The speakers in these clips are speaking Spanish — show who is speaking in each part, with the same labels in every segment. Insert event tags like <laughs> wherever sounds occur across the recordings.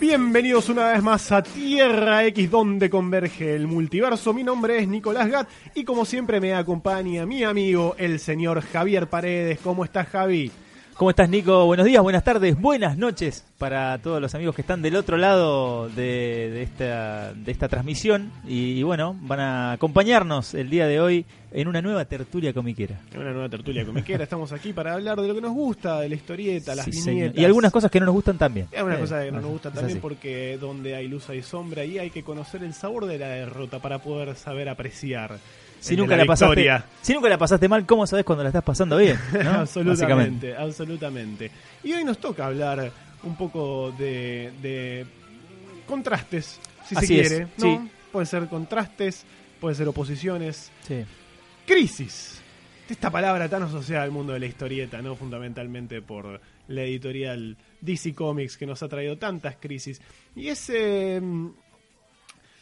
Speaker 1: Bienvenidos una vez más a Tierra X, donde converge el multiverso. Mi nombre es Nicolás Gat y como siempre me acompaña mi amigo, el señor Javier Paredes. ¿Cómo estás, Javi?
Speaker 2: ¿Cómo estás, Nico? Buenos días, buenas tardes, buenas noches para todos los amigos que están del otro lado de, de esta, de esta transmisión. Y, y bueno, van a acompañarnos el día de hoy en una nueva tertulia comiquera.
Speaker 1: En una nueva tertulia <laughs> comiquera estamos aquí para hablar de lo que nos gusta, de la historieta, las
Speaker 2: Sí, señor.
Speaker 1: viñetas.
Speaker 2: y algunas cosas que no nos gustan también.
Speaker 1: Es una
Speaker 2: Eh,
Speaker 1: cosa que no nos gusta
Speaker 2: es
Speaker 1: también
Speaker 2: así.
Speaker 1: porque donde hay luz hay sombra y hay que conocer el sabor de la derrota para poder saber apreciar.
Speaker 2: si
Speaker 1: el de
Speaker 2: nunca, la pasaste,
Speaker 1: victoria.
Speaker 2: si nunca la pasaste mal, ¿cómo sabes cuando la estás pasando
Speaker 1: <laughs>
Speaker 2: bien? ¿no? Básicamente.
Speaker 1: absolutamente, absolutamente. Y hoy nos toca hablar un poco de, de contrastes, si se
Speaker 2: Así es,
Speaker 1: quiere. ¿no?
Speaker 2: sí.
Speaker 1: Puede ser contrastes, puede ser oposiciones.
Speaker 2: Sí.
Speaker 1: Crisis. Esta palabra tan asociada al mundo de la historieta, ¿no? Fundamentalmente por la editorial DC Comics que nos ha traído tantas crisis. Y es, eh,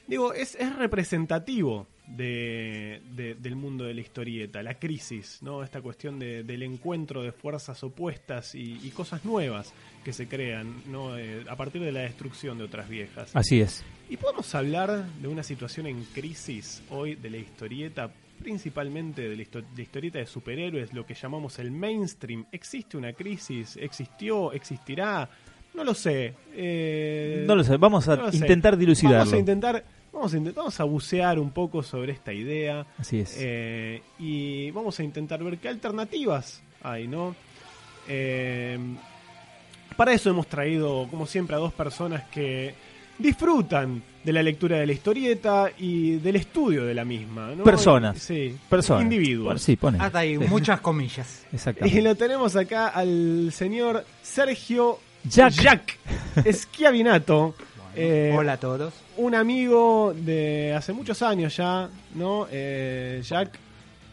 Speaker 1: digo, es, es representativo de- de- del mundo de la historieta, la crisis, ¿no? Esta cuestión de- del encuentro de fuerzas opuestas y, y cosas nuevas que se crean, ¿no? Eh, a partir de la destrucción de otras viejas.
Speaker 2: Así es.
Speaker 1: Y podemos hablar de una situación en crisis hoy de la historieta, principalmente de la, histo- de la historieta de superhéroes, lo que llamamos el mainstream. ¿Existe una crisis? ¿Existió? ¿Existirá? No lo sé. eh,
Speaker 2: No lo sé, vamos a
Speaker 1: no lo sé.
Speaker 2: intentar dilucidarlo.
Speaker 1: Vamos a intentar, vamos a, intent- vamos a bucear un poco sobre esta idea
Speaker 2: Así es.
Speaker 1: eh, y vamos a intentar ver qué alternativas hay, ¿no? Eh, para eso hemos traído, como siempre, a dos personas que disfrutan de la lectura de la historieta y del estudio de la misma. ¿no?
Speaker 2: Personas.
Speaker 1: Sí,
Speaker 2: Persona.
Speaker 1: Individuos.
Speaker 2: Sí, pone.
Speaker 3: Hasta ahí, muchas comillas.
Speaker 1: Y
Speaker 2: <laughs> Exactamente.
Speaker 1: lo tenemos acá al señor Sergio
Speaker 2: Jack. <laughs>
Speaker 1: Schiavinato. eh,
Speaker 3: Hola a todos.
Speaker 1: Un amigo de hace muchos años ya, ¿no? Eh, Jack,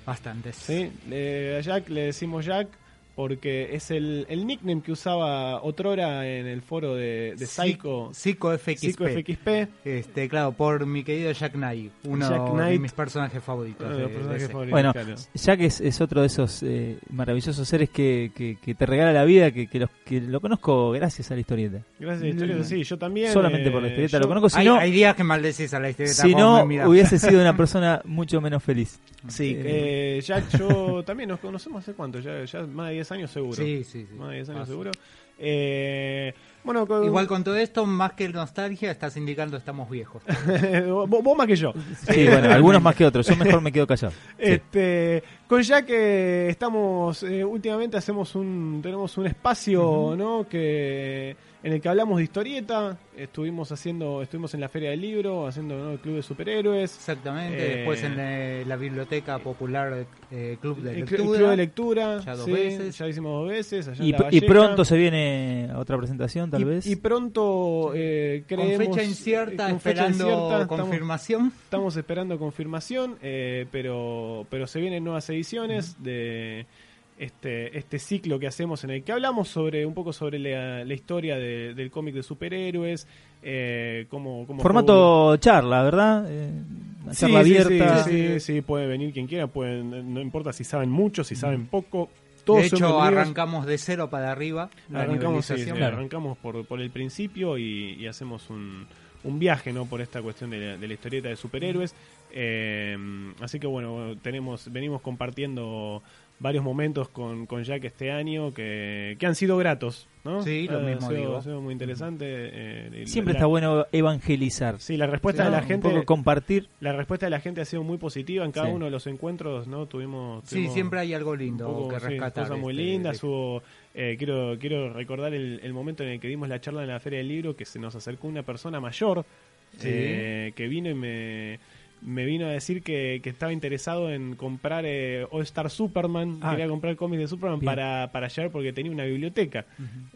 Speaker 3: Bastantes.
Speaker 1: Sí, eh, a Jack le decimos Jack porque es el, el nickname que usaba otrora en el foro de, de Psycho,
Speaker 3: Psycho FXP.
Speaker 1: Psycho FXP.
Speaker 3: Este, claro, por mi querido Jack Knight, uno
Speaker 1: Jack
Speaker 3: de
Speaker 1: Knight.
Speaker 3: mis personajes favoritos.
Speaker 1: uno de
Speaker 3: de-
Speaker 1: los
Speaker 3: de
Speaker 1: personajes
Speaker 3: ese.
Speaker 1: favoritos,
Speaker 2: Bueno,
Speaker 1: claro.
Speaker 2: Jack es, es otro de esos eh, maravillosos seres que, que- que te regala la vida, que, que, los- que lo conozco gracias a la historieta.
Speaker 1: Gracias a la historieta,
Speaker 2: Mm.
Speaker 1: sí, yo también.
Speaker 2: Solamente
Speaker 1: eh,
Speaker 2: por la historieta
Speaker 1: yo-
Speaker 2: lo conozco. Si
Speaker 3: hay,
Speaker 2: no,
Speaker 3: hay días que maldecís a la historia.
Speaker 2: si no hubiese
Speaker 1: <laughs>
Speaker 2: sido una persona mucho menos feliz.
Speaker 1: Sí, eh, Jack, yo también nos conocemos hace cuánto, ya, ya más de 10 años seguro.
Speaker 3: Sí, sí, sí.
Speaker 1: Más de 10 años
Speaker 3: Fácil.
Speaker 1: seguro. Eh, bueno, con-
Speaker 3: Igual con todo esto, más que nostalgia, estás indicando estamos viejos.
Speaker 1: <laughs> vos, vos más que yo.
Speaker 2: Sí, bueno,
Speaker 1: <laughs>
Speaker 2: algunos más que otros. Yo mejor me quedo callado. Sí.
Speaker 1: Este, con Jack eh, estamos eh, últimamente hacemos un tenemos un espacio, ¿no? que en el que hablamos de historieta, estuvimos haciendo estuvimos en la feria del libro, haciendo ¿no? el club de superhéroes,
Speaker 3: Exactamente.
Speaker 1: Eh,
Speaker 3: Después en eh, la biblioteca popular eh, Club de
Speaker 1: el, cl- el
Speaker 3: Lectura.
Speaker 1: club de lectura,
Speaker 3: ya dos
Speaker 1: sí,
Speaker 3: veces.
Speaker 1: ya hicimos dos veces, allá en
Speaker 2: Y,
Speaker 1: La
Speaker 2: y
Speaker 1: Valleja.
Speaker 2: pronto se viene otra presentación, tal
Speaker 1: Y-
Speaker 2: vez.
Speaker 1: y pronto eh,
Speaker 3: con
Speaker 1: creemos
Speaker 3: fecha incierta,
Speaker 1: eh, con fecha
Speaker 3: esperando
Speaker 1: incierta, estamos-
Speaker 3: confirmación.
Speaker 1: Estamos esperando confirmación, eh, pero, pero se vienen nuevas ediciones de este, este ciclo que hacemos en el que hablamos sobre un poco sobre la, la historia de- del cómic de superhéroes, eh, cómo, cómo fue
Speaker 2: Formato charla, ¿verdad? Eh,
Speaker 1: evolu-
Speaker 2: una charla
Speaker 1: Sí, sí,
Speaker 2: abierta.
Speaker 1: Sí, sí, sí, sí, puede venir quien quiera, pueden, no importa si saben mucho, si saben poco. Todos
Speaker 3: de
Speaker 1: son
Speaker 3: hecho,
Speaker 1: bienvenidos.
Speaker 3: arrancamos de cero para arriba la
Speaker 1: Arrancamos, sí,
Speaker 3: nivelización.
Speaker 1: sí,
Speaker 2: Claro.
Speaker 1: arrancamos por, por el principio y, y hacemos un, un viaje ¿no? por esta cuestión de la, de la historieta de superhéroes. Eh, así que bueno, tenemos, venimos compartiendo varios momentos con, con Jack este año que, que han sido gratos. ¿no?
Speaker 3: Sí, lo
Speaker 1: Ha
Speaker 3: mismo
Speaker 1: sido-
Speaker 3: digo.
Speaker 1: ha sido muy interesante. eh, y
Speaker 2: Siempre
Speaker 1: la-
Speaker 2: está bueno evangelizar.
Speaker 1: Sí, la respuesta
Speaker 2: ¿no?
Speaker 1: de la
Speaker 2: Un
Speaker 1: gente...
Speaker 2: poco compartir.
Speaker 1: La respuesta de la gente ha sido muy positiva en cada
Speaker 2: Sí.
Speaker 1: uno de los encuentros, ¿no? Tuvimos,
Speaker 3: Sí,
Speaker 1: tuvimos-
Speaker 3: siempre hay algo
Speaker 1: un
Speaker 3: lindo
Speaker 1: poco,
Speaker 3: que
Speaker 1: sí,
Speaker 3: rescatar.
Speaker 1: cosas muy
Speaker 3: este,
Speaker 1: lindas.
Speaker 3: de-
Speaker 1: Hubo, eh, quiero, quiero recordar el, el momento en el que dimos la charla en la Feria del Libro, que se nos acercó una persona mayor
Speaker 3: Sí.
Speaker 1: eh, que vino y me, me vino a decir que, que estaba interesado en comprar eh, All Star Superman,
Speaker 2: Ah.
Speaker 1: quería comprar cómics de Superman
Speaker 2: Bien.
Speaker 1: para, para llevar porque tenía una biblioteca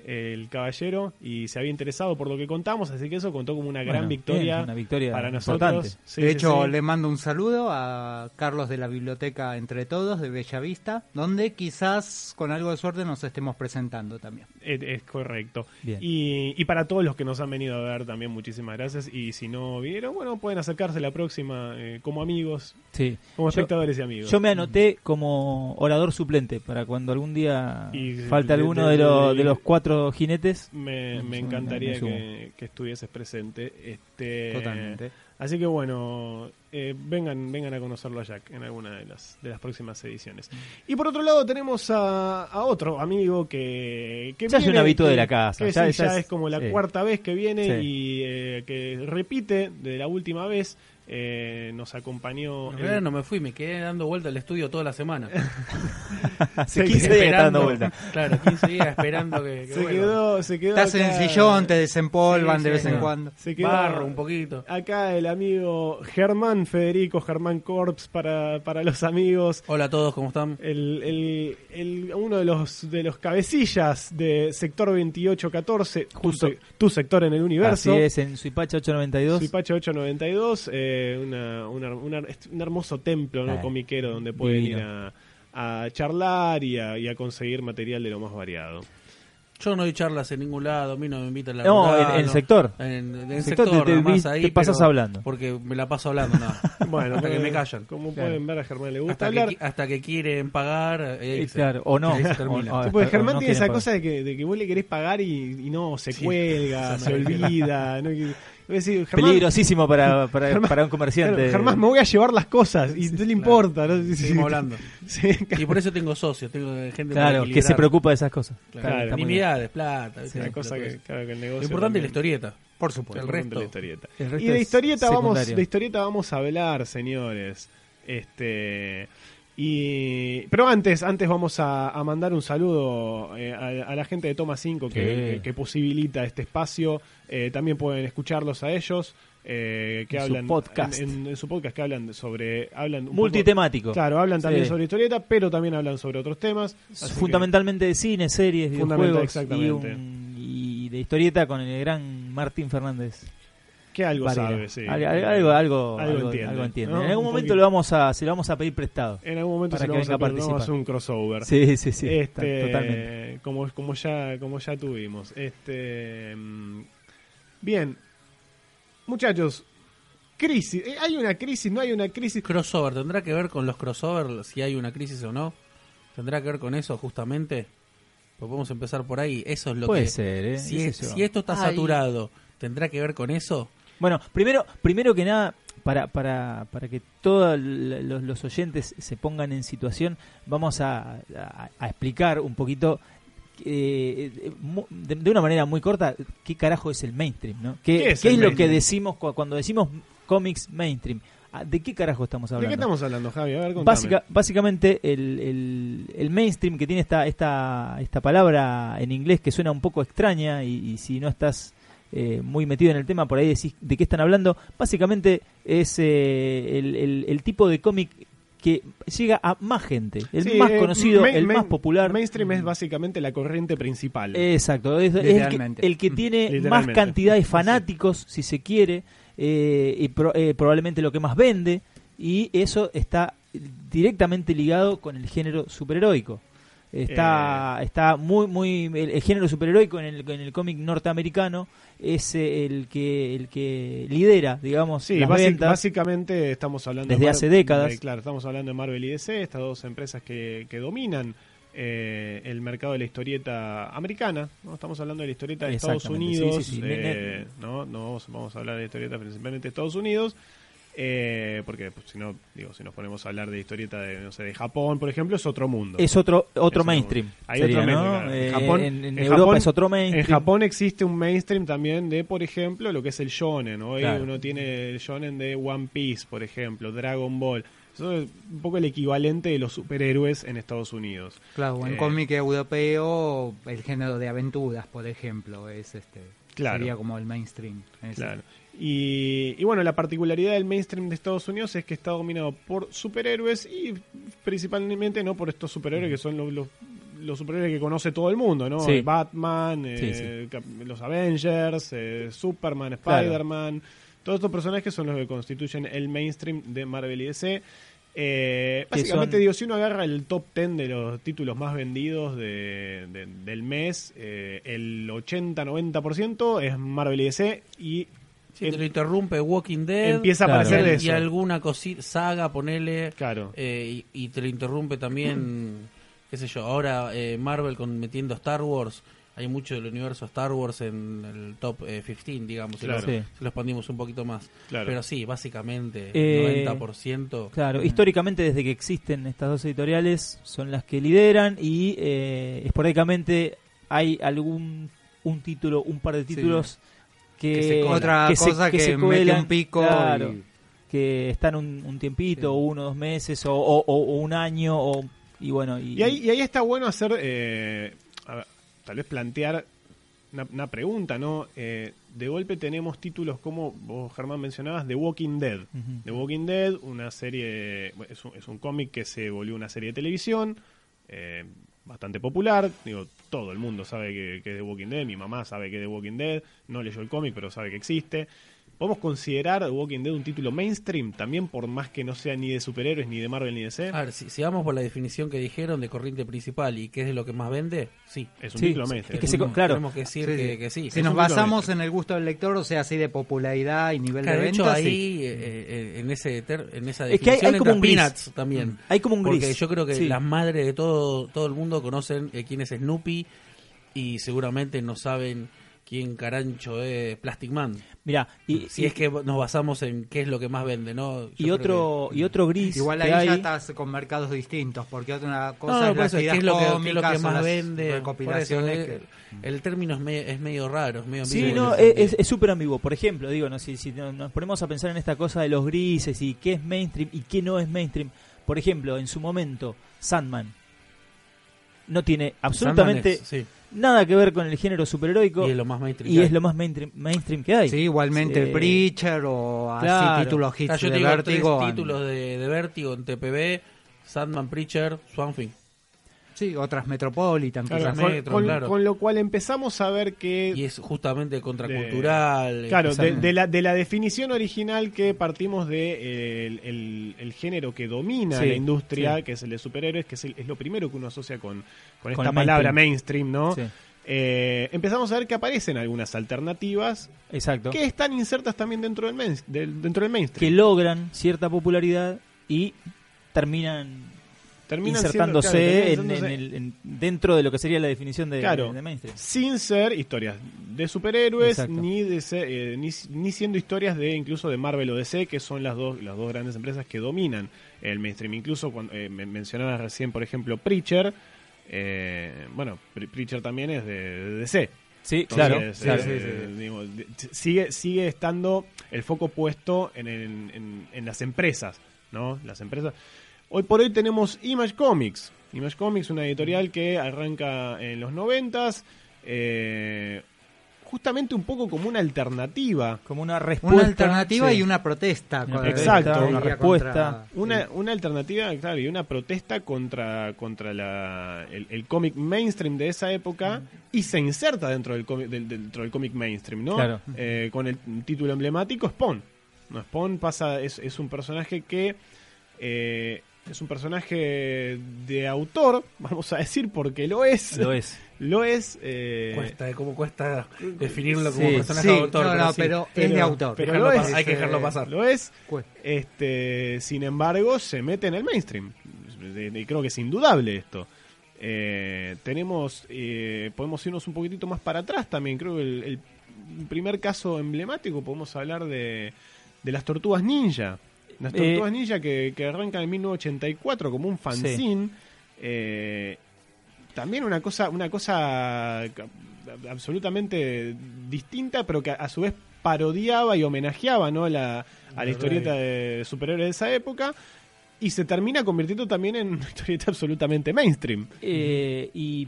Speaker 1: el caballero y se había interesado por lo que contamos, así que eso contó como una gran
Speaker 2: Bueno,
Speaker 1: victoria,
Speaker 2: bien, una victoria
Speaker 1: para nosotros.
Speaker 2: importante.
Speaker 1: Sí,
Speaker 3: de
Speaker 1: sí,
Speaker 3: hecho,
Speaker 1: sí.
Speaker 3: le mando un saludo a Carlos de la Biblioteca Entre Todos de Bellavista, donde quizás con algo de suerte nos estemos presentando también.
Speaker 1: Es, es correcto.
Speaker 2: Bien.
Speaker 1: Y, y para todos los que nos han venido a ver también, muchísimas gracias. Y si no vieron, bueno, pueden acercarse la próxima, eh, como amigos,
Speaker 2: Sí.
Speaker 1: como
Speaker 2: Yo-
Speaker 1: espectadores y amigos.
Speaker 2: Yo me anoté como orador suplente para cuando algún día
Speaker 1: Y-
Speaker 2: falte
Speaker 1: de-
Speaker 2: alguno
Speaker 1: de-
Speaker 2: de, los-
Speaker 1: de-
Speaker 2: de los cuatro
Speaker 1: <laughs>
Speaker 2: jinetes.
Speaker 1: me, me
Speaker 2: Sí,
Speaker 1: encantaría
Speaker 2: me sumo.
Speaker 1: que, que estuvieses presente. Este,
Speaker 3: Totalmente.
Speaker 1: Así que bueno, eh, vengan, vengan a conocerlo a Jack en alguna de las, de las próximas ediciones. Y por otro lado tenemos a, a otro amigo que, que
Speaker 2: Ya es
Speaker 1: viene,
Speaker 2: un hábito
Speaker 1: que-
Speaker 2: de la casa,
Speaker 1: que
Speaker 2: ya-
Speaker 1: sí,
Speaker 2: ya
Speaker 1: ya
Speaker 2: es-
Speaker 1: es como la
Speaker 2: sí.
Speaker 1: cuarta vez que viene
Speaker 2: Sí.
Speaker 1: y eh, que repite de la última vez. Eh, nos acompañó
Speaker 4: En
Speaker 1: el-
Speaker 4: realidad no me fui, me quedé dando vuelta al estudio toda la semana.
Speaker 2: Hace
Speaker 1: Se
Speaker 2: 15 días está dando vuelta.
Speaker 4: <laughs> Claro, 15 días esperando que, que
Speaker 1: se
Speaker 4: vuelva.
Speaker 1: quedó, se quedó
Speaker 3: Estás en
Speaker 1: acá-
Speaker 3: el sillón, te desempolvan
Speaker 4: Sí,
Speaker 3: de
Speaker 4: sí,
Speaker 3: vez en
Speaker 4: no.
Speaker 3: cuando.
Speaker 1: se quedó-
Speaker 4: Barro un poquito.
Speaker 1: Acá el amigo Germán Federico, Germán Corps para, para los amigos.
Speaker 4: Hola a todos, ¿cómo están?
Speaker 1: El, el- el- uno de los, de los cabecillas de sector 2814, tu,
Speaker 2: Justo.
Speaker 1: se- tu sector en el universo.
Speaker 2: Así es, en Suipacha 892.
Speaker 1: Suipacha 892, eh, una- una- una- es un hermoso templo ¿no?
Speaker 2: Ah,
Speaker 1: comiquero donde pueden
Speaker 2: divino.
Speaker 1: ir a, a charlar y a, y a conseguir material de lo más variado.
Speaker 4: Yo no doy charlas en ningún lado, a mí no me invitan a la
Speaker 2: No, en- en el sector.
Speaker 4: En, en el
Speaker 2: sector
Speaker 4: sector,
Speaker 2: te- te
Speaker 4: nomás
Speaker 2: vi-
Speaker 4: ahí,
Speaker 2: te pasas
Speaker 4: pero-
Speaker 2: hablando.
Speaker 4: Porque me la paso hablando, nada.
Speaker 1: <laughs> Bueno,
Speaker 4: hasta que
Speaker 1: eh,
Speaker 4: me callan.
Speaker 1: Como
Speaker 2: Claro.
Speaker 1: pueden ver, a Germán le gusta
Speaker 4: Hasta
Speaker 1: hablar.
Speaker 4: que, qui- hasta que quieren pagar. eh,
Speaker 2: Eh,
Speaker 4: se-
Speaker 2: claro, o no.
Speaker 4: ahí se
Speaker 2: o-
Speaker 4: termina.
Speaker 2: o-
Speaker 1: Sí, porque
Speaker 2: o
Speaker 1: Germán tiene
Speaker 2: no quieren
Speaker 1: esa
Speaker 2: pagar.
Speaker 1: cosa de que, de que vos le querés pagar y, y no, se
Speaker 2: <laughs>
Speaker 4: Sí.
Speaker 1: cuelga, se olvida. ¿no? Que- voy a decir, Germán, <laughs>
Speaker 2: Peligrosísimo para, para,
Speaker 1: Germán-
Speaker 2: para un comerciante.
Speaker 1: Germán, Germán, me voy a llevar las cosas y no le importa. ¿no? Sí, sí.
Speaker 4: Seguimos hablando.
Speaker 1: <laughs> Sí,
Speaker 4: Y por eso tengo socios, tengo gente para
Speaker 2: Claro, que se
Speaker 4: equilibrar.
Speaker 2: preocupa de esas cosas.
Speaker 4: Claro,
Speaker 1: Claro, está muy
Speaker 4: Intimidades, plata. ¿viste?
Speaker 1: una
Speaker 4: Esas
Speaker 1: cosa que,
Speaker 4: pelotudeces.
Speaker 1: claro, que el
Speaker 4: Lo
Speaker 1: negocio.
Speaker 4: importante es la
Speaker 1: también-
Speaker 4: historieta.
Speaker 3: Por supuesto.
Speaker 4: El
Speaker 1: lo importante es
Speaker 4: resto.
Speaker 1: la historieta.
Speaker 2: El resto
Speaker 1: Y de
Speaker 2: es
Speaker 1: historieta vamos,
Speaker 2: secundario.
Speaker 1: de historieta vamos a hablar, señores. Este. Y, pero antes, antes vamos a, a mandar un saludo eh, a, a la gente de Toma 5 que,
Speaker 2: Sí.
Speaker 1: que- que posibilita este espacio. Eh, también pueden escucharlos a ellos. eh, que
Speaker 2: En su
Speaker 1: hablan
Speaker 2: podcast.
Speaker 1: En, en- en su podcast que hablan sobre hablan un
Speaker 2: Multitemático.
Speaker 1: poco- claro hablan también
Speaker 2: Sí.
Speaker 1: sobre historieta pero también hablan sobre otros temas Así que-
Speaker 2: Fundamentalmente de cine, series,
Speaker 1: Fundamental-
Speaker 2: videojuegos y,
Speaker 1: exactamente.
Speaker 2: un- y de historieta con el gran Martín Fernández.
Speaker 1: que algo
Speaker 2: Varela.
Speaker 1: sabe sí.
Speaker 2: Al- al- algo, algo, algo-
Speaker 1: entiende,
Speaker 2: algo entiende.
Speaker 1: ¿no?
Speaker 2: En algún
Speaker 1: Un
Speaker 2: momento
Speaker 1: poquito.
Speaker 2: lo vamos a, se lo vamos a pedir prestado.
Speaker 1: en algún momento
Speaker 2: para
Speaker 1: se lo
Speaker 2: que
Speaker 1: vamos a
Speaker 2: venga a
Speaker 1: pedir, vamos a hacer un
Speaker 2: participar.
Speaker 1: crossover
Speaker 2: Sí, sí, sí. está-
Speaker 1: Este,
Speaker 2: Totalmente.
Speaker 1: Como, como, ya, como ya tuvimos. Este, mm, bien. Muchachos, crisis. Eh, ¿Hay una crisis? ¿No hay una crisis?
Speaker 4: Crossover, ¿tendrá que ver con los crossovers si hay una crisis o no? ¿Tendrá que ver con eso justamente? Pues podemos empezar por ahí. Eso es lo
Speaker 2: Puede
Speaker 4: que.
Speaker 2: ser, ¿eh?
Speaker 4: Si,
Speaker 2: Qué
Speaker 4: es-
Speaker 2: sé yo.
Speaker 4: si esto está
Speaker 3: Ay.
Speaker 4: saturado, ¿tendrá que ver con eso?
Speaker 2: Bueno, primero, primero que nada, para, para, para que todos l- los, los oyentes se pongan en situación, vamos a, a- a explicar un poquito, eh, eh, mu- de, de una manera muy corta, qué carajo es el mainstream, ¿no? ¿Qué,
Speaker 1: ¿Qué es
Speaker 2: qué
Speaker 1: el
Speaker 2: lo que
Speaker 1: mainstream?
Speaker 2: decimos cu- cuando decimos cómics mainstream? Ah, ¿De qué carajo estamos
Speaker 1: ¿De qué
Speaker 2: hablando?
Speaker 1: estamos hablando, Javi? A ver, contame.
Speaker 2: Básica- básicamente el, el- el mainstream que tiene esta, esta, esta palabra en inglés que suena un poco extraña y, y si no estás eh, muy metido en el tema por ahí decís de qué están hablando, básicamente es eh, el, el- el tipo de cómic que llega a más gente, el
Speaker 1: Sí,
Speaker 2: más
Speaker 1: eh,
Speaker 2: conocido,
Speaker 1: main-
Speaker 2: el
Speaker 1: main-
Speaker 2: más popular. Eh,
Speaker 1: Mainstream es básicamente la corriente principal.
Speaker 2: Exacto, es, es el, que,
Speaker 3: Literalmente.
Speaker 2: el que tiene más
Speaker 1: Literalmente.
Speaker 2: cantidad de fanáticos, si se quiere, eh, y pro- eh, probablemente lo que más vende, y eso está directamente ligado con el género superheroico. Está,
Speaker 1: Eh.
Speaker 2: está muy, muy. El, el género superheroico en el, en el cómic norteamericano es eh, el que, el que lidera, digamos,
Speaker 1: Sí,
Speaker 2: las
Speaker 1: basi-
Speaker 2: ventas.
Speaker 1: básicamente estamos hablando
Speaker 2: Desde
Speaker 1: Mar-
Speaker 2: hace décadas.
Speaker 1: de- eh, claro, estamos hablando de Marvel y DC, estas dos empresas que, que dominan eh, el mercado de la historieta americana. ¿no? Estamos hablando de la historieta de Estados
Speaker 2: Exactamente, sí,
Speaker 1: Unidos.
Speaker 2: sí, sí.
Speaker 1: eh, no, no vamos, vamos a hablar de historieta principalmente de Estados Unidos. eh, porque pues, si no, digo, si nos ponemos a hablar de historieta de, no sé, de Japón, por ejemplo, es otro mundo.
Speaker 2: Es otro, otro
Speaker 1: Es
Speaker 2: mainstream.
Speaker 1: Hay
Speaker 2: sería,
Speaker 1: otro
Speaker 2: ¿no?
Speaker 1: mainstream, claro.
Speaker 2: Eh,
Speaker 1: En Japón,
Speaker 2: en, en
Speaker 1: en
Speaker 2: Europa
Speaker 1: Japón-
Speaker 2: es otro mainstream.
Speaker 1: En Japón existe un mainstream también de, por ejemplo, lo que es el shonen. Hoy
Speaker 2: Claro.
Speaker 1: uno tiene el shonen de One Piece, por ejemplo, Dragon Ball. Eso es un poco el equivalente de los superhéroes en Estados Unidos.
Speaker 3: Claro, en
Speaker 1: Eh,
Speaker 3: cómic europeo, el género de aventuras, por ejemplo, es este.
Speaker 1: Claro.
Speaker 3: Sería como el mainstream. Es-
Speaker 1: Claro. Y, y bueno, la particularidad del mainstream de Estados Unidos es que está dominado por superhéroes y principalmente no por estos superhéroes que son los, los, los superhéroes que conoce todo el mundo, ¿no? Eh,
Speaker 2: Sí.
Speaker 1: Batman,
Speaker 2: Sí,
Speaker 1: eh, Cap- los Avengers, eh, Superman,
Speaker 2: Claro.
Speaker 1: Spider-Man. Todos estos personajes son los que constituyen el mainstream de Marvel y DC. Eh,
Speaker 2: Que
Speaker 1: básicamente,
Speaker 2: son-
Speaker 1: digo, si uno agarra el top 10 de los títulos más vendidos de- de- del mes, eh, el 80-90% es Marvel y DC y
Speaker 4: Sí,
Speaker 1: em-
Speaker 4: te lo interrumpe Walking Dead.
Speaker 1: empieza
Speaker 2: Claro.
Speaker 1: a aparecer
Speaker 4: Eh, y,
Speaker 1: eso.
Speaker 4: y alguna cosita, saga, ponele.
Speaker 1: Claro.
Speaker 4: eh, y, y te lo interrumpe también, qué sé yo, ahora eh, Marvel con metiendo Star Wars. Hay mucho del universo Star Wars en el top eh, 15, digamos, si,
Speaker 1: Claro.
Speaker 4: lo,
Speaker 2: Sí.
Speaker 4: si lo expandimos un poquito más.
Speaker 1: Claro.
Speaker 4: Pero sí, básicamente,
Speaker 2: Eh,
Speaker 4: 90%.
Speaker 2: Claro, históricamente desde que existen estas dos editoriales son las que lideran y eh, esporádicamente hay algún un título, un par de
Speaker 3: Sí.
Speaker 2: títulos que,
Speaker 3: Que se colan. Otra
Speaker 2: se-
Speaker 3: cosa que
Speaker 2: se
Speaker 3: mete
Speaker 2: cuelan,
Speaker 3: un pico
Speaker 2: claro,
Speaker 3: y-
Speaker 2: que están un, un tiempito,
Speaker 3: Sí.
Speaker 2: uno, dos meses o, o- o- o un año o, y bueno y,
Speaker 1: Y ahí, y ahí está bueno hacer, eh, a ver, tal vez plantear una, una pregunta, ¿no? Eh, de golpe tenemos títulos como vos, Germán, mencionabas, The Walking Dead.
Speaker 2: Ujú.
Speaker 1: The Walking Dead, una serie, bueno, es un, es un cómic que se volvió una serie de televisión, eh, bastante popular, digo, todo el mundo sabe que, que es The Walking Dead, mi mamá sabe que es The Walking Dead, no leyó el cómic, pero sabe que existe. ¿Podemos considerar The Walking Dead un título mainstream también, por más que no sea ni de superhéroes, ni de Marvel, ni de DC?
Speaker 2: Ah,
Speaker 4: A ver, si, si vamos por la definición que dijeron de corriente principal y qué es lo que más vende, sí.
Speaker 1: es un
Speaker 2: sí,
Speaker 1: título
Speaker 2: sí,
Speaker 1: mainstream.
Speaker 2: es que se co-
Speaker 4: Tenemos-
Speaker 2: claro.
Speaker 4: Tenemos que decir
Speaker 3: Sí,
Speaker 4: que,
Speaker 3: sí.
Speaker 4: que sí.
Speaker 3: Si
Speaker 1: Es
Speaker 3: nos
Speaker 1: un libro
Speaker 3: basamos
Speaker 1: extra.
Speaker 3: en el gusto del lector, o sea, así de popularidad y nivel
Speaker 4: Claro,
Speaker 3: de
Speaker 4: de hecho,
Speaker 3: venta,
Speaker 4: ahí,
Speaker 3: sí.
Speaker 4: eh, eh, en, ese ter- en esa
Speaker 2: Es que hay- hay
Speaker 4: definición
Speaker 2: como
Speaker 4: entra
Speaker 2: un gris.
Speaker 4: Peanuts también.
Speaker 2: hay como un gris.
Speaker 4: Porque yo creo que
Speaker 2: Sí.
Speaker 4: las madres de todo, todo el mundo conocen eh, quién es Snoopy y seguramente no saben quién carancho es Plastic Man.
Speaker 2: Mirá, y,
Speaker 4: Si
Speaker 2: y-
Speaker 4: es que nos basamos en qué es lo que más vende, ¿no? Yo
Speaker 2: y
Speaker 4: creo
Speaker 2: otro
Speaker 4: que-
Speaker 2: y otro gris
Speaker 3: Igual
Speaker 2: que
Speaker 3: ahí ya
Speaker 2: hay-
Speaker 3: estás con mercados distintos, porque otra
Speaker 4: No,
Speaker 3: cosa
Speaker 4: no,
Speaker 3: es
Speaker 4: por
Speaker 3: las
Speaker 4: eso, es
Speaker 3: tiras
Speaker 4: que es lo que, que es lo
Speaker 3: cómicas
Speaker 4: que
Speaker 3: o
Speaker 4: más
Speaker 3: las
Speaker 4: vende. Por eso,
Speaker 3: recopilaciones
Speaker 4: eh,
Speaker 3: que-
Speaker 4: el término es, me- es medio raro, es medio
Speaker 2: Sí,
Speaker 4: ambiguo en
Speaker 2: no,
Speaker 4: ese
Speaker 2: es
Speaker 4: sentido.
Speaker 2: es súper ambiguo. Por ejemplo, digo, no, si, si no- nos ponemos a pensar en esta cosa de los grises y qué es mainstream y qué no es mainstream. Por ejemplo, en su momento, Sandman no tiene absolutamente
Speaker 4: Sandman es, sí,
Speaker 2: nada que ver con el género superheroico
Speaker 4: y es lo más mainstream.
Speaker 2: y
Speaker 4: que hay.
Speaker 2: es lo más mainstream, mainstream que hay.
Speaker 3: Sí, igualmente
Speaker 2: Sí.
Speaker 3: Preacher o así
Speaker 2: Claro.
Speaker 3: títulos hits
Speaker 4: Ah, yo
Speaker 3: de
Speaker 4: te digo
Speaker 3: Vértigo.
Speaker 4: tres
Speaker 3: an-
Speaker 4: títulos de, de Vértigo en TPB, Sandman Preacher, Swamping.
Speaker 3: Sí, otras Metropolitan,
Speaker 1: Claro,
Speaker 3: quizás.
Speaker 4: Las
Speaker 1: con,
Speaker 4: metros,
Speaker 1: con-
Speaker 4: claro.
Speaker 1: con lo cual empezamos a ver que
Speaker 4: Y es justamente contracultural.
Speaker 1: Claro, de,
Speaker 4: empezando-
Speaker 1: de la, de la definición original que partimos de eh, el, el- el género que domina
Speaker 2: Sí,
Speaker 1: la industria,
Speaker 2: sí.
Speaker 1: que es el de superhéroes, que es, el- es lo primero que uno asocia con, con esta
Speaker 2: el
Speaker 1: palabra mainstream,
Speaker 2: mainstream.
Speaker 1: ¿no?
Speaker 2: Sí,
Speaker 1: Eh, empezamos a ver que aparecen algunas alternativas
Speaker 2: exacto.
Speaker 1: que están insertas también dentro del, main- del- dentro del
Speaker 2: Que
Speaker 1: mainstream.
Speaker 2: logran cierta popularidad y terminan
Speaker 1: Terminan siendo-
Speaker 2: insertándose,
Speaker 1: claro, terminan
Speaker 2: en- en
Speaker 1: insertándose
Speaker 2: el- en- dentro de lo que sería la definición de,
Speaker 1: Claro.
Speaker 2: de mainstream.
Speaker 1: sin ser historias de superhéroes
Speaker 2: Exacto.
Speaker 1: ni, de se- eh, ni ni siendo historias de incluso de Marvel o DC que son las dos las dos grandes empresas que dominan el mainstream incluso cuando eh, men- mencionabas recién por ejemplo Preacher eh, bueno Pre- Preacher también es de, de DC
Speaker 2: Sí, claro.
Speaker 1: entonces,
Speaker 2: claro.
Speaker 1: eh, digo, de- sigue sigue estando el foco puesto en, el- en- en las empresas no las empresas hoy por hoy tenemos Image Comics Image Comics una editorial que arranca en los noventas eh, justamente un poco como una alternativa
Speaker 2: Como una respuesta.
Speaker 3: Una alternativa
Speaker 2: sí.
Speaker 3: y una protesta.
Speaker 2: Una
Speaker 3: con-
Speaker 1: protesta,
Speaker 3: contra-
Speaker 1: una
Speaker 2: respuesta.
Speaker 1: Una, una alternativa, claro, y una protesta contra, contra la, el, el cómic mainstream de esa época y se inserta dentro del cómic, del- dentro del cómic mainstream, ¿no?
Speaker 2: Claro.
Speaker 1: Eh, con el título emblemático Spawn. No, Spawn pasa, es, es un personaje que eh, es un personaje de autor, <laughs> vamos a decir, porque lo es.
Speaker 2: Lo es.
Speaker 1: Lo es, eh,
Speaker 4: Cuesta, eh, cómo cuesta definirlo como
Speaker 2: Sí,
Speaker 4: personaje
Speaker 3: Sí,
Speaker 4: de autor.
Speaker 3: no, no,
Speaker 4: sí.
Speaker 3: pero, es
Speaker 1: pero-
Speaker 3: de autor.
Speaker 1: pero
Speaker 4: Dejarlo
Speaker 1: lo
Speaker 4: pas-
Speaker 1: es,
Speaker 4: hay que dejarlo
Speaker 3: eh,
Speaker 4: pasar.
Speaker 1: Lo es.
Speaker 3: Cu-
Speaker 1: Este, sin embargo, se mete en el mainstream. Y creo que es indudable esto. Eh, tenemos, eh, podemos irnos un poquitito más para atrás también. Creo que el, el primer caso emblemático podemos hablar de, de las tortugas ninja. Las
Speaker 2: Eh,
Speaker 1: tortugas ninja que, que arrancan en 1984 como un fanzine. Eh, también una cosa, una cosa ca- absolutamente distinta, pero que a su vez parodiaba y homenajeaba ¿no? la, a la historieta de superhéroes de esa época. Y se termina convirtiendo también en una <laughs> historieta absolutamente mainstream.
Speaker 2: <laughs> Eh, y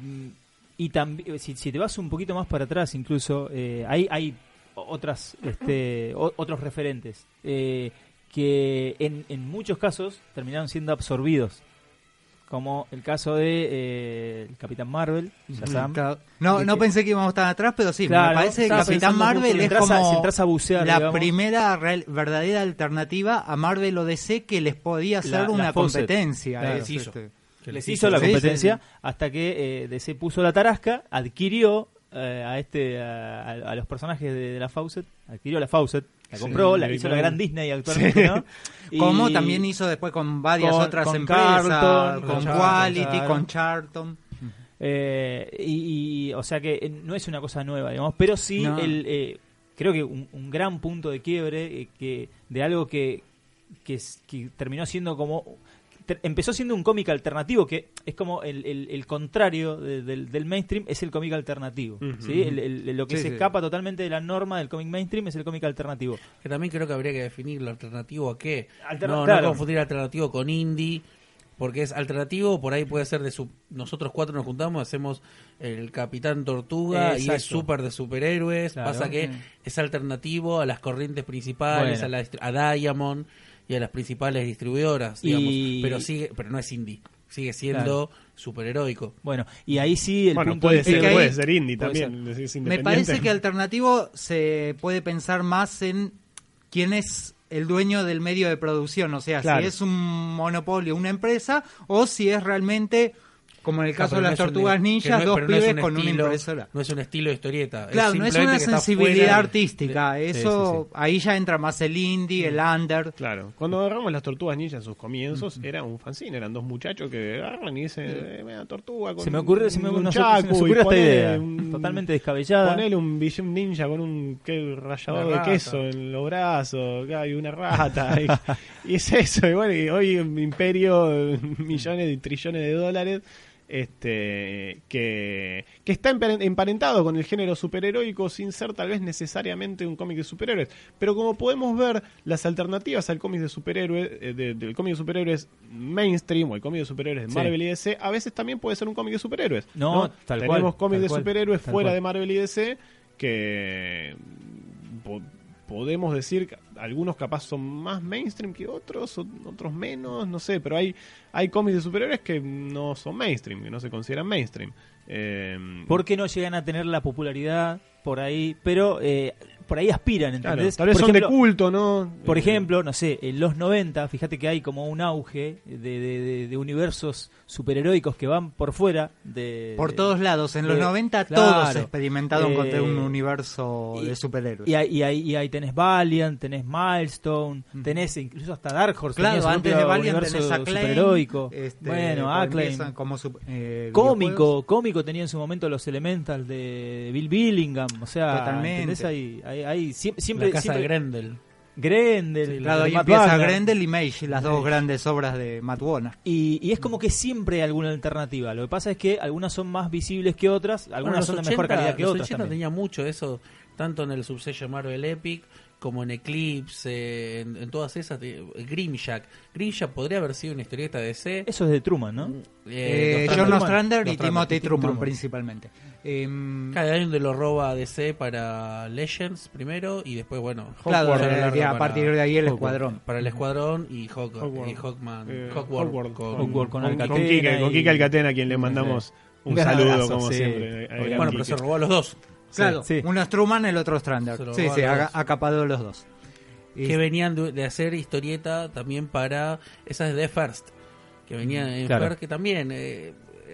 Speaker 2: y también, si, si te vas un poquito más para atrás, incluso, eh, hay, hay otras, este, o- otros referentes eh, que en, en muchos casos terminaron siendo absorbidos. Como el caso de eh, el Capitán Marvel, Shazam.
Speaker 3: Claro. No, no
Speaker 2: Dije-
Speaker 3: pensé que íbamos tan atrás, pero sí,
Speaker 2: Claro,
Speaker 3: me parece que
Speaker 2: estaba
Speaker 3: Capitán
Speaker 2: pensando justo-
Speaker 3: Marvel es
Speaker 2: si entras a-
Speaker 3: como
Speaker 2: si entras a bucear,
Speaker 3: la
Speaker 2: digamos.
Speaker 3: primera real- verdadera alternativa a Marvel o DC que les podía hacer
Speaker 2: La- la
Speaker 3: una
Speaker 2: Fawcett.
Speaker 3: competencia.
Speaker 2: Claro.
Speaker 3: es,
Speaker 4: Hizo.
Speaker 3: este.
Speaker 4: Que
Speaker 2: les hizo la
Speaker 3: Sí, sí,
Speaker 2: competencia hasta que eh, DC puso la tarasca, adquirió eh, a este a, a- a los personajes de, de la Fawcett, adquirió la Fawcett, la compró,
Speaker 1: Sí,
Speaker 2: la hizo la
Speaker 1: claro.
Speaker 2: gran Disney actualmente,
Speaker 1: Sí.
Speaker 2: ¿no? Y-
Speaker 3: Como también hizo después con varias
Speaker 2: con-
Speaker 3: otras
Speaker 2: con
Speaker 3: empresas,
Speaker 2: Carlton,
Speaker 3: con,
Speaker 2: con Charlton,
Speaker 3: Quality,
Speaker 2: claro.
Speaker 3: con Charlton.
Speaker 2: Eh, y, y, o sea que eh, no es una cosa nueva, digamos, pero sí
Speaker 3: No.
Speaker 2: el, eh, creo que un, un gran punto de quiebre eh, que de algo que, que, es- que terminó siendo como... ter- empezó siendo un cómic alternativo, que es como el, el- el contrario de- del, del mainstream, es el cómic alternativo.
Speaker 1: Ujú.
Speaker 2: ¿sí? El- el- lo que
Speaker 3: Sí,
Speaker 2: se
Speaker 3: sí.
Speaker 2: escapa totalmente de la norma del cómic mainstream es el cómic alternativo.
Speaker 4: Que también creo que habría que definir lo alternativo a qué.
Speaker 2: Alter-
Speaker 4: no, no
Speaker 2: claro.
Speaker 4: confundir alternativo con indie. Porque es alternativo, por ahí puede ser de su... Nosotros cuatro nos juntamos, hacemos el Capitán Tortuga y es
Speaker 2: Exacto.
Speaker 4: súper de superhéroes.
Speaker 2: Claro.
Speaker 4: Pasa que
Speaker 3: Mm.
Speaker 4: es alternativo a las corrientes principales,
Speaker 2: Bueno.
Speaker 4: a, la distri- a Diamond y a las principales distribuidoras, digamos.
Speaker 2: Y-
Speaker 4: Pero, sigue, pero no es indie, sigue siendo superheroico.
Speaker 2: Bueno, y ahí sí el
Speaker 1: Bueno,
Speaker 2: punto
Speaker 1: puede
Speaker 2: de
Speaker 1: ser,
Speaker 2: quiebre-
Speaker 3: que
Speaker 1: puede
Speaker 3: ahí-
Speaker 1: ser indie
Speaker 2: puede
Speaker 1: también. es
Speaker 3: Me
Speaker 1: independiente.
Speaker 3: parece que alternativo se puede pensar más en quién es el dueño del medio de producción, o sea,
Speaker 1: Claro.
Speaker 3: si es un monopolio, una empresa, o si es realmente, como
Speaker 4: Ah,
Speaker 3: en el caso de las tortugas ninjas, dos pibes con una impresora.
Speaker 4: No es un estilo de historieta.
Speaker 3: Claro, no es
Speaker 4: simplemente
Speaker 3: una
Speaker 4: que está
Speaker 3: sensibilidad
Speaker 4: fuera de-
Speaker 3: artística, eso ahí ya entra más el indie, el under.
Speaker 1: Claro, cuando agarramos las tortugas ninja en sus comienzos, era un fanzine, eran dos muchachos que agarran y dicen, eh, mira, tortuga con
Speaker 2: Se me ocurrió, se me,
Speaker 1: un
Speaker 2: nos-
Speaker 1: chaco
Speaker 2: se nos
Speaker 1: y
Speaker 2: ocurrió esta
Speaker 1: ponele
Speaker 2: idea,
Speaker 1: un-
Speaker 2: totalmente descabellada.
Speaker 1: Ponele un Vision Ninja con un que- rallador
Speaker 4: Una
Speaker 1: de
Speaker 4: rata.
Speaker 1: queso en los brazos, acá hay una rata.
Speaker 4: <laughs>
Speaker 1: Y, y es eso, y bueno, y hoy un imperio, eh, millones y trillones de dólares, este que, que está emparen- emparentado con el género superheroico sin ser tal vez necesariamente un cómic de superhéroes. Pero como podemos ver, las alternativas al cómic de superhéroes, eh, de- del cómic de superhéroes mainstream o el cómic de superhéroes de
Speaker 2: Sí.
Speaker 1: Marvel y DC, a veces también puede ser un cómic de superhéroes.
Speaker 2: No, tal cual,
Speaker 1: Tenemos cómics
Speaker 2: tal
Speaker 1: de
Speaker 2: cual,
Speaker 1: superhéroes
Speaker 2: tal
Speaker 1: fuera
Speaker 2: cual.
Speaker 1: de Marvel y DC que po- podemos decir que algunos capaz son más mainstream que otros, o- otros menos, no sé, pero hay, hay cómics de superhéroes que no son mainstream, que no se consideran mainstream. Eh,
Speaker 2: Porque no llegan a tener la popularidad por ahí, pero eh, por ahí aspiran,
Speaker 1: claro,
Speaker 2: ¿entendés?
Speaker 1: tal vez
Speaker 2: por
Speaker 1: son
Speaker 2: ejemplo,
Speaker 1: de culto, ¿no?
Speaker 2: Por
Speaker 1: Eh,
Speaker 2: ejemplo, no sé, en los 90, fíjate que hay como un auge de, de- de- de universos superheroicos que van por fuera de...
Speaker 3: Por todos lados, en los
Speaker 2: Eh,
Speaker 3: 90
Speaker 2: claro.
Speaker 3: todos experimentaron con
Speaker 2: Eh,
Speaker 3: un universo
Speaker 2: y-
Speaker 3: de superhéroes.
Speaker 2: Y ahí, y, ahí, y ahí tenés Valiant, tenés Milestone, tenés incluso hasta Dark Horse. tenía su
Speaker 3: claro, antes
Speaker 2: propio
Speaker 3: de Valiant
Speaker 2: universo
Speaker 3: tenés Acclaim,
Speaker 2: superheroico.
Speaker 3: este,
Speaker 2: bueno,
Speaker 3: cuando
Speaker 2: Acclaim.
Speaker 3: empiezan como su- eh, videojuegos.
Speaker 2: Cómico, cómico tenía en su momento los Elementals de Bill Billingham, o sea,
Speaker 3: Totalmente.
Speaker 2: ¿entendés? Ahí, ahí, ahí sie- siempre,
Speaker 4: La casa de
Speaker 2: siempre-
Speaker 4: Grendel.
Speaker 2: Grendel,
Speaker 4: Sí,
Speaker 3: Claro,
Speaker 2: de
Speaker 3: ahí
Speaker 2: Matt
Speaker 3: empieza
Speaker 2: Wagner.
Speaker 3: Grendel y Mage, las dos grandes obras de Matt Warner.
Speaker 2: Y, y es como que siempre hay alguna alternativa. Lo que pasa es que algunas son más visibles que otras, algunas
Speaker 4: Bueno,
Speaker 2: son de
Speaker 4: los
Speaker 2: mejor
Speaker 4: 80,
Speaker 2: calidad que
Speaker 4: los
Speaker 2: otras.
Speaker 4: 80
Speaker 2: también.
Speaker 4: tenía mucho eso, tanto en el subsello Marvel Epic como en Eclipse, en, en todas esas. de- eh, Grimjack. Grimjack podría haber sido una historieta de DC.
Speaker 2: Eso es de Truman, ¿no?
Speaker 3: Eh,
Speaker 4: los
Speaker 3: John
Speaker 4: Thunderbolts.
Speaker 3: Ostrander y
Speaker 4: Los
Speaker 3: Timothy Truman,
Speaker 2: Truman.
Speaker 3: principalmente. Em,
Speaker 4: Cada año donde lo roba DC para Legends primero y después, bueno,
Speaker 3: Claro,
Speaker 4: Hawkworm
Speaker 3: eh,
Speaker 4: lo larga
Speaker 3: a
Speaker 4: para-
Speaker 3: partir de ahí el
Speaker 4: Hawkworm.
Speaker 3: escuadrón.
Speaker 4: Para el escuadrón y, Hawk,
Speaker 1: Hawkworm.
Speaker 4: y Hawkman.
Speaker 1: Eh,
Speaker 4: Hawkworm
Speaker 1: Hawkworm.
Speaker 4: con-
Speaker 2: Hawkworm con
Speaker 1: con,
Speaker 2: Alcatena
Speaker 1: Kika, con
Speaker 2: y-
Speaker 1: Kika Alcatena, a quien le mandamos un,
Speaker 2: gran
Speaker 1: saludo,
Speaker 2: abrazo,
Speaker 1: como
Speaker 2: sí.
Speaker 1: siempre. A- a
Speaker 4: Bueno, pero
Speaker 1: Kiki.
Speaker 4: se robó a los dos.
Speaker 3: claro,
Speaker 2: sí.
Speaker 3: uno es Truman, el otro Ostrander.
Speaker 4: Se lo
Speaker 3: Sí,
Speaker 4: robaron
Speaker 3: sí,
Speaker 4: los
Speaker 3: aga-
Speaker 4: dos.
Speaker 3: acaparó los dos. Y-
Speaker 4: que venían de, de hacer historieta también para esas de First que
Speaker 3: Mm,
Speaker 4: venían en
Speaker 2: Claro.
Speaker 4: First que también eh,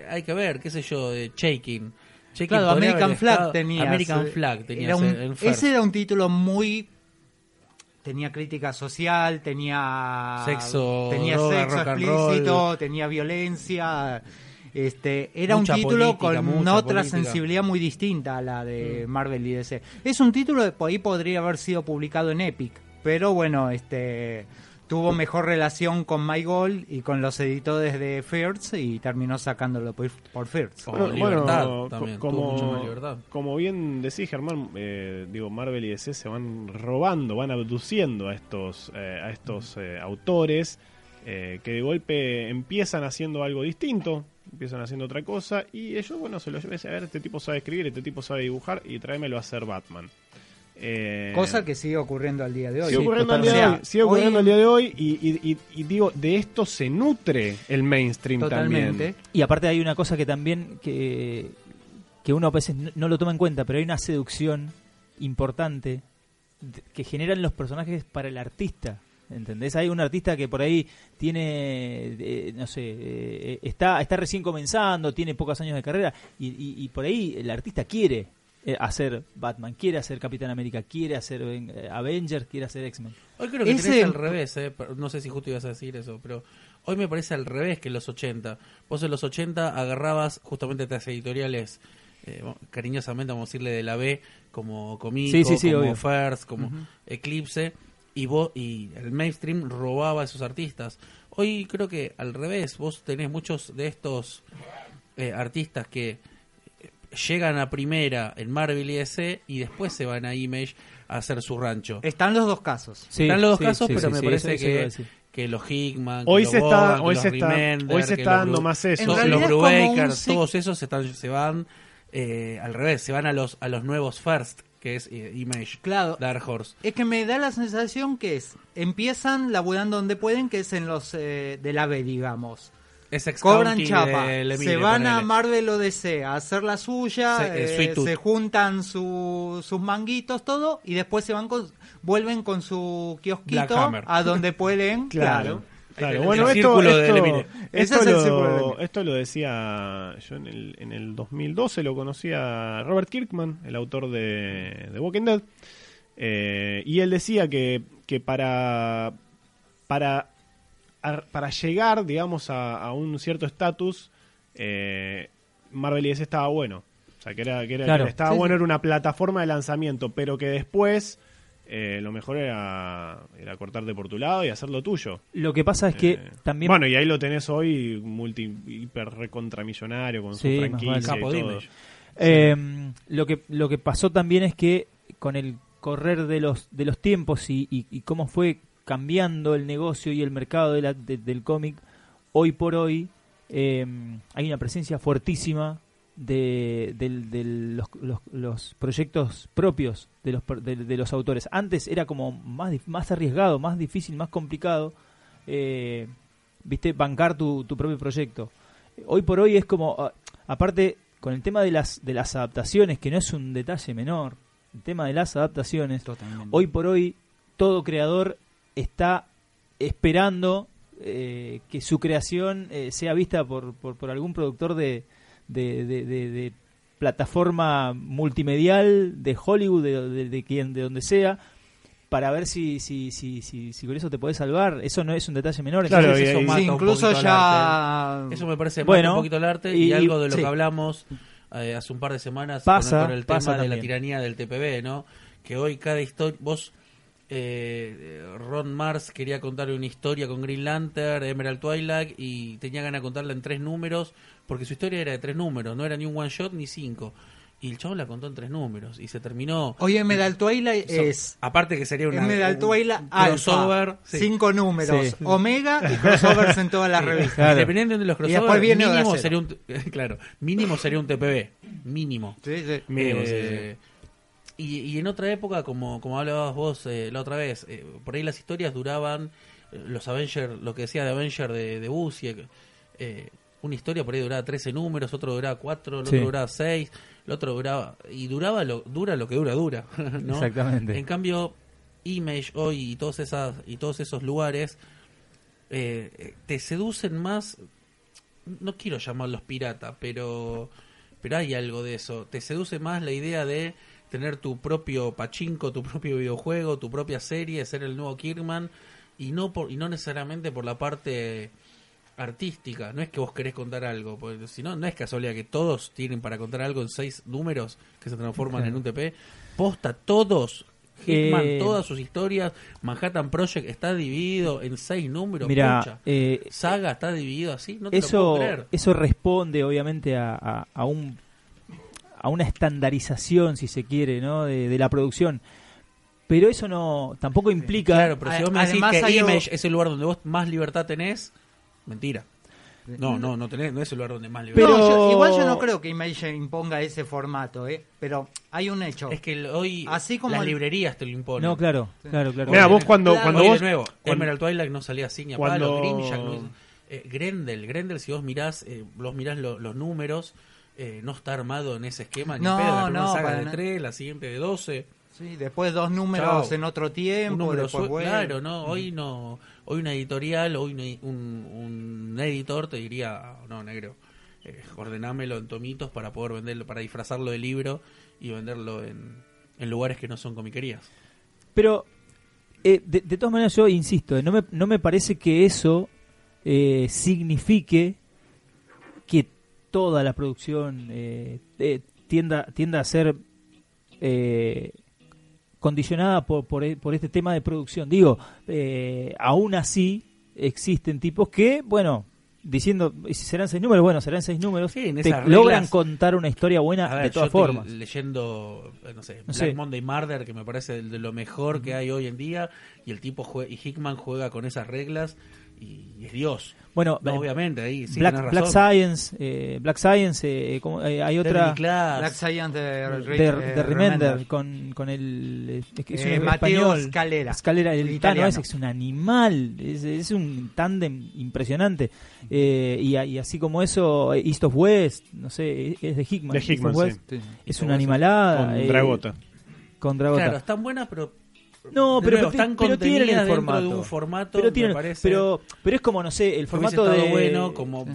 Speaker 4: hay que ver qué sé yo de Shaking Shaking
Speaker 3: claro,
Speaker 4: podría
Speaker 3: American
Speaker 4: haber
Speaker 3: Flag
Speaker 4: estado-
Speaker 3: tenía.
Speaker 4: American
Speaker 3: eh,
Speaker 4: Flag tenía
Speaker 3: era un-
Speaker 4: ese- en First.
Speaker 3: ese era un título muy. Tenía crítica social, tenía.
Speaker 4: Sexo,
Speaker 3: Tenía
Speaker 4: droga,
Speaker 3: sexo
Speaker 4: rock and
Speaker 3: explícito, tenía violencia. Este, era
Speaker 4: Mucha
Speaker 3: un título
Speaker 4: política,
Speaker 3: con
Speaker 4: mucha
Speaker 3: otra
Speaker 4: política. Mm.
Speaker 3: sensibilidad muy distinta a la de Marvel y DC. Es un título que por ahí podría haber sido publicado en Epic, pero bueno, este tuvo mejor relación con My Goal y con los editores de First y terminó sacándolo por, por First.
Speaker 4: Como libertad también,
Speaker 1: co-
Speaker 4: tuvo
Speaker 1: como,
Speaker 4: mucha más libertad.
Speaker 1: como bien decís, Germán, eh, digo, Marvel y DC se van robando, van abduciendo a estos, eh, a estos eh, autores eh, que de golpe empiezan haciendo algo distinto, empiezan haciendo otra cosa y ellos, bueno, se los llevan y dicen, a ver, este tipo sabe escribir, este tipo sabe dibujar y tráemelo a hacer Batman. Eh,
Speaker 3: Cosa que sigue ocurriendo al día de hoy.
Speaker 1: Sigue ocurriendo, al día, de
Speaker 3: totalmente.
Speaker 1: hoy, sigue
Speaker 3: O sea,
Speaker 1: ocurriendo
Speaker 3: hoy-
Speaker 1: al día de hoy y, y- y- y digo, de esto se nutre el mainstream
Speaker 3: Totalmente.
Speaker 1: también.
Speaker 2: Y aparte hay una cosa que también que, que uno a veces no, no lo toma en cuenta, pero hay una seducción importante de- que generan los personajes para el artista. ¿Entendés? Hay un artista que por ahí tiene, eh, no sé, eh, está, está recién comenzando, tiene pocos años de carrera, y, y- y por ahí el artista quiere eh, hacer Batman, quiere hacer Capitán América, quiere hacer eh, Avengers, quiere hacer X-Men.
Speaker 4: Hoy creo que
Speaker 3: Ese-
Speaker 4: tenés al revés, eh, pero no sé si justo ibas a decir eso, pero hoy me parece al revés que en los 80. Vos en los 80 agarrabas justamente estas editoriales, eh, vamos- cariñosamente vamos a decirle de la B, como Comico,
Speaker 2: Sí, sí, sí,
Speaker 4: como
Speaker 2: obvio.
Speaker 4: First, como Eclipse, y, vos, y el mainstream robaba a esos artistas. Hoy creo que al revés, vos tenés muchos de estos eh, artistas que eh, llegan a primera en Marvel y DC y después se van a Image a hacer su rancho.
Speaker 3: Están los dos casos.
Speaker 4: Están los dos casos,
Speaker 2: sí,
Speaker 4: pero
Speaker 2: sí,
Speaker 4: me
Speaker 2: sí, eso-
Speaker 4: parece
Speaker 2: eso iba a
Speaker 4: que,
Speaker 2: decir.
Speaker 4: que los Hickman, que
Speaker 1: Hoy
Speaker 4: los
Speaker 1: se está-
Speaker 4: Vaughan, que
Speaker 1: hoy
Speaker 4: los
Speaker 1: se está-
Speaker 4: Remender,
Speaker 1: hoy se
Speaker 4: que
Speaker 1: está
Speaker 4: los
Speaker 1: dando
Speaker 4: Bru-
Speaker 1: más eso.
Speaker 3: En
Speaker 4: los-
Speaker 3: realidad
Speaker 4: los
Speaker 3: es como un
Speaker 4: Brubaker,
Speaker 3: ciclo.
Speaker 4: todos esos están, se van eh, al revés, se van a los a los nuevos First, que es eh, Image,
Speaker 3: Claro.
Speaker 4: Dark Horse.
Speaker 3: Es que me da la sensación que es, empiezan laburando donde pueden, que es en los eh, de la B, digamos.
Speaker 4: Es Ex
Speaker 3: Cobran
Speaker 4: County
Speaker 3: chapa,
Speaker 4: de Lemire,
Speaker 3: se van a
Speaker 4: ponele.
Speaker 3: Marvel o DC a hacer la suya,
Speaker 4: Se- eh,
Speaker 3: eh,
Speaker 4: Sweet Tooth.
Speaker 3: se juntan su- sus manguitos, todo, y después se van con, vuelven con su
Speaker 4: Black
Speaker 3: kiosquito
Speaker 4: Hammer.
Speaker 3: a donde pueden.
Speaker 1: <laughs> Claro.
Speaker 4: Ahí
Speaker 1: Claro,
Speaker 4: tenés
Speaker 1: bueno,
Speaker 4: el
Speaker 1: esto,
Speaker 4: círculo de
Speaker 1: esto-
Speaker 4: Lemire.
Speaker 3: Ese
Speaker 1: esto
Speaker 3: es el círculo de
Speaker 1: lo,
Speaker 3: Lemire.
Speaker 1: esto lo decía yo en el, en el 2012, lo conocía Robert Kirkman, el autor de, de Walking Dead, Eh, y él decía que, que para, para, ar- para llegar, digamos, a, a un cierto estatus, eh, Marvel y DC estaba bueno. O sea, que, era, que, era,
Speaker 2: Claro.
Speaker 1: que estaba
Speaker 2: Sí,
Speaker 1: bueno, era una plataforma de lanzamiento, pero que después eh, lo mejor era, era cortarte por tu lado y hacer lo tuyo.
Speaker 2: Lo que pasa es que
Speaker 1: Eh,
Speaker 2: también
Speaker 1: Bueno, y ahí lo tenés hoy, multi, hiper recontramillonario, con
Speaker 2: Sí,
Speaker 1: su
Speaker 2: más
Speaker 1: franquicia
Speaker 2: vale.
Speaker 1: y
Speaker 4: Capo de
Speaker 1: todo.
Speaker 4: Image.
Speaker 2: Eh, lo que lo que pasó también es que con el correr de los de los tiempos y, y- y cómo fue cambiando el negocio y el mercado de la- de- del cómic hoy por hoy eh, hay una presencia fuertísima de, del- del- los, los- los proyectos propios de los, per- de, de los autores. Antes era como más, dif- más arriesgado, más difícil, más complicado, eh, viste, bancar tu, tu propio proyecto. Hoy por hoy es como, ah, aparte, con el tema de las, de las adaptaciones, que no es un detalle menor, el tema de las adaptaciones,
Speaker 3: Totalmente.
Speaker 2: hoy por hoy todo creador está esperando eh, que su creación eh, sea vista por, por, por algún productor de, de, de- de- de plataforma multimedial de Hollywood, de, de- de quien, de donde sea, para ver si, si, si, si, si con eso te podés salvar. Eso no es un detalle menor.
Speaker 1: Claro,
Speaker 2: entonces
Speaker 1: y-
Speaker 2: eso
Speaker 1: y-
Speaker 2: mata
Speaker 3: Sí,
Speaker 4: un
Speaker 3: incluso
Speaker 4: poquito al
Speaker 3: ya...
Speaker 4: Eso me parece
Speaker 2: Bueno,
Speaker 4: bueno, un poquito el arte y,
Speaker 2: y-
Speaker 4: algo de lo
Speaker 2: sí.
Speaker 4: que hablamos eh, hace un par de semanas
Speaker 2: Pasa,
Speaker 4: con, con el tema
Speaker 2: pasa
Speaker 4: de la
Speaker 2: también.
Speaker 4: tiranía del TPB, ¿no? Que hoy cada historia, vos, eh, Ron Mars quería contar una historia con Green Lantern, Emerald Twilight y tenía ganas de contarla en tres números porque su historia era de tres números, no era ni un one shot ni cinco. Y el chabón la contó en tres números y se terminó.
Speaker 3: Hoy Emerald Twilight
Speaker 4: So-
Speaker 3: es...
Speaker 4: aparte que sería una,
Speaker 3: Emerald
Speaker 4: un
Speaker 3: Twilight
Speaker 4: crossover,
Speaker 3: Alpha,
Speaker 4: sí.
Speaker 3: cinco números,
Speaker 2: Sí.
Speaker 3: Omega y crossovers en todas las
Speaker 4: Sí,
Speaker 3: revistas.
Speaker 2: Claro.
Speaker 4: Independiente de los
Speaker 3: después
Speaker 4: crossovers,
Speaker 3: viene
Speaker 4: mínimo
Speaker 3: Odacero.
Speaker 4: sería un <laughs> claro, mínimo sería un TPB, mínimo.
Speaker 3: Sí, sí.
Speaker 1: Mínimo,
Speaker 4: Eh, Y, y en otra época, como, como hablabas vos eh, la otra vez, eh, por ahí las historias duraban, eh, los Avengers, lo que decía de Avenger de, de Busiek, eh, una historia por ahí duraba 13 números, otro duraba 4, el
Speaker 2: Sí.
Speaker 4: otro duraba 6, el otro duraba, y duraba lo, dura lo que dura, dura. <laughs> ¿no?
Speaker 2: Exactamente.
Speaker 4: En cambio, Image hoy y todos, esas, y todos esos lugares eh, eh, te seducen más, no quiero llamarlos pirata, pero, pero hay algo de eso. Te seduce más la idea de tener tu propio pachinko, tu propio videojuego, tu propia serie, ser el nuevo Kirman y no por y no necesariamente por la parte artística, no es que vos querés contar algo, porque si no, no es casualidad que todos tienen para contar algo en seis números que se transforman en un TP. Posta, todos, Hitman,
Speaker 2: Eh,
Speaker 4: todas sus historias, Manhattan Project está dividido en seis números,
Speaker 2: Mira,
Speaker 4: pucha.
Speaker 2: eh,
Speaker 4: Saga está dividido así, no te lo
Speaker 2: eso,
Speaker 4: puedo creer.
Speaker 2: eso responde obviamente a, a- a un a una estandarización si se quiere ¿no? de, de la producción pero eso no tampoco implica
Speaker 4: Claro, pero si vos me decís
Speaker 3: Además,
Speaker 4: que
Speaker 3: hay algo-
Speaker 4: Image es el lugar donde vos más libertad tenés, mentira. No, no, no tenés, no es el lugar donde más libertad.
Speaker 2: Pero-
Speaker 3: No, yo- igual yo no creo que Image imponga ese formato, ¿eh? Pero hay un hecho.
Speaker 4: es que el- hoy
Speaker 3: Así como
Speaker 4: las
Speaker 3: el-
Speaker 4: librerías te lo imponen.
Speaker 2: no claro claro claro
Speaker 1: Mira, vos cuando,
Speaker 3: Claro.
Speaker 1: cuando
Speaker 4: Oye,
Speaker 1: vos...
Speaker 4: de nuevo,
Speaker 1: cuando-
Speaker 4: Emerald Twilight no salía así ni a
Speaker 1: cuando-
Speaker 4: palo, Grimjack no- eh, Grendel, Grendel si vos mirás, eh, vos mirás lo- los números, eh, no está armado en ese esquema ni
Speaker 3: No,
Speaker 4: pedo, la primera
Speaker 3: no,
Speaker 4: saga
Speaker 3: para
Speaker 4: de
Speaker 3: na-
Speaker 4: 3, la siguiente de 12,
Speaker 3: Sí, después dos números
Speaker 4: Chao.
Speaker 3: en otro
Speaker 4: un
Speaker 3: tiempo,
Speaker 4: número
Speaker 3: después
Speaker 4: su-
Speaker 3: vuelve.
Speaker 4: claro,
Speaker 2: Mm.
Speaker 4: no, hoy no, hoy una editorial, hoy un, un- un editor te diría, no negro, eh, ordenámelo en tomitos para poder venderlo, para disfrazarlo de libro y venderlo en, en lugares que no son comiquerías.
Speaker 2: Pero, eh, de, de todas maneras, yo insisto, eh, no me, no me parece que eso eh, signifique que toda la producción eh, eh, tienda, tienda a ser eh, condicionada por, por, e- por este tema de producción. Digo, eh, aún así existen tipos que, bueno, diciendo, "Y si serán seis números, bueno, serán seis números,
Speaker 4: Sí, en
Speaker 2: te
Speaker 4: esas
Speaker 2: logran
Speaker 4: reglas-
Speaker 2: contar una historia buena
Speaker 4: A ver,
Speaker 2: de
Speaker 4: yo
Speaker 2: todas
Speaker 4: estoy
Speaker 2: formas.
Speaker 4: leyendo, eh, no sé, Black
Speaker 2: sé.
Speaker 4: Monday Murder, que me parece de lo mejor que hay hoy en día, y el tipo jue- y Hickman juega con esas reglas y, y es Dios.
Speaker 2: Bueno,
Speaker 4: No,
Speaker 2: eh,
Speaker 4: obviamente, ahí sí
Speaker 2: Black,
Speaker 4: tenés
Speaker 2: Black
Speaker 4: razón.
Speaker 2: Science, eh, Black Science, eh, como- eh, hay otra...
Speaker 4: Deadly Class.
Speaker 3: Black Science de,
Speaker 2: de,
Speaker 3: Re-
Speaker 2: de
Speaker 3: eh,
Speaker 2: Remender con, con el eh, es
Speaker 3: Eh,
Speaker 2: un
Speaker 3: Mateo
Speaker 2: español.
Speaker 3: Scalera,
Speaker 2: Scalera, el
Speaker 3: el
Speaker 2: Tano
Speaker 3: italiano.
Speaker 2: ese, es un animal es, es un tándem impresionante Eh, y, a- y así como eso eh, East of West no sé e, es de Hickman
Speaker 1: De
Speaker 2: East of
Speaker 1: Hickman,
Speaker 2: West
Speaker 1: sí.
Speaker 3: Sí.
Speaker 2: es una animalada
Speaker 1: Con
Speaker 2: eh,
Speaker 1: Dragota.
Speaker 2: con Dragota
Speaker 4: Claro, están buenas, pero.
Speaker 2: no
Speaker 4: de
Speaker 2: pero, pero-
Speaker 4: nuevo, están
Speaker 2: pero tienen
Speaker 4: contenidas
Speaker 2: el
Speaker 4: dentro
Speaker 2: formato
Speaker 4: de un formato,
Speaker 2: pero
Speaker 4: me
Speaker 2: tienen
Speaker 4: parece.
Speaker 2: pero pero es como no sé el formato
Speaker 4: formato
Speaker 2: de
Speaker 4: bueno, como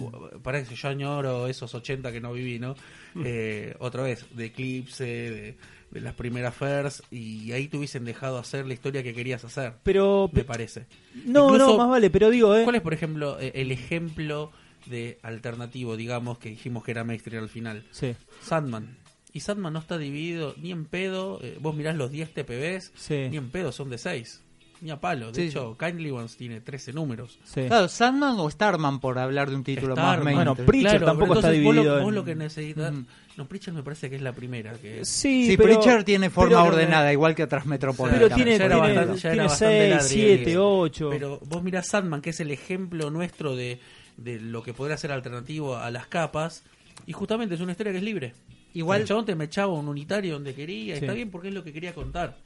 Speaker 4: parece yo añoro esos 80 que no viví, ¿no?
Speaker 2: Mm.
Speaker 4: Eh, otra vez, de Eclipse, de, de las primeras FERS, y ahí te hubiesen dejado hacer la historia que querías hacer,
Speaker 2: pero
Speaker 4: me parece.
Speaker 2: no no
Speaker 4: Incluso-
Speaker 2: más vale pero digo eh,
Speaker 4: ¿Cuál es, por ejemplo, eh, el ejemplo de alternativo, digamos, que dijimos que era mainstream al final?
Speaker 2: sí
Speaker 4: Sandman. Y Sandman no está dividido ni en pedo. eh, vos mirás los 10 TPBs,
Speaker 2: Sí.
Speaker 4: ni en pedo, son de 6. Ni a palo. De
Speaker 3: Sí.
Speaker 4: hecho, Kindly Ones tiene 13 números.
Speaker 2: sí
Speaker 3: Claro, Sandman o Starman por hablar de un título
Speaker 4: Starman.
Speaker 3: más mainstream.
Speaker 2: Bueno, Preacher
Speaker 4: Claro,
Speaker 2: tampoco
Speaker 4: pero
Speaker 2: está
Speaker 4: entonces vos lo-
Speaker 2: dividido
Speaker 4: Vos lo,
Speaker 2: en-
Speaker 4: que necesitas.
Speaker 3: Ujú.
Speaker 4: No, Preacher me parece que es la primera. Que
Speaker 2: Sí,
Speaker 3: Sí,
Speaker 2: pero,
Speaker 3: Preacher tiene forma
Speaker 2: pero-
Speaker 3: ordenada, igual que otras metropolitanas.
Speaker 2: Pero tiene,
Speaker 4: Ya era
Speaker 2: tiene,
Speaker 4: bastante- ya era
Speaker 2: tiene
Speaker 4: bastante
Speaker 2: seis,
Speaker 4: ladrillo.
Speaker 2: siete, ocho.
Speaker 4: Pero vos mirás Sandman, que es el ejemplo nuestro de, de lo que podría ser alternativo a las capas. Y justamente es una historia que es libre.
Speaker 3: Igual-
Speaker 4: El chabón te me echaba un unitario donde quería.
Speaker 2: Sí.
Speaker 4: Está bien porque es lo que quería contar.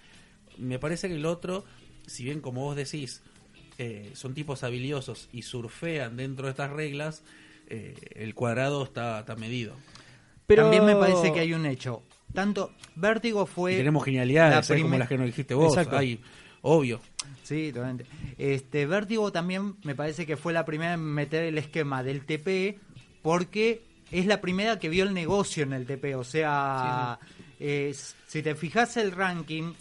Speaker 4: Me parece que el otro, si bien como vos decís, eh, son tipos habilidosos y surfean dentro de estas reglas, eh, el cuadrado está, está medido.
Speaker 2: Pero-
Speaker 3: También me parece que hay un hecho. Tanto Vértigo
Speaker 4: Y
Speaker 3: fue...
Speaker 4: tenemos genialidades,
Speaker 3: la
Speaker 4: ¿eh? como
Speaker 3: primer-
Speaker 4: las que nos dijiste vos.
Speaker 2: Exacto.
Speaker 4: Hay, obvio.
Speaker 3: Sí, totalmente. Este, Vértigo también me parece que fue la primera en meter el esquema del TP porque es la primera que vio el negocio en el TP. O sea, es- si te fijas el ranking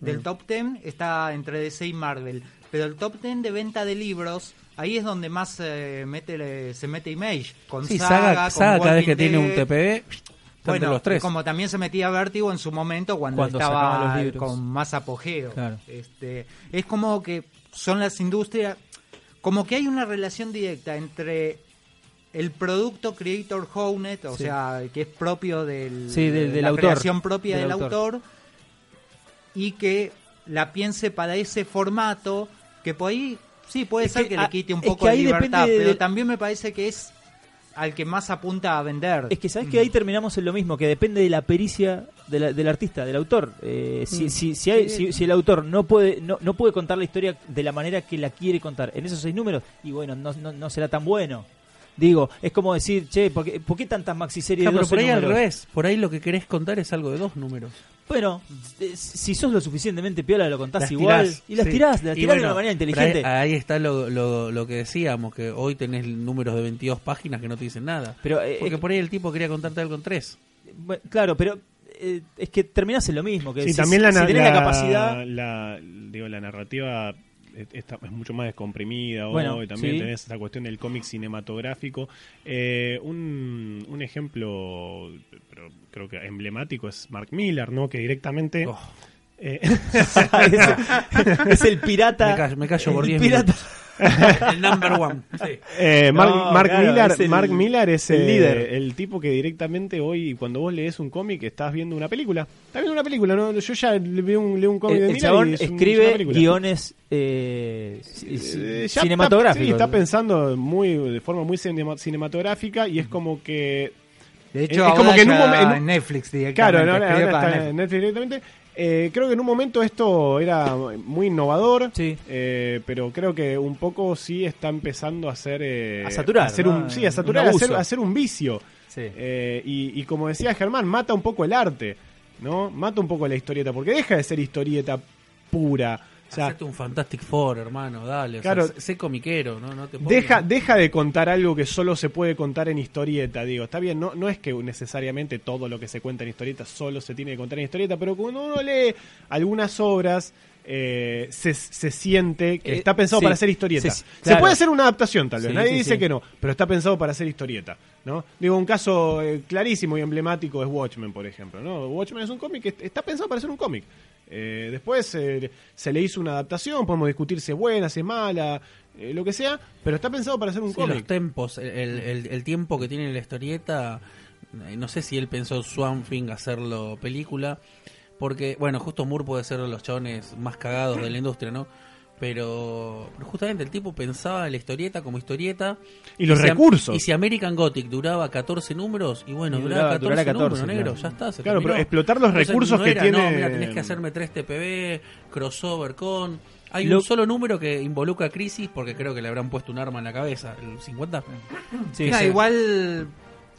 Speaker 3: del top 10 está entre DC y Marvel. Pero el top 10 de venta de libros, ahí es donde más eh, mete, se mete Image. Con
Speaker 4: Sí,
Speaker 3: Saga,
Speaker 4: Saga,
Speaker 3: con
Speaker 4: Saga cada vez que
Speaker 3: Walking
Speaker 4: tiene un
Speaker 3: Dead.
Speaker 4: TPB, bueno,
Speaker 3: Bueno,
Speaker 4: los tres.
Speaker 3: como también se metía Vértigo en su momento cuando,
Speaker 2: Cuando
Speaker 3: estaba
Speaker 2: sacaba los libros.
Speaker 3: con más apogeo.
Speaker 2: Claro.
Speaker 3: Este, es como que son las industrias, como que hay una relación directa entre el producto creator owned, o
Speaker 2: Sí.
Speaker 3: sea, que es propio del,
Speaker 2: Sí, del- del
Speaker 3: la
Speaker 2: autor.
Speaker 3: creación propia
Speaker 2: Del
Speaker 3: del,
Speaker 2: autor.
Speaker 3: autor. y que la piense para ese formato que por ahí sí puede
Speaker 2: Es
Speaker 3: ser
Speaker 2: que,
Speaker 3: que,
Speaker 2: ah,
Speaker 3: le quite un
Speaker 2: es
Speaker 3: poco
Speaker 2: que
Speaker 3: de
Speaker 2: ahí
Speaker 3: libertad,
Speaker 2: depende
Speaker 3: pero
Speaker 2: del-
Speaker 3: también me parece que es al que más apunta a vender.
Speaker 2: Es que sabes que ahí terminamos en lo mismo, que depende de la pericia de la- del artista, del autor. Eh,
Speaker 3: Mm.
Speaker 2: si, si, si, hay- si- si el autor no puede no, no puede contar la historia de la manera que la quiere contar en esos seis números, y bueno, no, no, no será tan bueno. Digo, es como decir, che, ¿por qué, por qué tantas
Speaker 4: Claro,
Speaker 2: maxiseries de
Speaker 4: pero
Speaker 2: 12
Speaker 4: por ahí al
Speaker 2: números?
Speaker 4: revés. Por ahí lo que querés contar es algo de dos números.
Speaker 2: Bueno, eh, si sos lo suficientemente piola, lo contás
Speaker 4: Las
Speaker 2: igual.
Speaker 4: tirás,
Speaker 2: y las
Speaker 4: sí.
Speaker 2: tirás, las tirás
Speaker 4: Y
Speaker 2: de
Speaker 4: bueno,
Speaker 2: una manera
Speaker 4: pero ah,
Speaker 2: inteligente.
Speaker 4: Ahí, ahí está lo, lo, lo que decíamos, que hoy tenés números de 22 páginas que no te dicen nada.
Speaker 2: Pero, eh,
Speaker 4: Porque
Speaker 2: es-
Speaker 4: por ahí el tipo quería contarte algo en <laughs> tres.
Speaker 2: Bueno, claro, pero eh, es que terminás en lo mismo. Que
Speaker 1: Sí,
Speaker 2: si,
Speaker 1: también la,
Speaker 2: si
Speaker 1: na-
Speaker 2: tenés la,
Speaker 1: <laughs>
Speaker 2: capacidad. <laughs>
Speaker 1: la- digo, la narrativa es, está- es mucho más descomprimida
Speaker 2: Bueno,
Speaker 1: hoy. También
Speaker 2: sí.
Speaker 1: tenés esa cuestión del cómic cinematográfico. Eh, un, un ejemplo, pero creo que emblemático, es Mark Miller, ¿no? Que directamente.
Speaker 4: Oh,
Speaker 1: eh, <laughs>
Speaker 2: es, es el pirata.
Speaker 4: me, callo, me callo por
Speaker 2: el
Speaker 4: 10
Speaker 2: pirata. <laughs>
Speaker 4: minutos. El number one. Sí.
Speaker 1: Eh, Mark,
Speaker 2: No,
Speaker 1: Mark
Speaker 2: claro,
Speaker 1: Millar
Speaker 2: es el-
Speaker 1: Mark Millar es
Speaker 2: el
Speaker 1: eh,
Speaker 2: líder.
Speaker 1: el tipo que directamente hoy, cuando vos lees un cómic, estás viendo una película. Estás viendo una película, ¿no? Yo ya le- veo un, leo un cómic
Speaker 2: El,
Speaker 1: de
Speaker 2: el
Speaker 1: Millar
Speaker 2: chabón
Speaker 1: y es un- es una
Speaker 2: escribe
Speaker 1: película.
Speaker 2: guiones
Speaker 1: Eh,
Speaker 2: eh, ci- ci-
Speaker 1: ya
Speaker 2: cinematográficos.
Speaker 1: Está, sí, está pensando muy, de forma muy cinema- cinematográfica y es como que
Speaker 3: De
Speaker 1: Es- es
Speaker 3: hecho, ahora
Speaker 1: como que en un
Speaker 3: ya
Speaker 1: momen- en un-
Speaker 3: Netflix directamente.
Speaker 1: Claro, no, ahora-
Speaker 3: escribe
Speaker 1: ahora
Speaker 3: para
Speaker 1: está en
Speaker 3: Netflix.
Speaker 1: Netflix directamente. Eh, creo que en un momento esto era muy innovador,
Speaker 2: Sí.
Speaker 1: eh, pero creo que un poco sí está empezando a ser... eh,
Speaker 2: A saturar,
Speaker 1: hacer
Speaker 2: ¿no?
Speaker 1: un, sí, a
Speaker 2: Un
Speaker 1: saturar, a hacer,
Speaker 2: abuso.
Speaker 1: a hacer un vicio.
Speaker 2: Sí.
Speaker 1: Eh, y, y como decía Germán, mata un poco el arte, ¿no? Mata un poco la historieta, porque deja de ser historieta pura. O sea,
Speaker 4: Hacete un Fantastic Four, hermano, dale. o sea,
Speaker 1: Claro.
Speaker 4: sé- sé comiquero, ¿no? No te pongas-
Speaker 1: Deja, deja de contar algo que solo se puede contar en historieta, digo. Está bien, no, no es que necesariamente todo lo que se cuenta en historieta solo se tiene que contar en historieta, pero cuando uno lee algunas obras, eh, se, se siente que
Speaker 2: Eh,
Speaker 1: está pensado
Speaker 2: sí.
Speaker 1: para ser historieta. Se,
Speaker 2: Se- claro.
Speaker 1: puede hacer una adaptación, tal vez,
Speaker 2: Sí,
Speaker 1: nadie
Speaker 2: sí,
Speaker 1: dice
Speaker 2: sí.
Speaker 1: que no, pero está pensado para ser historieta, ¿no? Digo, un caso eh, clarísimo y emblemático es Watchmen, por ejemplo, ¿no? Watchmen es un cómic que est- está pensado para ser un cómic. Eh, después eh, se le hizo una adaptación, podemos discutir si es buena, si es mala, eh, lo que sea, pero está pensado para ser un
Speaker 4: Sí, los
Speaker 1: cómic.
Speaker 4: tempos, el, el- el- el tiempo que tiene la historieta, eh, no sé si él pensó Swamp Thing hacerlo película, porque, bueno, justo Moore puede ser de los chabones más cagados de la industria, ¿no? Pero, pero justamente el tipo pensaba la historieta como historieta.
Speaker 1: Y los
Speaker 4: si am-
Speaker 1: recursos.
Speaker 4: y si American Gothic duraba 14 números, y bueno,
Speaker 2: Y duraba-
Speaker 4: duraba, 14,
Speaker 2: duraba 14,
Speaker 4: números, negro,
Speaker 2: claro.
Speaker 4: ya está. se
Speaker 1: Claro, pero
Speaker 4: terminó.
Speaker 1: explotar los
Speaker 4: Entonces,
Speaker 1: recursos
Speaker 4: no
Speaker 1: que
Speaker 4: era,
Speaker 1: tiene-
Speaker 4: No, mira, tenés que hacerme 3 TPB, crossover con. Hay
Speaker 2: Lo-
Speaker 4: un solo número que involucra a Crisis porque creo que le habrán puesto un arma en la cabeza, el 50.
Speaker 2: Sí,
Speaker 3: Nah,
Speaker 2: sí.
Speaker 3: igual.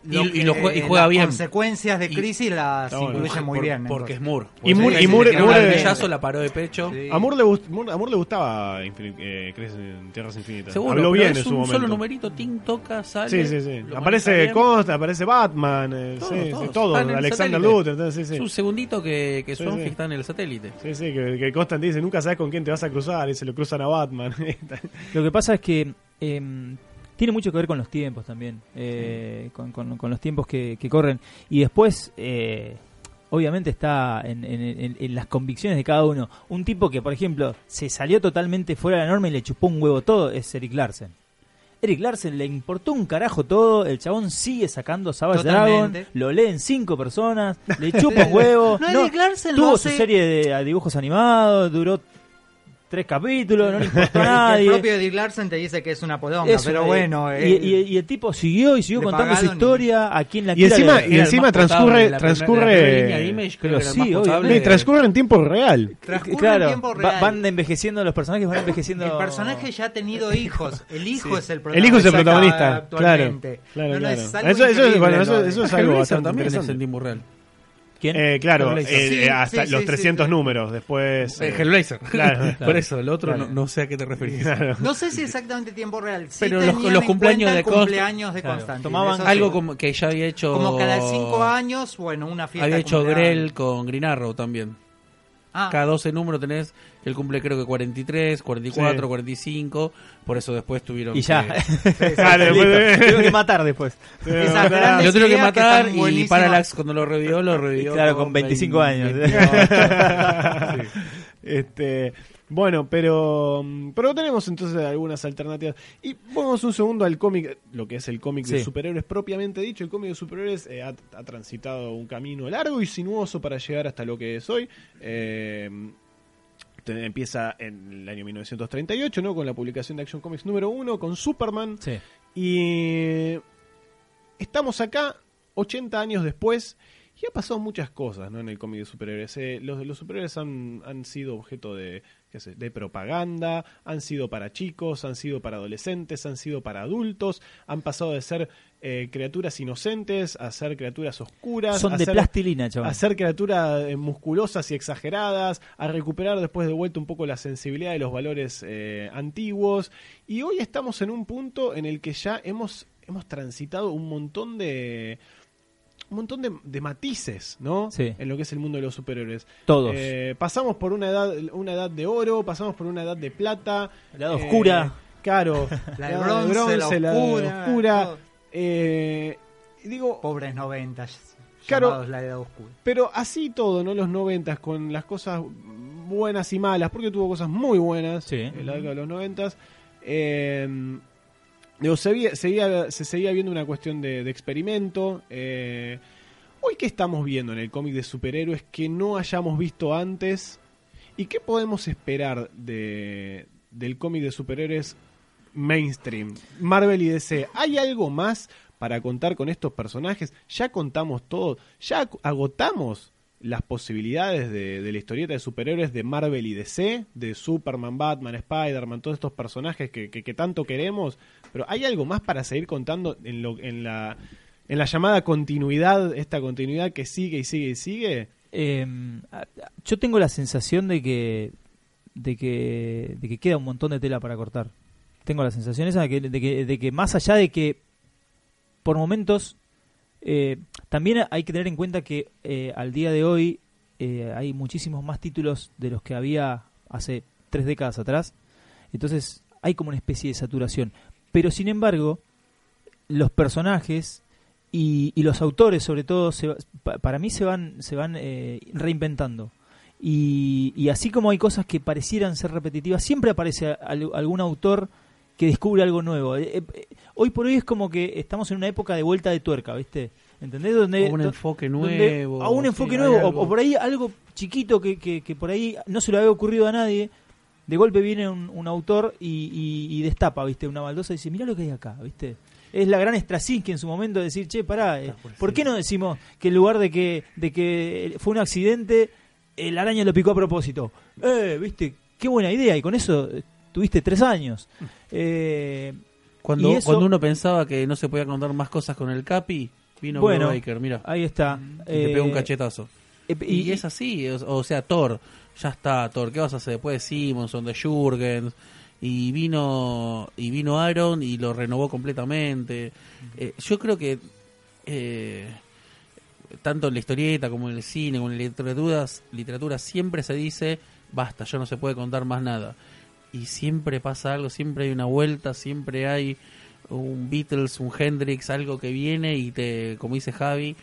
Speaker 3: lo
Speaker 4: Y- y
Speaker 3: que-
Speaker 4: lo jue- y juega
Speaker 3: las
Speaker 4: bien.
Speaker 3: consecuencias de
Speaker 4: Y-
Speaker 3: crisis las
Speaker 1: Está bueno.
Speaker 3: incluye muy
Speaker 4: Por-
Speaker 3: bien. ¿eh?
Speaker 4: Porque es
Speaker 3: entonces.
Speaker 4: Moore.
Speaker 1: Y
Speaker 4: Porque
Speaker 1: Moore-
Speaker 4: si
Speaker 1: y
Speaker 4: le
Speaker 1: Moore-
Speaker 4: tiraron
Speaker 1: Moore-
Speaker 4: el bellazo, la paró de pecho.
Speaker 3: Sí.
Speaker 1: Amor le, gust- Moore- Amor le gustaba Infin- eh, Crisis en Tierras Infinitas.
Speaker 4: Seguro,
Speaker 1: Habló
Speaker 4: pero
Speaker 1: bien
Speaker 4: es
Speaker 1: en su
Speaker 4: un
Speaker 1: momento.
Speaker 4: solo numerito, Tim toca, sale.
Speaker 1: Sí, sí, sí.
Speaker 4: lo maneja
Speaker 1: Aparece
Speaker 4: bien.
Speaker 1: Costa, aparece Batman, eh,
Speaker 4: Todos,
Speaker 1: sí, sí,
Speaker 4: todos.
Speaker 1: todo,
Speaker 4: Están en el
Speaker 1: Alexander
Speaker 4: satélite.
Speaker 1: Luther, entonces, sí,
Speaker 4: Es
Speaker 1: sí.
Speaker 4: un segundito que, que
Speaker 1: Sí,
Speaker 4: Swampy
Speaker 1: sí.
Speaker 4: está en el satélite.
Speaker 1: Sí, sí, que, que Constant dice, nunca sabes con quién te vas a cruzar, y se lo cruzan a Batman. <laughs>
Speaker 2: Lo que pasa es que eh, tiene mucho que ver con los tiempos también, eh, con, con- con los tiempos que, que corren. Y después, eh, obviamente, está en, en- en- en las convicciones de cada uno. Un tipo que, por ejemplo, se salió totalmente fuera de la norma y le chupó un huevo todo es Eric Larsen. Eric Larsen le importó un carajo todo, el chabón sigue sacando Savage Dragon,
Speaker 3: Totalmente.
Speaker 2: lo leen cinco
Speaker 3: <laughs>
Speaker 2: personas, le chupa un huevo.
Speaker 3: No,
Speaker 2: no,
Speaker 3: Eric Larsen lo
Speaker 2: tuvo su <laughs>
Speaker 3: hace-
Speaker 2: serie de a dibujos animados, duró tres capítulos, no le importó a
Speaker 3: <laughs> El
Speaker 2: nadie.
Speaker 3: propio Dick Larsen te dice que es una podonga,
Speaker 2: Eso,
Speaker 3: pero
Speaker 2: eh,
Speaker 3: bueno.
Speaker 2: y,
Speaker 3: eh,
Speaker 2: y- y el tipo siguió y siguió
Speaker 3: le
Speaker 2: contando su
Speaker 3: pagaron y-
Speaker 2: historia a quien la
Speaker 1: Y encima-
Speaker 2: quiera.
Speaker 1: y- encima transcurre- transcurre-
Speaker 2: Pero
Speaker 4: Pero
Speaker 2: sí,
Speaker 4: sí,
Speaker 2: obviamente.
Speaker 1: Y transcurre en tiempo real.
Speaker 3: transcurre en
Speaker 2: claro,
Speaker 3: tiempo
Speaker 2: va-
Speaker 3: real.
Speaker 2: van envejeciendo los personajes, van envejeciendo.
Speaker 3: El personaje ya ha tenido hijos. El hijo es el protagonista.
Speaker 1: El hijo es el protagonista,
Speaker 3: acá
Speaker 1: claro.
Speaker 3: actualmente.
Speaker 1: claro,
Speaker 3: No, no,
Speaker 1: claro.
Speaker 3: es algo
Speaker 1: Eso- eso, es-
Speaker 3: increíble,
Speaker 1: bueno, eso,
Speaker 3: Lore.
Speaker 1: eso es algo bastante
Speaker 4: también es en
Speaker 1: interesante.
Speaker 4: tiempo real.
Speaker 2: ¿Quién?
Speaker 1: Eh, claro,
Speaker 4: Hellblazer.
Speaker 1: eh,
Speaker 3: Sí,
Speaker 1: eh,
Speaker 3: sí,
Speaker 1: hasta
Speaker 3: sí,
Speaker 1: los
Speaker 3: sí,
Speaker 1: 300
Speaker 3: sí.
Speaker 1: números después. eh,
Speaker 4: Eh, Hellblazer.
Speaker 1: Claro.
Speaker 4: Por eso, el otro
Speaker 3: Claro.
Speaker 4: no, no sé a qué te referís.
Speaker 3: No sé si exactamente tiempo real. sí
Speaker 4: Pero los-
Speaker 3: tenían
Speaker 4: los
Speaker 3: en
Speaker 4: cumpleaños
Speaker 3: cuenta
Speaker 4: de
Speaker 3: el
Speaker 4: Const-
Speaker 3: cumpleaños de
Speaker 2: Claro,
Speaker 3: Constantine.
Speaker 2: tomaban
Speaker 3: eso sí.
Speaker 4: Algo como que ya había hecho.
Speaker 3: Como cada cinco años, bueno, una fiesta.
Speaker 4: Había hecho
Speaker 3: cumpleaños.
Speaker 4: Grell con Green Arrow también.
Speaker 3: Ah,
Speaker 4: Cada 12 número tenés, que él cumple creo que 43, 44,
Speaker 1: Sí.
Speaker 4: 45. Por eso después tuvieron.
Speaker 2: y ya. <laughs>
Speaker 4: que-
Speaker 1: Claro,
Speaker 2: Listo.
Speaker 1: después de-
Speaker 2: Tengo que matar después.
Speaker 1: pero-
Speaker 3: esas grandes
Speaker 4: Lo tengo que
Speaker 3: ideas
Speaker 4: matar
Speaker 3: están
Speaker 4: y
Speaker 3: buenísimas.
Speaker 4: Parallax cuando lo revivió, lo revivió.
Speaker 2: Claro, con 25 años.
Speaker 4: 28. Sí.
Speaker 1: este, bueno, pero, mm, pero tenemos entonces algunas alternativas. Y vamos un segundo al cómic, lo que es el cómic de
Speaker 2: Sí.
Speaker 1: superhéroes propiamente dicho. El cómic de superhéroes eh, ha, ha transitado un camino largo y sinuoso para llegar hasta lo que es hoy. Eh, te- empieza en el año 1938, ¿no? Con la publicación de Action Comics número 1, con Superman.
Speaker 2: Sí.
Speaker 1: Y estamos acá 80 años después y ha pasado muchas cosas ¿no? en el cómic de superhéroes. Eh, los, los superhéroes han, han sido objeto de, qué sé, de propaganda, han sido para chicos, han sido para adolescentes, han sido para adultos, han pasado de ser eh, criaturas inocentes a ser criaturas oscuras.
Speaker 2: Son
Speaker 1: a
Speaker 2: de
Speaker 1: ser-
Speaker 2: plastilina, chaval.
Speaker 1: a ser criaturas eh, musculosas y exageradas, a recuperar después de vuelta un poco la sensibilidad de los valores eh, antiguos. Y hoy estamos en un punto en el que ya hemos, hemos transitado un montón de. Un montón de, de matices, ¿no?
Speaker 2: Sí.
Speaker 1: En lo que es el mundo de los superhéroes.
Speaker 2: Todos.
Speaker 1: Eh, pasamos por una edad, una edad de oro, pasamos por una edad de plata. Eh,
Speaker 2: La edad oscura.
Speaker 1: Claro.
Speaker 3: <laughs> La de bronce, la
Speaker 1: de
Speaker 3: oscura,
Speaker 1: oscura.
Speaker 3: todo.
Speaker 1: Eh, digo,
Speaker 3: Pobres noventas.
Speaker 1: Claro.
Speaker 3: Claro. La edad oscura.
Speaker 1: pero así y todo, ¿no? Los noventas, con las cosas buenas y malas, porque tuvo cosas muy buenas
Speaker 2: Sí.
Speaker 1: en la década de los noventas. Eh, digo, se, vi- seguía- se seguía viendo una cuestión de, de experimento. eh, Hoy, ¿qué estamos viendo en el cómic de superhéroes que no hayamos visto antes? ¿Y qué podemos esperar de, del cómic de superhéroes mainstream? Marvel y DC, ¿hay algo más para contar con estos personajes? Ya contamos todo, ya ac- agotamos las posibilidades de, de la historieta de superhéroes de Marvel y DC, de Superman, Batman, Spider-Man, todos estos personajes que, que- que tanto queremos, pero ¿hay algo más para seguir contando en, lo, en, la, en la llamada continuidad, esta continuidad que sigue y sigue y sigue?
Speaker 2: em, Eh, a- a- yo tengo la sensación de que de que, de que queda un montón de tela para cortar. Tengo la sensación esa de que, de que, de que más allá de que por momentos, eh, también hay que tener en cuenta que eh, al día de hoy eh, hay muchísimos más títulos de los que había hace tres décadas atrás. Entonces hay como una especie de saturación. Pero sin embargo, los personajes y, y los autores sobre todo, se va- pa- para mí se van, se van eh, reinventando. Y, y así como hay cosas que parecieran ser repetitivas, siempre aparece al- algún autor que descubre algo nuevo. Eh, eh, hoy por hoy es como que estamos en una época de vuelta de tuerca, ¿viste? ¿Entendés? Donde,
Speaker 4: O un
Speaker 2: do-
Speaker 4: enfoque
Speaker 2: donde-
Speaker 4: nuevo.
Speaker 2: a un
Speaker 4: sí,
Speaker 2: enfoque
Speaker 4: hay
Speaker 2: nuevo, o-
Speaker 4: algo.
Speaker 2: o, por ahí algo chiquito que, que- que por ahí no se lo había ocurrido a nadie. De golpe viene un, un autor y, y- y destapa, ¿viste? Una baldosa y dice, mirá lo que hay acá, ¿viste? Es la gran Straczynski en su momento de decir, che, pará,
Speaker 4: Ah,
Speaker 2: eh,
Speaker 4: pues
Speaker 2: ¿por qué no decimos que en lugar de que, de que fue un accidente, el araña lo picó a propósito? Eh, ¿viste? Qué buena idea, y con eso eh, tuviste tres años.
Speaker 4: Mm.
Speaker 2: Eh,
Speaker 4: Cuando,
Speaker 2: y eso-
Speaker 4: cuando uno pensaba que no se podía contar más cosas con el Capi, vino
Speaker 2: Bueno.
Speaker 4: Blue Baker, mira.
Speaker 2: ahí está.
Speaker 4: Y te pegó un
Speaker 2: Eh,
Speaker 4: cachetazo.
Speaker 2: eh,
Speaker 4: Y, es así, o, o sea, Thor, ya está, Thor, ¿qué vas a hacer? Después de Simonson, de Jürgens, y vino, y vino Aaron y lo renovó completamente. Eh, yo creo que eh, tanto en la historieta como en el cine, como en la literatura, literatura siempre se dice, basta, ya no se puede contar más nada. Y siempre pasa algo, siempre hay una vuelta, siempre hay un Beatles, un Hendrix, algo que viene y te, como dice Javi,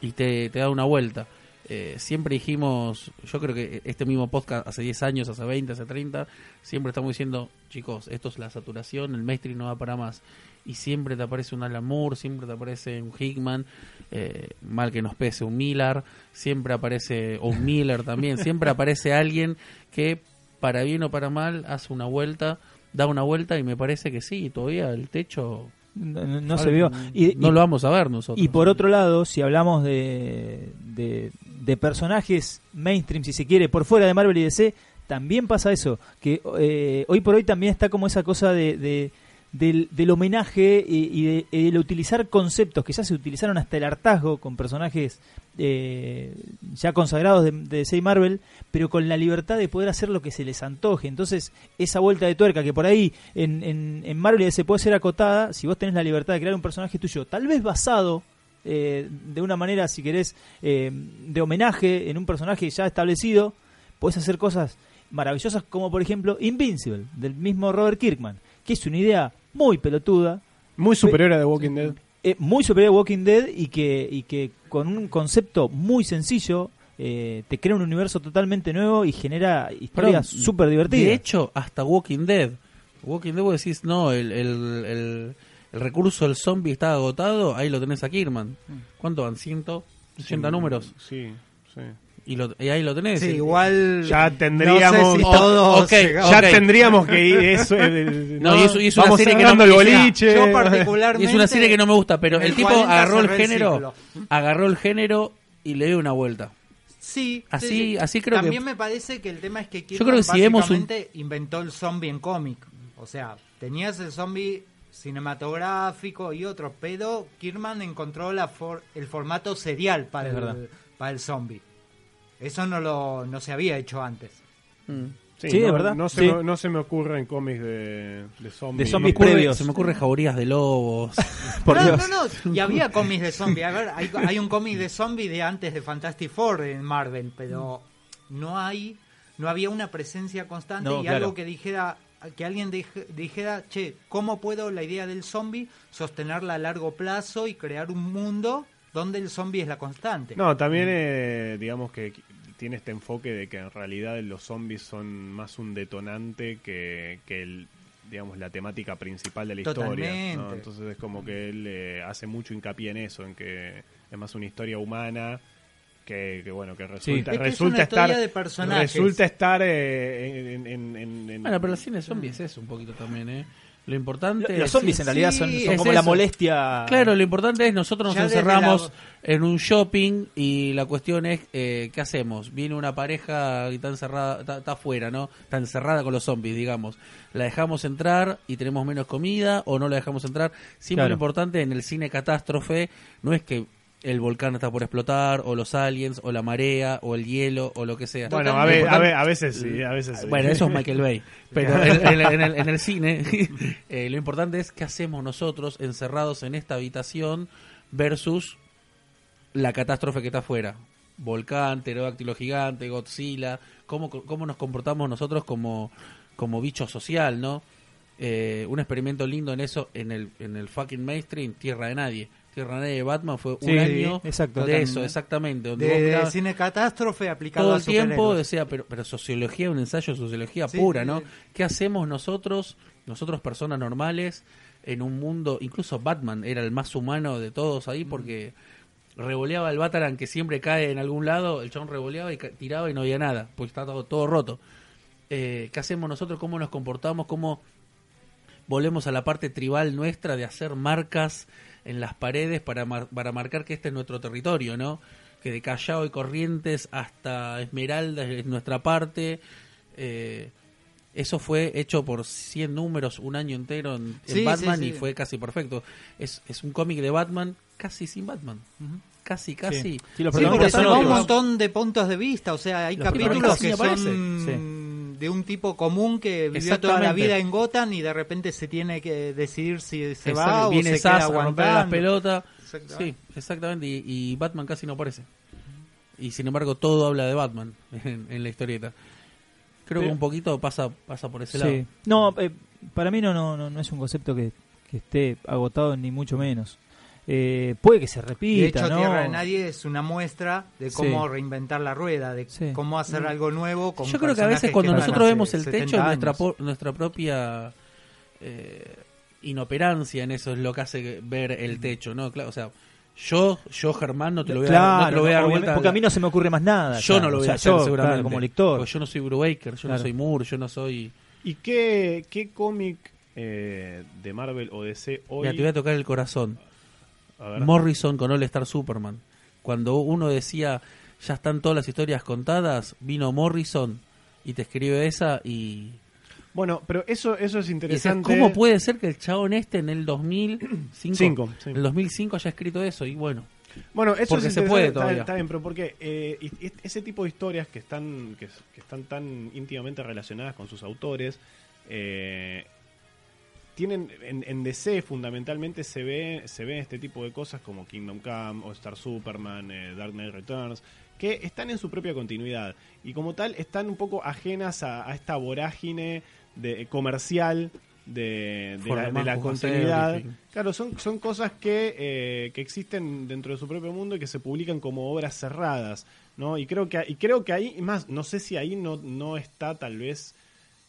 Speaker 4: y te, te da una vuelta. Eh, siempre dijimos, yo creo que este mismo podcast hace 10 años, hace 20, hace 30, siempre estamos diciendo, chicos, esto es la saturación, el maestri no va para más. Y siempre te aparece un Alan Moore, siempre te aparece un Hickman, eh, mal que nos pese, un Miller, siempre aparece, o un Miller
Speaker 2: <laughs>
Speaker 4: también, siempre aparece alguien que para bien o para mal hace una vuelta, da una vuelta y me parece que sí, todavía el techo
Speaker 2: no, no- no se vio. Y,
Speaker 4: no
Speaker 2: y-
Speaker 4: lo vamos a ver nosotros.
Speaker 2: Y por otro lado, si hablamos de, de, de personajes mainstream, si se quiere, por fuera de Marvel y DC, también pasa eso. Que eh, hoy por hoy también está como esa cosa de, de- del, del homenaje y, y de, y del utilizar conceptos que ya se utilizaron hasta el hartazgo con personajes eh, ya consagrados de, de DC y Marvel, pero con la libertad de poder hacer lo que se les antoje. Entonces, esa vuelta de tuerca que por ahí en, en, en Marvel y DC puede ser acotada, si vos tenés la libertad de crear un personaje tuyo, tal vez basado eh, de una manera, si querés, eh, de homenaje en un personaje ya establecido, podés hacer cosas maravillosas como, por ejemplo, Invincible, del mismo Robert Kirkman, que es una idea muy pelotuda,
Speaker 1: Muy superior a The Walking Dead.
Speaker 2: eh, muy superior a Walking Dead y que, y que con un concepto muy sencillo eh, te crea un universo totalmente nuevo y genera historias
Speaker 4: Perdón,
Speaker 2: súper divertidas.
Speaker 4: De hecho, hasta Walking Dead. Walking Dead vos decís, no, el, el, el- el recurso del zombie está agotado, ahí lo tenés a Kirman. ¿Cuánto van? ¿180 números?
Speaker 1: Sí, sí.
Speaker 4: Y, lo- y ahí lo tenés.
Speaker 3: Sí,
Speaker 4: El-
Speaker 3: igual.
Speaker 1: Ya
Speaker 3: No
Speaker 1: tendríamos-
Speaker 3: sé si
Speaker 1: O-
Speaker 3: todos-
Speaker 1: <laughs>
Speaker 4: ok,
Speaker 1: Ya
Speaker 4: Ok.
Speaker 1: tendríamos que
Speaker 4: <laughs>
Speaker 1: ir. Eso, es del-
Speaker 4: No, y es- y es una
Speaker 1: vamos
Speaker 4: serie que
Speaker 1: cerrando
Speaker 4: no-
Speaker 1: el
Speaker 4: o sea,
Speaker 1: boliche.
Speaker 3: Yo particularmente.
Speaker 4: Y es una serie que no me gusta, pero
Speaker 3: en
Speaker 4: el
Speaker 3: el
Speaker 4: tipo
Speaker 3: 40
Speaker 4: agarró el
Speaker 3: cerré el
Speaker 4: género, agarró el género y le dio una vuelta.
Speaker 3: Sí,
Speaker 4: Así-
Speaker 3: sí.
Speaker 4: así creo que-
Speaker 3: También me parece que el tema es que Kirkman
Speaker 4: creo que si vemos un-
Speaker 3: básicamente inventó el zombie en cómic. O sea, tenías el zombie cinematográfico y otros, pero Kirkman encontró la for- el formato serial para
Speaker 2: Es verdad.
Speaker 3: el, para el zombie. Eso no lo no se había hecho antes.
Speaker 4: Mm.
Speaker 2: Sí,
Speaker 1: no,
Speaker 2: es verdad.
Speaker 1: No se,
Speaker 2: Sí.
Speaker 1: me, no se me ocurren cómics de, de zombies.
Speaker 2: De
Speaker 4: Se me
Speaker 2: zombies. Mis
Speaker 4: ocurre-
Speaker 2: previos.
Speaker 4: Se me ocurre jaurías de lobos.
Speaker 2: Por
Speaker 3: no,
Speaker 2: Dios.
Speaker 3: no, no. Y había cómics de zombie. A ver, hay, hay un cómic de zombie de antes de Fantastic Four en Marvel, pero no hay, no había una presencia constante
Speaker 2: No,
Speaker 3: y
Speaker 2: claro.
Speaker 3: algo que dijera, que alguien dij- dijera, che, ¿cómo puedo la idea del zombie sostenerla a largo plazo y crear un mundo donde el zombie es la constante?
Speaker 1: No, también eh, digamos que qu- tiene este enfoque de que en realidad los zombies son más un detonante que, que el, digamos la temática principal de la historia. ¿no?
Speaker 3: Totalmente.
Speaker 1: Entonces es como que él eh, hace mucho hincapié en eso, en que es más una historia humana. Que, que, bueno que resulta
Speaker 3: Es que es
Speaker 1: resulta
Speaker 3: una
Speaker 1: estar
Speaker 3: historia de personajes.
Speaker 1: resulta estar eh, en, en- en- en-
Speaker 4: bueno, pero el cine zombie es eso un poquito también, ¿eh? Lo importante
Speaker 2: Los
Speaker 4: es-
Speaker 2: zombies en realidad
Speaker 3: sí,
Speaker 2: son, son
Speaker 4: es
Speaker 2: como la
Speaker 4: eso.
Speaker 2: molestia.
Speaker 4: Claro, lo importante es nosotros
Speaker 3: Ya
Speaker 4: nos
Speaker 3: desde
Speaker 4: encerramos en un shopping y la cuestión es eh, qué hacemos. Viene una pareja y está encerrada, está, está afuera, ¿no? Está encerrada con los zombies, digamos. La dejamos entrar y tenemos menos comida o no la dejamos entrar. Siempre
Speaker 2: Claro.
Speaker 4: lo importante en el cine catástrofe no es que el volcán está por explotar, o los aliens, o la marea, o el hielo, o lo que sea.
Speaker 1: Bueno, a, ve- a ve- a veces sí, a
Speaker 2: eh,
Speaker 1: veces sí.
Speaker 4: Ah, Bueno, eso es Michael
Speaker 2: <laughs>
Speaker 4: Bay. Pero en, en- en el, en el cine, <laughs> eh, lo importante es qué hacemos nosotros encerrados en esta habitación versus la catástrofe que está afuera. Volcán, pterodáctilo gigante, Godzilla. ¿Cómo, cómo nos comportamos nosotros como, como bicho social, no? Eh, un experimento lindo en eso, en el, en el fucking mainstream, Tierra de Nadie. Tierra de Nadie de Batman fue un
Speaker 2: Sí,
Speaker 4: año
Speaker 2: exacto.
Speaker 4: de eso, exactamente. donde
Speaker 3: De,
Speaker 4: vos
Speaker 3: de
Speaker 4: mirabas-
Speaker 3: cine catástrofe aplicado
Speaker 4: todo
Speaker 3: a
Speaker 4: el tiempo
Speaker 3: superhéroes.
Speaker 4: decía, pero, pero sociología, un ensayo de sociología
Speaker 3: Sí,
Speaker 4: pura,
Speaker 3: sí,
Speaker 4: ¿no?
Speaker 3: sí.
Speaker 4: ¿Qué hacemos nosotros, nosotros personas normales, en un mundo, incluso Batman era el más humano de todos
Speaker 3: Mm.
Speaker 4: ahí porque revoleaba el Batarang que siempre cae en algún lado, el chon revoleaba y ca- tiraba y no había nada, porque está todo, todo roto. Eh, ¿Qué hacemos nosotros? ¿Cómo nos comportamos? ¿Cómo volvemos a la parte tribal nuestra de hacer marcas en las paredes para, mar- para marcar que este es nuestro territorio, ¿no? Que de Callao y Corrientes hasta Esmeralda es nuestra parte. Eh, eso fue hecho por 100 números un año entero en, en
Speaker 3: Sí, sí,
Speaker 4: Batman
Speaker 3: sí.
Speaker 4: y fue casi perfecto. Es, es un cómic de Batman casi sin Batman. Casi, casi.
Speaker 2: Sí. Sí, los
Speaker 3: Sí,
Speaker 2: protagonistas
Speaker 3: porque
Speaker 2: son
Speaker 3: se va un
Speaker 2: otros.
Speaker 3: montón de puntos de vista, o sea, hay
Speaker 4: Los
Speaker 3: capítulos
Speaker 4: protagonistas
Speaker 3: que
Speaker 4: sí
Speaker 3: son de un tipo común que vivió toda la
Speaker 4: Exactamente.
Speaker 3: vida en Gotham y de repente se tiene que decidir si se
Speaker 4: Exacto.
Speaker 3: va o
Speaker 4: Viene
Speaker 3: se
Speaker 4: Zaz
Speaker 3: queda
Speaker 4: a romper las
Speaker 3: aguantando.
Speaker 4: pelotas. Sí,
Speaker 3: Exactamente.
Speaker 4: exactamente. Y, y Batman casi no aparece. Y sin embargo, todo habla de Batman <laughs> en, en la historieta. Creo que
Speaker 2: Pero-
Speaker 4: un poquito pasa pasa por ese
Speaker 2: Sí.
Speaker 4: este lado.
Speaker 2: No, eh, para mí no, no, no, no es un concepto que, que esté agotado ni mucho menos. Eh, puede que se repita,
Speaker 3: De hecho,
Speaker 2: ¿no?
Speaker 3: Tierra de Nadie es una muestra de cómo
Speaker 2: Sí.
Speaker 3: reinventar la rueda, de
Speaker 2: Sí.
Speaker 3: cómo hacer algo nuevo. Con
Speaker 4: Mm. Yo creo que a veces
Speaker 3: personajes
Speaker 4: cuando
Speaker 3: van
Speaker 4: nosotros
Speaker 3: hace
Speaker 4: vemos el
Speaker 3: 70
Speaker 4: techo, nuestra,
Speaker 3: años.
Speaker 4: po- nuestra propia eh, inoperancia en eso es lo que hace que- ver el
Speaker 3: Mm.
Speaker 4: techo, ¿no? Claro, o sea, yo, yo Germán, no te lo voy a, no te
Speaker 2: Claro,
Speaker 4: lo voy a dar
Speaker 2: obviamente,
Speaker 4: vuelta.
Speaker 2: porque a mí
Speaker 4: la-
Speaker 2: no se me ocurre más nada.
Speaker 4: yo
Speaker 2: claro.
Speaker 4: no lo voy
Speaker 2: O sea,
Speaker 4: a hacer
Speaker 2: yo, claro,
Speaker 4: seguramente. Pues
Speaker 2: como lector.
Speaker 4: Porque yo no soy Brubaker, yo
Speaker 2: Claro.
Speaker 4: no soy Moore, yo no soy...
Speaker 1: <laughs> ¿Y qué, qué cómic eh, de Marvel o DC hoy?
Speaker 4: Mira, te voy a tocar el corazón.
Speaker 1: a ver.
Speaker 4: Morrison con All Star Superman. Cuando uno decía, ya están todas las historias contadas, vino Morrison y te escribe esa y...
Speaker 1: Bueno, pero eso, eso es
Speaker 4: y decías,
Speaker 1: interesante.
Speaker 4: ¿Cómo puede ser que el chabón este en el 2005,
Speaker 1: Cinco, sí.
Speaker 4: en el 2005 haya escrito eso? Y bueno,
Speaker 1: Bueno, eso
Speaker 4: Porque
Speaker 1: es
Speaker 4: se
Speaker 1: interesante,
Speaker 4: puede
Speaker 1: está
Speaker 4: todavía.
Speaker 1: bien, Está bien, pero porque eh, y- y ese tipo de historias que están, que, s- que están tan íntimamente relacionadas con sus autores, eh, tienen en, en DC fundamentalmente se ve se ven este tipo de cosas como Kingdom Come, All Star Superman, eh, Dark Knight Returns, que están en su propia continuidad y como tal están un poco ajenas a, a esta vorágine de, eh, comercial de, de la, de la
Speaker 4: Formajo,
Speaker 1: continuidad.
Speaker 4: José,
Speaker 1: Claro, son, son cosas que, eh, que existen dentro de su propio mundo y que se publican como obras cerradas, ¿no? Y creo que, y creo que ahí, y más, no sé si ahí no, no está tal vez,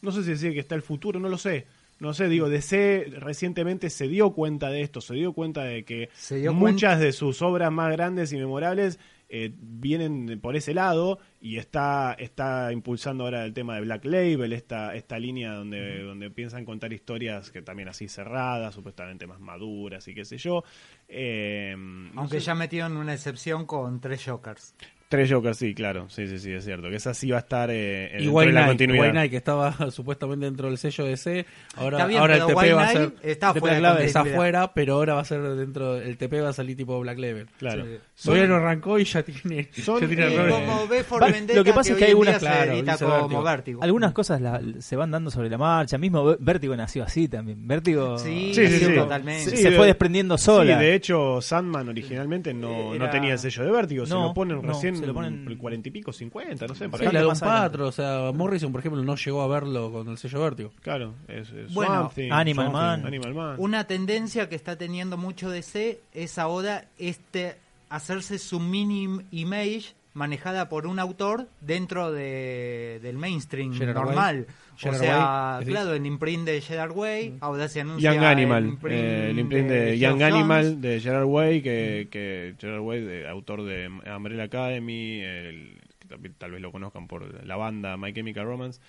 Speaker 1: no sé si decir que está el futuro, no lo sé. No sé, digo, DC recientemente se dio cuenta de esto, se dio cuenta de que
Speaker 3: Se dio
Speaker 1: muchas de sus obras más grandes y memorables eh, vienen por ese lado y está, está impulsando ahora el tema de Black Label, esta, esta línea donde, donde piensan contar historias que también así cerradas, supuestamente más maduras y qué sé yo. Eh, no
Speaker 3: Aunque
Speaker 1: sé.
Speaker 3: ya metieron una excepción con tres Jokers.
Speaker 1: Tres Jokers, sí, claro, sí, sí, sí, es cierto, que esa sí va a estar eh,
Speaker 4: y
Speaker 1: dentro
Speaker 4: White
Speaker 1: de la
Speaker 4: Knight,
Speaker 1: continuidad.
Speaker 4: White Knight, que estaba <laughs> supuestamente dentro del sello DC, ahora,
Speaker 3: Está bien,
Speaker 4: ahora el
Speaker 3: pero
Speaker 4: TP
Speaker 3: White
Speaker 4: va a ser...
Speaker 3: Knight está
Speaker 4: TP
Speaker 3: fuera de
Speaker 4: clave, está
Speaker 3: continuidad.
Speaker 4: afuera, pero ahora va a ser dentro... El TP va a salir tipo Black Label.
Speaker 1: Claro.
Speaker 3: Sí.
Speaker 4: Todavía no arrancó y ya tiene...
Speaker 1: Son-
Speaker 4: ya tiene
Speaker 1: eh,
Speaker 4: el
Speaker 3: Y
Speaker 4: nombre.
Speaker 3: como ve for
Speaker 2: Va- lo
Speaker 3: Vendetta,
Speaker 2: que pasa es que
Speaker 3: hoy
Speaker 2: hay
Speaker 3: en
Speaker 2: una-
Speaker 3: día se
Speaker 4: claro,
Speaker 3: edita
Speaker 4: dice
Speaker 3: como
Speaker 4: Vértigo.
Speaker 3: Vértigo.
Speaker 2: Algunas cosas la- se van dando sobre la marcha. Mismo Vé- Vértigo nació así también. Vértigo
Speaker 3: Sí,
Speaker 1: Sí, sí,
Speaker 2: nació
Speaker 1: sí.
Speaker 2: con-
Speaker 3: totalmente.
Speaker 2: se,
Speaker 1: Sí,
Speaker 2: se
Speaker 1: de-
Speaker 2: fue desprendiendo sola.
Speaker 1: Sí, de hecho, Sandman originalmente no, no
Speaker 3: Era-
Speaker 1: tenía el sello de vértigo, se
Speaker 2: No,
Speaker 1: lo ponen
Speaker 2: no,
Speaker 1: recién
Speaker 2: se lo ponen-
Speaker 1: el cuarenta y pico, cincuenta, no sé, para
Speaker 4: Sí, la
Speaker 1: acá.
Speaker 4: de un
Speaker 2: más adelante.
Speaker 4: patro, o sea, Morrison, por ejemplo, no llegó a verlo con el sello vértigo.
Speaker 1: Claro, es, es
Speaker 3: Bueno,
Speaker 1: Swamp Thing,
Speaker 2: Animal
Speaker 1: Swamp
Speaker 2: Man.
Speaker 1: Thing, Animal Man.
Speaker 3: Una tendencia que está teniendo mucho DC es ahora este hacerse su mini image manejada por un autor dentro de, del mainstream
Speaker 4: Gerard
Speaker 3: normal.
Speaker 4: Way.
Speaker 3: O
Speaker 4: Gerard
Speaker 3: sea,
Speaker 4: Way,
Speaker 3: claro, el imprint de Gerard Way, ahora se anuncia
Speaker 1: Young Animal,
Speaker 3: el
Speaker 1: eh,
Speaker 3: imprint,
Speaker 1: el imprint de, Young
Speaker 3: Geoff Johns.
Speaker 1: Animal de Gerard Way, que, que Gerard Way, de- autor de Umbrella Academy, el- que también tal vez lo conozcan por la banda My Chemical Romance.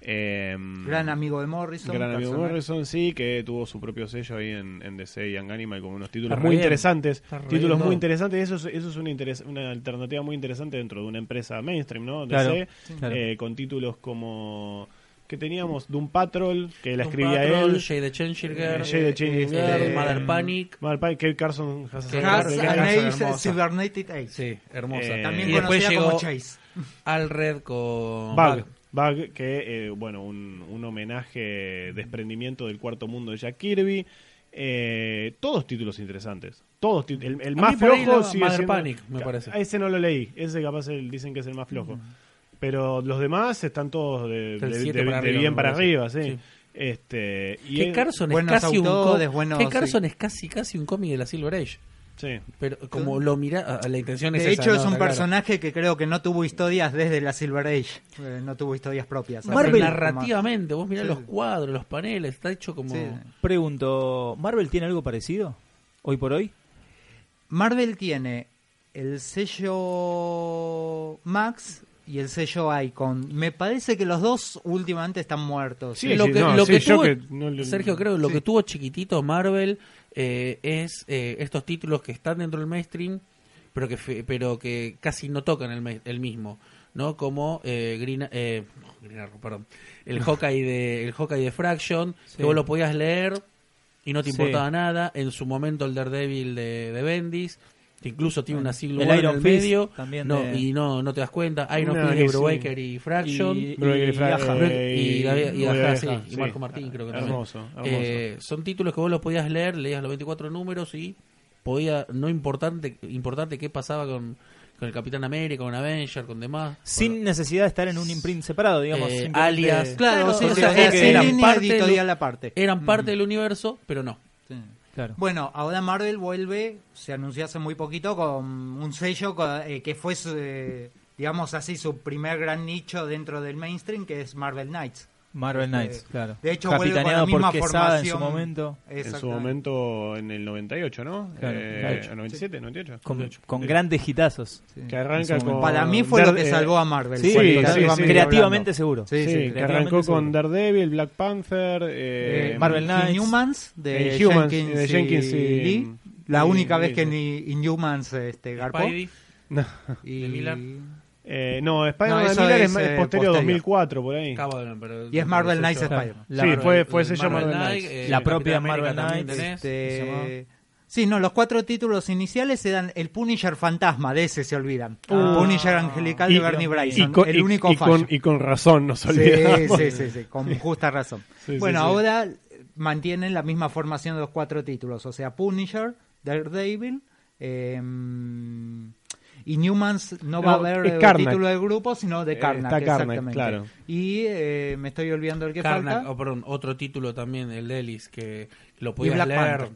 Speaker 1: eh,
Speaker 3: Gran amigo de Morrison.
Speaker 1: gran amigo
Speaker 3: personaje.
Speaker 1: Morrison, sí, que tuvo su propio sello ahí en, en DC Young Animal con unos títulos
Speaker 4: Está re
Speaker 1: muy
Speaker 4: bien.
Speaker 1: interesantes.
Speaker 4: Está re
Speaker 1: Títulos
Speaker 4: bien.
Speaker 1: muy interesantes, eso es, eso es una, interes- una alternativa muy interesante dentro de una empresa mainstream, ¿no? DC,
Speaker 2: Claro, sí.
Speaker 1: eh, con títulos eh, como... ¿qué que teníamos Doom Patrol, que la
Speaker 4: Doom
Speaker 1: escribía
Speaker 4: Patrol,
Speaker 1: él.
Speaker 4: Jay the Changing Girl,
Speaker 1: Eh, Jay the Changing
Speaker 4: este,
Speaker 1: Girl,
Speaker 4: Mother
Speaker 1: eh,
Speaker 4: Panic.
Speaker 1: Mal Pie, Kate Carson has
Speaker 4: Kate
Speaker 1: a-
Speaker 4: Carson,
Speaker 3: Has
Speaker 4: Carson,
Speaker 3: an Ace
Speaker 4: hermosa.
Speaker 3: Cybernetic Ace.
Speaker 4: Sí, hermosa.
Speaker 1: Eh,
Speaker 3: También
Speaker 4: y después
Speaker 3: conocida
Speaker 4: llegó
Speaker 3: como Chase.
Speaker 4: Alred con
Speaker 1: Bug. Bug, que, eh, bueno, un, un homenaje, desprendimiento del cuarto mundo de Jack Kirby. Eh, todos títulos interesantes. Todos tit- el, el
Speaker 4: A
Speaker 1: más
Speaker 4: mí por ahí
Speaker 1: flojo
Speaker 4: la-
Speaker 1: sigue
Speaker 4: Mother
Speaker 1: siendo-
Speaker 4: Panic, me
Speaker 1: Ca-
Speaker 4: parece.
Speaker 1: a Ese no lo leí. Ese capaz el- dicen que es el más flojo. Pero los demás están todos de,
Speaker 4: Del
Speaker 1: de-
Speaker 4: siete
Speaker 1: de-
Speaker 4: para
Speaker 1: de
Speaker 4: arriba,
Speaker 1: bien
Speaker 4: me
Speaker 1: para
Speaker 4: parece.
Speaker 1: arriba, sí.
Speaker 4: Sí.
Speaker 1: Este, y
Speaker 4: Que
Speaker 1: es-
Speaker 4: Carson es
Speaker 3: buenos
Speaker 4: casi un
Speaker 3: autores,
Speaker 4: co-
Speaker 3: buenos-
Speaker 4: que Carson es casi casi un cómic de la Silver Age.
Speaker 1: sí.
Speaker 4: Pero como lo mira, ah, la intención es
Speaker 3: De
Speaker 4: esa,
Speaker 3: hecho,
Speaker 4: ¿no?
Speaker 3: es un
Speaker 4: Está claro.
Speaker 3: personaje que creo que no tuvo historias desde la Silver Age. Eh, no tuvo historias propias.
Speaker 4: Pero
Speaker 2: Marvel-
Speaker 4: narrativamente, vos mirá
Speaker 3: Sí.
Speaker 4: los cuadros, los paneles, está hecho como
Speaker 3: Sí.
Speaker 2: Pregunto, ¿Marvel tiene algo parecido hoy por hoy?
Speaker 3: Marvel tiene el sello Max y el sello Icon. Me parece que los dos últimamente están muertos.
Speaker 1: Sí,
Speaker 4: lo
Speaker 1: sí,
Speaker 4: que,
Speaker 1: no,
Speaker 4: lo
Speaker 1: sí,
Speaker 4: que
Speaker 1: yo
Speaker 4: tuvo,
Speaker 1: que no le-
Speaker 4: Sergio, creo, lo
Speaker 3: sí.
Speaker 4: que tuvo chiquitito Marvel eh, es eh, estos títulos que están dentro del mainstream, pero que fe- pero que casi no tocan el, ma- el mismo, ¿no? Como eh, Green, eh, Green Arrow, perdón, el Hawkeye de el Hawkeye de Fraction,
Speaker 2: Sí.
Speaker 4: que vos lo podías leer y no te
Speaker 2: Sí.
Speaker 4: importaba nada, en su momento el Daredevil de, de Bendis, que incluso tiene una Civil
Speaker 2: El
Speaker 4: War
Speaker 2: Iron
Speaker 4: en el
Speaker 2: Fist
Speaker 4: medio,
Speaker 2: también
Speaker 4: no,
Speaker 2: de-
Speaker 4: y no no te das cuenta, Iron
Speaker 1: No,
Speaker 4: Fist
Speaker 1: que
Speaker 4: de
Speaker 1: sí.
Speaker 4: Brubaker y Fraction
Speaker 2: Y-
Speaker 1: Bruegel
Speaker 2: y
Speaker 1: Fra-
Speaker 2: Aja.
Speaker 1: eh,
Speaker 4: y, David- y
Speaker 1: David
Speaker 4: Aja,
Speaker 1: Aja,
Speaker 4: sí, y
Speaker 1: sí.
Speaker 4: Marco Martín creo que también.
Speaker 1: Hermoso, hermoso.
Speaker 4: Eh, son títulos que vos los podías leer, leías los 24 números y podía no importante importante qué pasaba con, con el Capitán América, con Avenger, con demás.
Speaker 2: Sin necesidad de estar en un imprint separado, digamos.
Speaker 4: Eh,
Speaker 2: simplemente-
Speaker 4: alias.
Speaker 3: Claro,
Speaker 4: Claro,
Speaker 3: sí,
Speaker 4: o
Speaker 3: o
Speaker 4: sea,
Speaker 3: sea,
Speaker 4: que
Speaker 3: sí,
Speaker 4: eran
Speaker 3: línea
Speaker 4: parte de lo-
Speaker 3: editorial aparte.
Speaker 4: eran parte del universo, pero no.
Speaker 3: Sí.
Speaker 2: Claro.
Speaker 3: Bueno, ahora Marvel vuelve, se anunció hace muy poquito con un sello co- eh, que fue, su, eh, digamos así, su primer gran nicho dentro del mainstream, que es Marvel Knights.
Speaker 2: Marvel
Speaker 3: Este,
Speaker 2: Knights, claro.
Speaker 3: de hecho, vuelve con la
Speaker 2: capitaneado por
Speaker 3: misma
Speaker 2: Quesada en su
Speaker 3: formación.
Speaker 2: momento.
Speaker 1: En su
Speaker 3: Exactamente.
Speaker 1: momento, en el 98, ¿no?
Speaker 2: Claro,
Speaker 1: Eh,
Speaker 2: 98.
Speaker 1: 97, 98.
Speaker 2: Con, con
Speaker 1: Sí.
Speaker 2: grandes hitazos.
Speaker 1: Que
Speaker 2: En su
Speaker 1: arranca
Speaker 2: momento.
Speaker 1: con.
Speaker 3: Para mí fue lo que
Speaker 1: Dare-
Speaker 3: salvó a Marvel.
Speaker 2: Sí,
Speaker 1: sí, sí.
Speaker 2: Creativamente seguro.
Speaker 1: Sí,
Speaker 3: Sí, sí,
Speaker 1: que
Speaker 2: creativamente
Speaker 1: arrancó
Speaker 2: seguro.
Speaker 1: con Daredevil, Black Panther, eh,
Speaker 2: Eh, Marvel Knights.
Speaker 3: Inhumans de
Speaker 1: Inhumans,
Speaker 3: Jenkins,
Speaker 1: eh, de Jenkins
Speaker 3: y,
Speaker 1: y-
Speaker 3: Lee. La
Speaker 1: y-
Speaker 3: única
Speaker 1: y-
Speaker 3: vez que ni Inhumans este, garpó.
Speaker 4: Spidey,
Speaker 1: <laughs> no,
Speaker 3: y,
Speaker 4: de Miller.
Speaker 1: eh, no, Spider-Man
Speaker 3: No,
Speaker 1: de
Speaker 3: eso
Speaker 1: Miller
Speaker 3: es,
Speaker 1: es, ma- es
Speaker 3: eh,
Speaker 1: posterior,
Speaker 3: posterior.
Speaker 1: 2004, por ahí.
Speaker 4: Cabalgan, pero-
Speaker 3: y es Marvel Knights
Speaker 4: sello-
Speaker 3: Spider.
Speaker 2: La-
Speaker 1: sí, fue,
Speaker 4: Marvel-
Speaker 1: fue sello Marvel, Knights.
Speaker 4: Knights, eh,
Speaker 2: La propia
Speaker 4: Capitán América
Speaker 2: Marvel
Speaker 4: también
Speaker 2: Knights,
Speaker 4: tenés.
Speaker 3: Este,
Speaker 2: ¿Se llamaba?
Speaker 3: Sí, no, los cuatro títulos iniciales eran el Punisher Fantasma, de ese se olvidan.
Speaker 2: Ah.
Speaker 3: Punisher Angelical
Speaker 1: Y-
Speaker 3: de Bernie Bryson,
Speaker 1: y con-
Speaker 3: el
Speaker 1: y-
Speaker 3: único
Speaker 1: y
Speaker 3: fallo.
Speaker 1: con, y con razón nos
Speaker 3: sí,
Speaker 1: olvidamos.
Speaker 3: sí, sí, sí, con justa razón.
Speaker 1: Sí, sí,
Speaker 3: bueno,
Speaker 1: sí.
Speaker 3: ahora mantienen la misma formación de los cuatro títulos, o sea, Punisher, Daredevil, eh, y Newmans no, va a
Speaker 1: No,
Speaker 3: haber
Speaker 1: es
Speaker 3: eh,
Speaker 1: Karnak.
Speaker 3: título de grupo, sino de
Speaker 1: Eh,
Speaker 3: Karnak,
Speaker 1: está Karnak,
Speaker 3: exactamente.
Speaker 1: claro.
Speaker 3: Y eh, me estoy olvidando el que
Speaker 4: Karnak,
Speaker 3: falta.
Speaker 4: oh, perdón, otro título también, el de Ellis, que lo
Speaker 3: y
Speaker 4: podías
Speaker 3: Black
Speaker 4: leer
Speaker 3: Panther.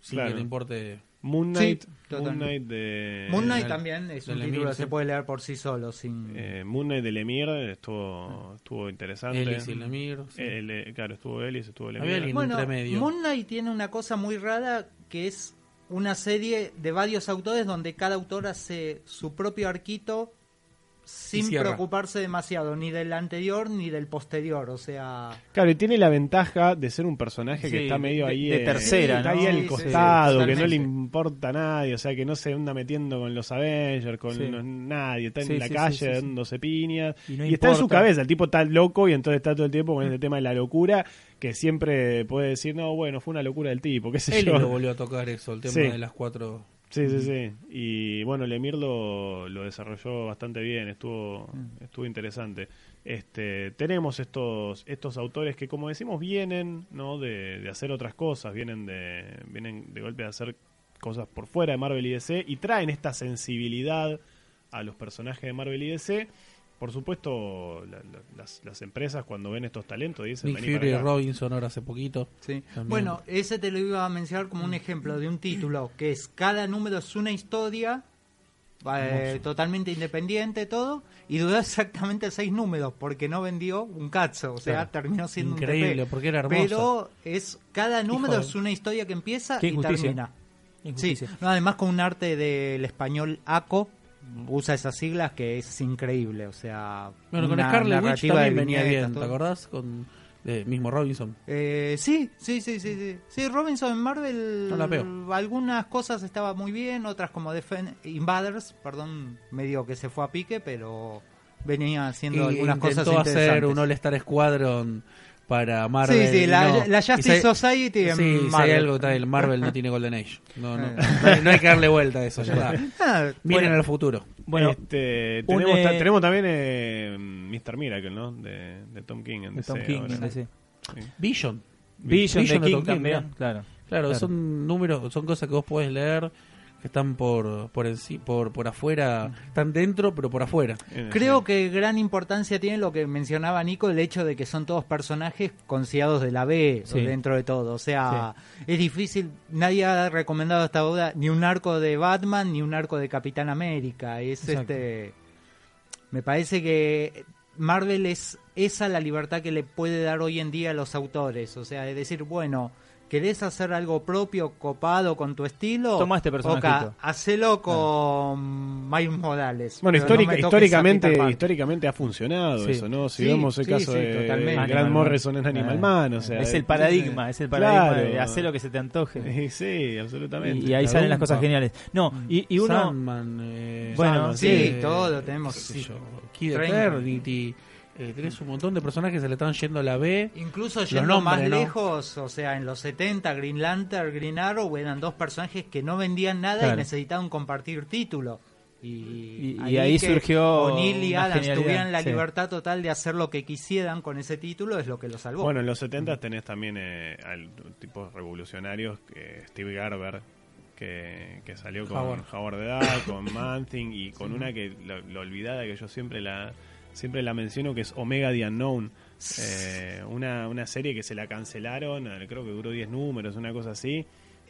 Speaker 4: sin
Speaker 1: Claro.
Speaker 4: que te importe.
Speaker 1: Moon Knight,
Speaker 3: Sí,
Speaker 1: Moon
Speaker 3: totalmente.
Speaker 1: Knight de...
Speaker 3: Moon Knight
Speaker 4: el-
Speaker 3: también es
Speaker 4: el
Speaker 3: un
Speaker 4: eh, de
Speaker 3: título
Speaker 4: Mil,
Speaker 3: que se
Speaker 4: sí.
Speaker 3: puede leer por sí solo, sin...
Speaker 1: eh, Moon Knight de Lemir estuvo, estuvo interesante.
Speaker 4: Ellis y Lemir. sí.
Speaker 1: El- el- claro, estuvo Ellis, estuvo
Speaker 4: Había
Speaker 1: Lemir.
Speaker 4: alguien
Speaker 3: Bueno,
Speaker 4: intermedio.
Speaker 3: Moon Knight tiene una cosa muy rara que es una serie de varios autores donde cada autor hace su propio arquito
Speaker 4: Y
Speaker 3: sin
Speaker 4: cierra.
Speaker 3: preocuparse demasiado ni del anterior ni del posterior, o sea,
Speaker 1: Claro, y tiene la ventaja de ser un personaje
Speaker 2: Sí,
Speaker 1: que está medio
Speaker 2: de-
Speaker 1: ahí.
Speaker 2: de
Speaker 1: eh,
Speaker 2: tercera,
Speaker 1: Está
Speaker 2: ¿no?
Speaker 1: ahí
Speaker 2: Sí,
Speaker 1: al
Speaker 2: sí,
Speaker 1: costado,
Speaker 3: sí,
Speaker 1: que no le
Speaker 3: totalmente.
Speaker 1: importa a nadie, o sea, que no se anda metiendo con los Avengers, con
Speaker 2: Sí.
Speaker 1: los- nadie. Está en
Speaker 2: Sí,
Speaker 1: la
Speaker 2: sí,
Speaker 1: calle
Speaker 2: sí, sí, sí.
Speaker 1: dándose piñas.
Speaker 2: Y
Speaker 1: Y,
Speaker 2: no
Speaker 1: está en su
Speaker 2: importa. Mm.
Speaker 1: cabeza, el tipo está loco y entonces está todo el tiempo con este tema de la locura, que siempre puede decir, no, bueno, fue una locura del tipo, qué sé
Speaker 4: Él
Speaker 1: yo.
Speaker 4: lo volvió a tocar eso, el tema
Speaker 1: Sí.
Speaker 4: de las cuatro.
Speaker 1: Sí, sí, sí. Y bueno, Lemir lo, lo desarrolló bastante bien, estuvo,
Speaker 4: Mm.
Speaker 1: estuvo interesante. Este, tenemos estos, estos autores que, como decimos, vienen ¿no? de, de hacer otras cosas, vienen de, vienen de golpe de hacer cosas por fuera de Marvel y DC y traen esta sensibilidad a los personajes de Marvel y DC. Por supuesto, la- la- las, las empresas cuando ven estos talentos dicen,
Speaker 4: Nick
Speaker 1: vení para
Speaker 4: Fury y
Speaker 1: acá".
Speaker 4: Robinson ahora hace poquito.
Speaker 3: Sí.
Speaker 4: También. Mm.
Speaker 3: Bueno, ese te lo iba a mencionar como un ejemplo de un título, que es cada número es una historia eh, totalmente independiente, todo, y duró exactamente seis números, porque no vendió un cazo, o sea,
Speaker 4: Claro.
Speaker 3: terminó siendo
Speaker 4: Increíble,
Speaker 3: un TP.
Speaker 4: porque era hermosa.
Speaker 3: Pero es, cada número
Speaker 2: Hijo de-
Speaker 3: es una historia que empieza
Speaker 2: Qué
Speaker 3: y
Speaker 2: injusticia.
Speaker 3: termina. Sí,
Speaker 2: Injusticia.
Speaker 3: no, además con un arte del español ACO, usa esas siglas que es increíble, o sea...
Speaker 4: Bueno, con
Speaker 3: una
Speaker 4: Scarlet Witch
Speaker 3: narrativa
Speaker 4: también
Speaker 3: de
Speaker 4: venía
Speaker 3: viñetas,
Speaker 4: bien, ¿te
Speaker 3: todo.
Speaker 4: acordás? Con eh, mismo Robinson.
Speaker 3: Eh, sí, sí, sí, sí, sí. Sí, Robinson en Marvel.
Speaker 4: No la veo.
Speaker 3: Algunas cosas estaba muy bien, otras como Defen- Invaders, perdón, medio que se fue a pique, pero venía haciendo
Speaker 4: Y
Speaker 3: algunas cosas
Speaker 4: intentó hacer
Speaker 3: interesantes.
Speaker 4: un All Star Squadron para
Speaker 3: sí,
Speaker 4: Marvel.
Speaker 3: sí, la,
Speaker 4: no.
Speaker 3: la Justice
Speaker 4: Y si hay-
Speaker 3: Society en
Speaker 4: Sí, si hay
Speaker 3: Marvel.
Speaker 4: algo tal, Marvel no tiene Golden Age. No,
Speaker 3: <laughs>
Speaker 4: no,
Speaker 3: Eh.
Speaker 4: no, no hay que darle vuelta a eso, ya está. Miren
Speaker 3: <laughs> Ah,
Speaker 2: Bueno.
Speaker 4: al futuro.
Speaker 2: Bueno,
Speaker 1: Este,
Speaker 2: un,
Speaker 1: tenemos, ta-
Speaker 2: eh,
Speaker 1: tenemos también eh, Mr. Miracle, ¿no? De, de Tom King. En
Speaker 2: de Tom
Speaker 1: DC
Speaker 2: King,
Speaker 1: ahora.
Speaker 2: en DC.
Speaker 4: Vision.
Speaker 2: Vision,
Speaker 4: Vision
Speaker 2: de
Speaker 4: de
Speaker 2: King
Speaker 4: Tom King,
Speaker 2: también,
Speaker 4: mirá.
Speaker 2: claro.
Speaker 4: Claro,
Speaker 2: Claro.
Speaker 4: son números, son cosas que vos podés leer que están por por enci- por por afuera, están dentro pero por afuera.
Speaker 1: En el-
Speaker 3: Creo que gran importancia tiene lo que mencionaba Nico, el hecho de que son todos personajes considerados de la B
Speaker 2: Sí.
Speaker 3: dentro de todo. O sea, es difícil, nadie ha recomendado hasta ahora ni un arco de Batman ni un arco de Capitán América. Es
Speaker 2: Exacto.
Speaker 3: este. Me parece que Marvel es esa la libertad que le puede dar hoy en día a los autores. O sea, es decir, bueno. ¿Querés hacer algo propio, copado con tu estilo?
Speaker 2: Toma este
Speaker 3: Ok,
Speaker 2: personajito.
Speaker 3: hacelo con Miles Morales.
Speaker 1: Bueno,
Speaker 3: Pero no
Speaker 1: histórica-
Speaker 3: me toques a
Speaker 1: históricamente,
Speaker 3: Peter Pan.
Speaker 1: históricamente ha funcionado
Speaker 2: Sí.
Speaker 1: eso, ¿no? Si
Speaker 3: Sí,
Speaker 1: vemos el
Speaker 3: sí,
Speaker 1: caso
Speaker 3: sí,
Speaker 1: de
Speaker 3: totalmente. Ah,
Speaker 1: Grant
Speaker 2: Animal
Speaker 1: Morrison
Speaker 2: Man.
Speaker 1: en Animal
Speaker 2: Eh,
Speaker 1: Man, o sea,
Speaker 2: Ah, es el
Speaker 1: eh,
Speaker 2: paradigma, es el paradigma de
Speaker 1: Claro.
Speaker 2: hacer lo que se te antoje.
Speaker 1: eh, <laughs> Sí, absolutamente.
Speaker 2: Y ahí
Speaker 1: Cada
Speaker 2: salen
Speaker 1: uno.
Speaker 2: las cosas geniales. No,
Speaker 3: Mm.
Speaker 2: y, y uno.
Speaker 4: Sandman, eh,
Speaker 2: Bueno,
Speaker 4: Sandman,
Speaker 2: sí,
Speaker 4: eh,
Speaker 3: todo, tenemos,
Speaker 4: qué sé
Speaker 3: sí.
Speaker 4: yo, Kid
Speaker 3: Train.
Speaker 4: Eternity, eh, tenés un montón de personajes que se le están yendo a la B.
Speaker 3: Incluso
Speaker 4: Los
Speaker 3: yendo
Speaker 4: nombres,
Speaker 3: más
Speaker 4: ¿no?
Speaker 3: lejos, o sea, en los 70, Green Lantern, Green Arrow eran dos personajes que no vendían nada
Speaker 2: Claro.
Speaker 3: y necesitaban compartir título. Y,
Speaker 2: Y- y ahí
Speaker 3: que
Speaker 2: surgió
Speaker 3: O'Neill y
Speaker 2: una
Speaker 3: Adams
Speaker 2: genialidad,
Speaker 3: tuvieran la
Speaker 2: sí.
Speaker 3: libertad total de hacer lo que quisieran con ese título, es lo que lo salvó.
Speaker 1: Bueno, en los 70 tenés también eh, al tipos revolucionarios, que Steve Garber, que, que salió con
Speaker 4: Howard.
Speaker 1: Howard, the Duck, con Manthing y con una que lo, lo olvidada que yo siempre la siempre la menciono que es Omega the Unknown. Eh, una, una serie que se la cancelaron, eh, creo que duró 10 números, una cosa así.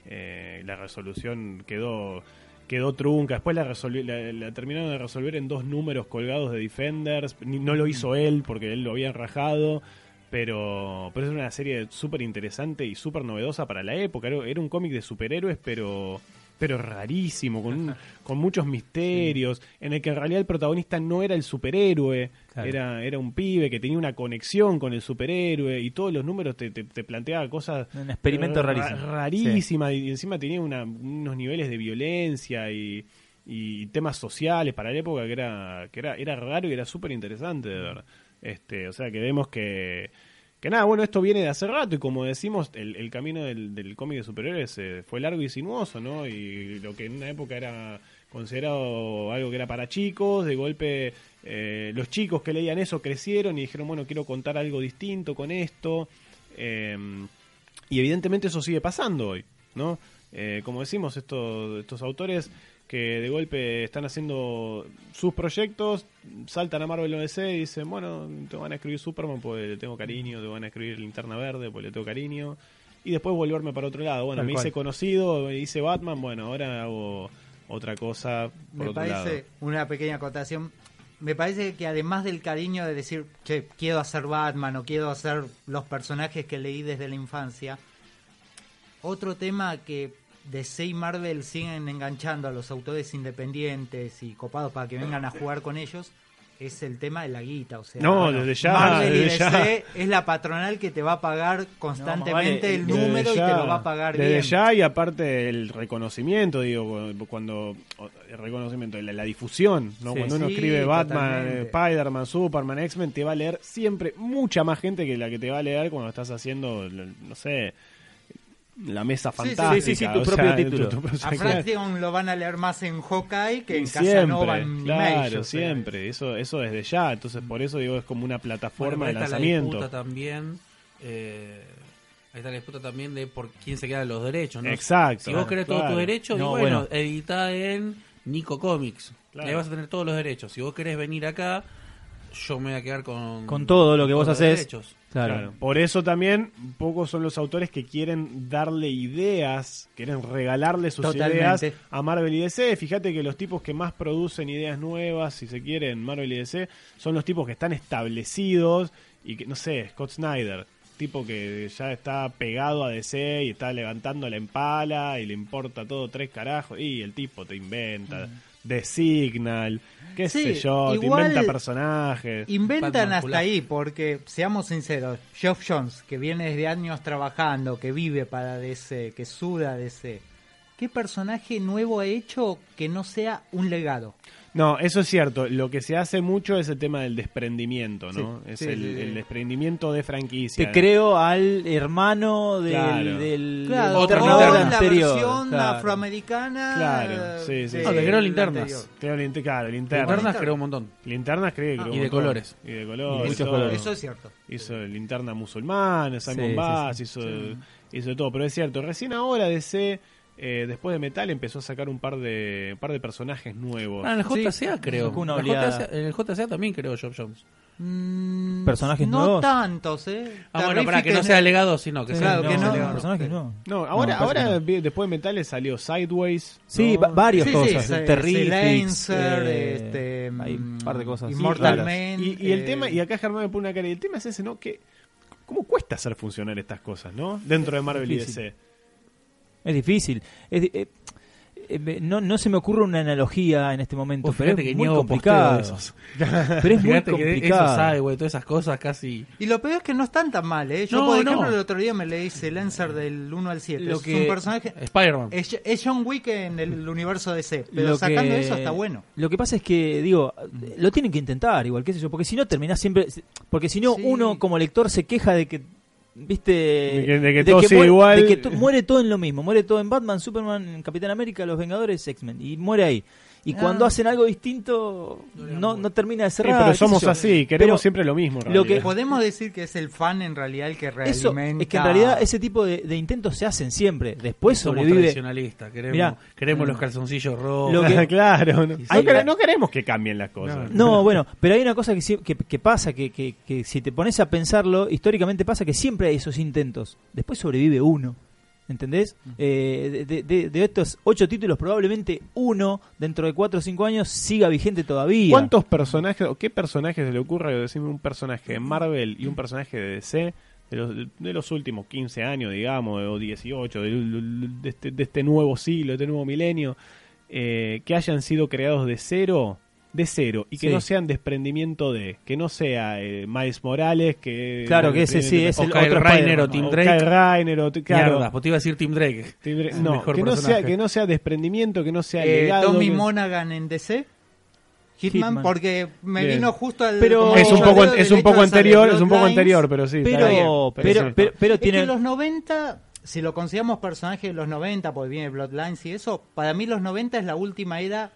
Speaker 1: Eh, la resolución quedó quedó trunca. Después la, resol- la, la terminaron de resolver en dos números colgados de Defenders. Ni- No lo hizo él porque él lo había rajado. Pero, pero es una serie súper interesante y súper novedosa para la época. Era, era un cómic de superhéroes, pero pero rarísimo, con, un- con muchos misterios, en el que en realidad el protagonista no era el superhéroe,
Speaker 2: Claro.
Speaker 1: era, era un pibe que tenía una conexión con el superhéroe y todos los números te, te, te planteaba cosas
Speaker 2: Un experimento
Speaker 1: ra-
Speaker 2: rarísimo.
Speaker 1: rarísima, y encima tenía una- unos niveles de violencia y, y temas sociales para la época que era que era, era raro y era súper interesante de ver. Este, o sea que vemos que que nada, bueno, esto viene de hace rato y como decimos, el, el camino del, del cómic de superhéroes eh, fue largo y sinuoso, ¿no? Y lo que en una época era considerado algo que era para chicos, de golpe eh, los chicos que leían eso crecieron y dijeron, bueno, quiero contar algo distinto con esto. Em, y evidentemente eso sigue pasando hoy, ¿no? Eh, como decimos, estos, estos autores que de golpe están haciendo sus proyectos, saltan a Marvel o DC y dicen, bueno, te van a escribir Superman porque le tengo cariño, te van a escribir Linterna Verde porque le tengo cariño, y después volverme para otro lado. Bueno,
Speaker 2: Tal
Speaker 1: me
Speaker 2: cual.
Speaker 1: hice conocido, me hice Batman, bueno, ahora hago otra cosa por
Speaker 3: me
Speaker 1: otro
Speaker 3: parece
Speaker 1: lado.
Speaker 3: una pequeña acotación. Me parece que además del cariño de decir, che, quiero hacer Batman o quiero hacer los personajes que leí desde la infancia, otro tema que DC y Marvel siguen enganchando a los autores independientes y copados para que vengan a jugar con ellos es el tema de la guita. O sea,
Speaker 1: No, desde ya,
Speaker 3: Marvel y
Speaker 1: desde ya.
Speaker 3: DC es la patronal que te va a pagar constantemente
Speaker 2: vale,
Speaker 3: el
Speaker 1: Desde
Speaker 3: número y
Speaker 1: ya-
Speaker 3: te lo va a pagar
Speaker 1: desde
Speaker 3: bien.
Speaker 1: ya y aparte el reconocimiento digo cuando el reconocimiento la, la difusión ¿no?
Speaker 2: Sí.
Speaker 1: cuando uno
Speaker 3: Sí,
Speaker 1: escribe Batman
Speaker 3: totalmente.
Speaker 1: eh, Spider-Man Superman X-Men te va a leer siempre mucha más gente que la que te va a leer cuando estás haciendo no sé la mesa
Speaker 3: Sí, sí,
Speaker 1: fantástica
Speaker 2: sí, sí, tu
Speaker 1: o
Speaker 2: propio
Speaker 1: sea,
Speaker 2: título.
Speaker 1: propio-
Speaker 3: A Fraction lo van a leer más en Hawkeye que en
Speaker 1: Y siempre,
Speaker 3: Casanova en
Speaker 1: claro,
Speaker 3: Mayo, o sea.
Speaker 1: siempre, eso, eso desde ya, entonces por eso digo es como una plataforma
Speaker 4: Bueno,
Speaker 1: de
Speaker 4: pero ahí está
Speaker 1: lanzamiento.
Speaker 4: La disputa también, eh, ahí está la disputa también de por quién se quedan los derechos. ¿no?
Speaker 1: Exacto,
Speaker 4: Si vos querés todos
Speaker 1: claro.
Speaker 4: tus derechos, y
Speaker 2: No,
Speaker 4: bueno,
Speaker 2: bueno.
Speaker 4: editá en Nico Comics.
Speaker 1: Claro.
Speaker 4: Ahí vas a tener todos los derechos. Si vos querés venir acá, yo me voy a quedar con...
Speaker 2: Con todo lo que
Speaker 4: con
Speaker 2: vos
Speaker 4: los
Speaker 2: hacés.
Speaker 4: derechos.
Speaker 2: Claro.
Speaker 1: Claro. Por eso también pocos son los autores que quieren darle ideas, quieren regalarle sus
Speaker 3: Totalmente.
Speaker 1: ideas a Marvel y DC. Fíjate que los tipos que más producen ideas nuevas, si se quiere, en Marvel y DC, son los tipos que están establecidos y que, no sé, Scott Snyder, tipo que ya está pegado a DC y está levantando la empala y le importa todo tres carajos. Y el tipo te inventa. The Signal, qué
Speaker 3: Mm. Sí,
Speaker 1: sé yo,
Speaker 3: igual-
Speaker 1: te inventa personajes.
Speaker 3: Inventan
Speaker 4: Batman
Speaker 3: hasta
Speaker 4: Culazo.
Speaker 3: ahí, porque seamos sinceros, Geoff Jones, que viene desde años trabajando, que vive para DC, que suda DC, ¿qué personaje nuevo ha hecho que no sea un legado?
Speaker 1: No, eso es cierto. Lo que se hace mucho es el tema del desprendimiento, ¿no?
Speaker 3: Sí,
Speaker 1: es
Speaker 3: sí,
Speaker 1: el,
Speaker 3: sí, sí.
Speaker 1: el desprendimiento de franquicia.
Speaker 2: Te creo al hermano del,
Speaker 1: Claro.
Speaker 2: del
Speaker 3: Claro,
Speaker 4: Otra
Speaker 3: o
Speaker 2: internado
Speaker 4: linterna.
Speaker 3: la
Speaker 2: anterior,
Speaker 3: versión
Speaker 2: claro.
Speaker 3: afroamericana.
Speaker 1: Claro, sí, sí,
Speaker 3: de-
Speaker 1: sí. No, le
Speaker 4: creo
Speaker 3: del
Speaker 4: linternas.
Speaker 3: anterior.
Speaker 1: Creo lin- claro, linternas.
Speaker 4: Linternas creo un montón.
Speaker 1: Linternas creo que
Speaker 4: Ah,
Speaker 1: creo
Speaker 4: y
Speaker 1: un
Speaker 4: de
Speaker 1: montón.
Speaker 4: colores.
Speaker 1: Y de colores.
Speaker 2: Y muchos
Speaker 1: todo.
Speaker 2: colores.
Speaker 3: Eso es cierto.
Speaker 1: Hizo linterna musulmana, Simon
Speaker 2: Sí, sí,
Speaker 1: Bass,
Speaker 2: sí.
Speaker 1: hizo, hizo de todo. Pero es cierto, recién ahora DC, eh, después de Metal, empezó a sacar un par de, un par de personajes nuevos.
Speaker 4: Ah, en el JCA creo.
Speaker 2: Sacó una
Speaker 4: En el
Speaker 2: oleada.
Speaker 4: JCA en el JCA también creo Job Jones.
Speaker 3: Mm,
Speaker 2: ¿Personajes
Speaker 3: no
Speaker 2: nuevos?
Speaker 3: tantos, ¿eh?
Speaker 4: Ah, bueno, para que
Speaker 3: Terrific
Speaker 4: no
Speaker 3: es-
Speaker 4: sea legado, sino que
Speaker 3: Sí,
Speaker 4: sea
Speaker 3: claro, que no.
Speaker 2: el personaje no.
Speaker 1: No, ahora,
Speaker 2: No, parece
Speaker 1: ahora
Speaker 2: que
Speaker 1: vi- después de Metal le salió Sideways.
Speaker 2: Sí,
Speaker 1: ¿no?
Speaker 2: va- varias
Speaker 3: Sí, sí,
Speaker 2: cosas. ¿eh?
Speaker 3: sí,
Speaker 2: Terrific,
Speaker 3: Silencer,
Speaker 2: eh,
Speaker 3: este,
Speaker 2: hay un par de cosas.
Speaker 3: Immortal
Speaker 2: raras.
Speaker 3: Man.
Speaker 1: Y, y el
Speaker 3: eh,
Speaker 1: tema, y acá Germán me pone una cara, y el tema es ese, ¿no? Que, ¿Cómo cuesta hacer funcionar estas cosas, ¿no? Dentro de Marvel y
Speaker 2: difícil.
Speaker 1: DC.
Speaker 2: Es difícil. Es di- eh, eh, no, no se me ocurre una analogía en este momento,
Speaker 4: Vos
Speaker 2: pero
Speaker 4: fíjate
Speaker 2: es
Speaker 4: que
Speaker 2: muy
Speaker 4: niego
Speaker 2: complicado.
Speaker 4: posteo de esos.
Speaker 2: Pero es muy
Speaker 4: Fíjate que eso
Speaker 2: complicado.
Speaker 4: sabe, güey, todas esas cosas casi.
Speaker 3: eh, Y lo peor es que no están tan mal, ¿eh? Yo,
Speaker 4: No,
Speaker 3: por
Speaker 4: no.
Speaker 3: ejemplo, el otro día me leí Silencer del 1 al 7.
Speaker 2: Lo
Speaker 3: es
Speaker 2: que-
Speaker 3: un personaje...
Speaker 4: Spider-Man.
Speaker 3: Es, es John Wick en el universo DC, pero
Speaker 2: Lo
Speaker 3: sacando
Speaker 2: que-
Speaker 3: eso está bueno.
Speaker 2: Lo que pasa es que, digo, lo tienen que intentar igual, qué sé yo, porque si no terminás siempre... Porque si no,
Speaker 3: Sí.
Speaker 2: uno como lector se queja de que, viste...
Speaker 1: De que- de que todo sigue
Speaker 2: muere-
Speaker 1: igual.
Speaker 2: de que to- muere todo en lo mismo, muere todo en Batman, Superman, en Capitán América, Los Vengadores, X-Men, y muere ahí. Y
Speaker 3: Ah.
Speaker 2: cuando hacen algo distinto, no, no termina de
Speaker 1: Sí,
Speaker 2: cerrar. qué
Speaker 1: Eh, pero
Speaker 2: sé
Speaker 1: somos
Speaker 2: yo.
Speaker 1: así,
Speaker 2: Pero-
Speaker 1: queremos siempre lo mismo. en
Speaker 2: lo que-
Speaker 1: realidad.
Speaker 3: Podemos decir que es el fan en realidad el que realmente.
Speaker 2: Eh, Eso, es que en realidad ese tipo de, de intentos se hacen siempre. Después
Speaker 4: Somos
Speaker 2: sobrevive.
Speaker 4: tradicionalistas, queremos,
Speaker 2: Mirá.
Speaker 4: queremos
Speaker 2: Mm.
Speaker 4: los calzoncillos rojos.
Speaker 1: <laughs>
Speaker 2: Lo que-
Speaker 1: claro, no,
Speaker 4: Sí,
Speaker 1: no
Speaker 4: sí.
Speaker 1: quere- no queremos que cambien las cosas. <laughs>
Speaker 2: No, bueno, pero hay una cosa que, sí- que, que pasa, que, que- que si te pones a pensarlo, históricamente pasa que siempre hay esos intentos. Después sobrevive uno. ¿Entendés? Eh, de, de- de estos ocho títulos, probablemente uno, dentro de cuatro o cinco años, siga vigente todavía.
Speaker 1: ¿Cuántos personajes o qué personajes se le ocurre decirme un personaje de Marvel y un personaje de DC de los, de los últimos 15 años, digamos, o 18, del- de, este, de este nuevo siglo, de este nuevo milenio, eh, que hayan sido creados de cero? De cero, y que
Speaker 2: Sí.
Speaker 1: no sean desprendimiento de, que no sea eh, Miles Morales, que.
Speaker 2: Claro que ese sí, es
Speaker 4: o
Speaker 2: el
Speaker 4: Kyle
Speaker 2: otro
Speaker 4: Reiner
Speaker 2: Spider-Man.
Speaker 4: o Tim
Speaker 1: Eh, O
Speaker 4: Drake.
Speaker 1: Kyle Reiner, o t- claro,
Speaker 4: Mierda, vos pues te iba a decir Tim Drake.
Speaker 1: Tim Drake-
Speaker 4: Es el
Speaker 1: no,
Speaker 4: mejor
Speaker 1: que no, sea,
Speaker 4: personaje.
Speaker 1: que no sea desprendimiento, que no sea
Speaker 3: Eh,
Speaker 1: legado.
Speaker 3: Tommy
Speaker 1: que-
Speaker 3: Monaghan en DC. Hitman,
Speaker 2: Hitman.
Speaker 3: porque me
Speaker 1: Bien.
Speaker 3: vino justo al.
Speaker 2: Pero-
Speaker 3: como
Speaker 1: es un
Speaker 3: yo
Speaker 1: poco,
Speaker 3: leo
Speaker 1: es
Speaker 3: del
Speaker 1: un poco
Speaker 3: hecho de
Speaker 1: anterior,
Speaker 3: Saturday
Speaker 1: es un poco
Speaker 3: Night Lines.
Speaker 1: anterior, pero sí. está
Speaker 2: Pero,
Speaker 1: bien,
Speaker 2: pero,
Speaker 1: sí,
Speaker 2: pero,
Speaker 1: está.
Speaker 2: pero,
Speaker 3: Es
Speaker 2: tiene.
Speaker 3: que los 90, si lo consideramos personajes de los 90, porque viene Bloodlines y eso, para mí los 90 es la última era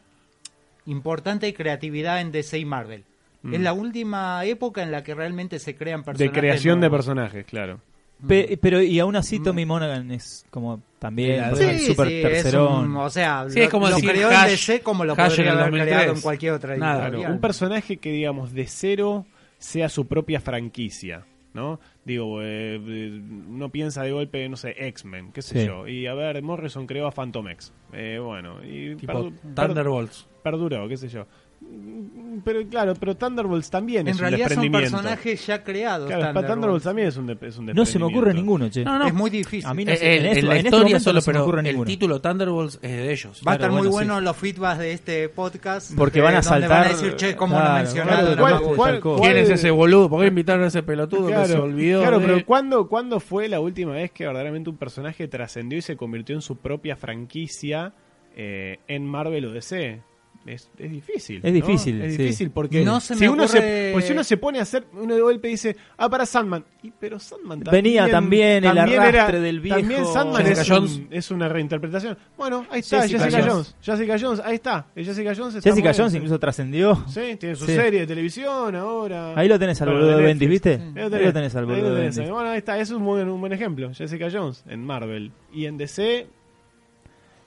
Speaker 3: importante de creatividad en DC y Marvel.
Speaker 2: Mm.
Speaker 3: Es la última época en la que realmente se crean
Speaker 1: de
Speaker 3: personajes.
Speaker 1: creación de
Speaker 3: nuevos.
Speaker 1: personajes, claro. Mm.
Speaker 2: pe- pero y aún así, Tommy Monaghan es como también
Speaker 4: Sí,
Speaker 2: un
Speaker 3: Sí,
Speaker 2: personaje súper
Speaker 3: sí, es
Speaker 2: tercerón.
Speaker 3: un- o sea,
Speaker 4: Sí,
Speaker 3: lo,
Speaker 4: es como
Speaker 3: lo
Speaker 4: decir
Speaker 3: creó
Speaker 4: Hash-
Speaker 3: en DC como lo
Speaker 4: Hash en
Speaker 3: podría
Speaker 4: el
Speaker 3: haber
Speaker 4: 2003.
Speaker 3: creado en cualquier otra
Speaker 4: Nada,
Speaker 1: Claro,
Speaker 3: editorial.
Speaker 1: un personaje que, digamos, de cero sea su propia franquicia, ¿no? Digo, eh, eh, uno piensa de golpe, no sé, X-Men, qué sé
Speaker 2: Sí.
Speaker 1: yo. Y a ver, Morrison creó a Phantom X. Eh, bueno, y
Speaker 4: Tipo
Speaker 1: perdu- per-
Speaker 4: Thunderbolts.
Speaker 1: perduró, qué sé yo. Mm, Pero claro, pero Thunderbolts también
Speaker 3: en
Speaker 1: es un
Speaker 3: realidad son
Speaker 1: desprendimiento.
Speaker 3: personajes ya creados.
Speaker 1: Claro, Thunderbolts.
Speaker 3: Thunderbolts.
Speaker 1: también es un, de- es un
Speaker 2: no se me ocurre
Speaker 1: desprendimiento.
Speaker 2: ninguno, che.
Speaker 4: No, no.
Speaker 3: Es muy difícil.
Speaker 2: A mí
Speaker 4: Eh,
Speaker 2: no
Speaker 4: eh,
Speaker 2: se- en este-
Speaker 4: en la
Speaker 2: en este
Speaker 4: historia
Speaker 2: momento no
Speaker 4: solo,
Speaker 2: se me
Speaker 4: pero
Speaker 2: ocurre
Speaker 4: el
Speaker 2: ninguno.
Speaker 4: título Thunderbolts es de ellos.
Speaker 3: Va a
Speaker 2: Claro,
Speaker 3: estar muy
Speaker 2: bueno,
Speaker 3: bueno
Speaker 2: sí.
Speaker 3: los feedbacks de este podcast.
Speaker 2: Porque van a
Speaker 3: eh, donde
Speaker 2: saltar-
Speaker 3: Van a decir, che, cómo
Speaker 2: Claro,
Speaker 3: no mencionaron
Speaker 1: claro,
Speaker 3: a
Speaker 1: ¿cuál-
Speaker 3: Magus?"
Speaker 1: cuál- cuál-
Speaker 4: ¿Quién es ese boludo? ¿Por qué invitaron a ese pelotudo que se olvidó?
Speaker 1: claro,
Speaker 4: de-
Speaker 1: pero ¿cuándo, ¿cuándo fue la última vez que verdaderamente un personaje trascendió y se convirtió en su propia franquicia eh, en Marvel o DC? Es, es difícil.
Speaker 2: Es
Speaker 1: ¿no?
Speaker 2: difícil,
Speaker 1: Es
Speaker 2: sí.
Speaker 1: difícil porque
Speaker 3: No se
Speaker 1: si,
Speaker 3: me
Speaker 1: uno se,
Speaker 3: ocurre-
Speaker 1: pues si uno se pone a hacer, uno de golpe dice, ah, para Sandman. Y, pero Sandman también.
Speaker 2: Venía también el
Speaker 1: era-
Speaker 2: arrastre del viejo-
Speaker 1: También Sandman
Speaker 4: Jessica
Speaker 1: es, un-
Speaker 4: Jones.
Speaker 1: es una reinterpretación. Bueno, ahí está,
Speaker 2: Jessica
Speaker 1: Jessica,
Speaker 2: Jones.
Speaker 1: Jones. Jessica Jones, ahí está. Jessica Jones está
Speaker 2: Jessica
Speaker 1: muy-
Speaker 2: Jones incluso trascendió.
Speaker 1: Sí, tiene su
Speaker 2: Sí.
Speaker 1: serie de televisión ahora.
Speaker 2: Ahí lo tenés al
Speaker 1: Bueno,
Speaker 2: boludo de
Speaker 1: Netflix.
Speaker 2: Bendis, ¿viste?
Speaker 1: Ahí
Speaker 2: Ahí lo tenés al
Speaker 1: ahí lo
Speaker 2: boludo de
Speaker 1: tenés. ¿eh?
Speaker 2: Bendis.
Speaker 1: Bueno, ahí está, eso es un buen, un buen ejemplo. Jessica Jones en Marvel. Y en DC.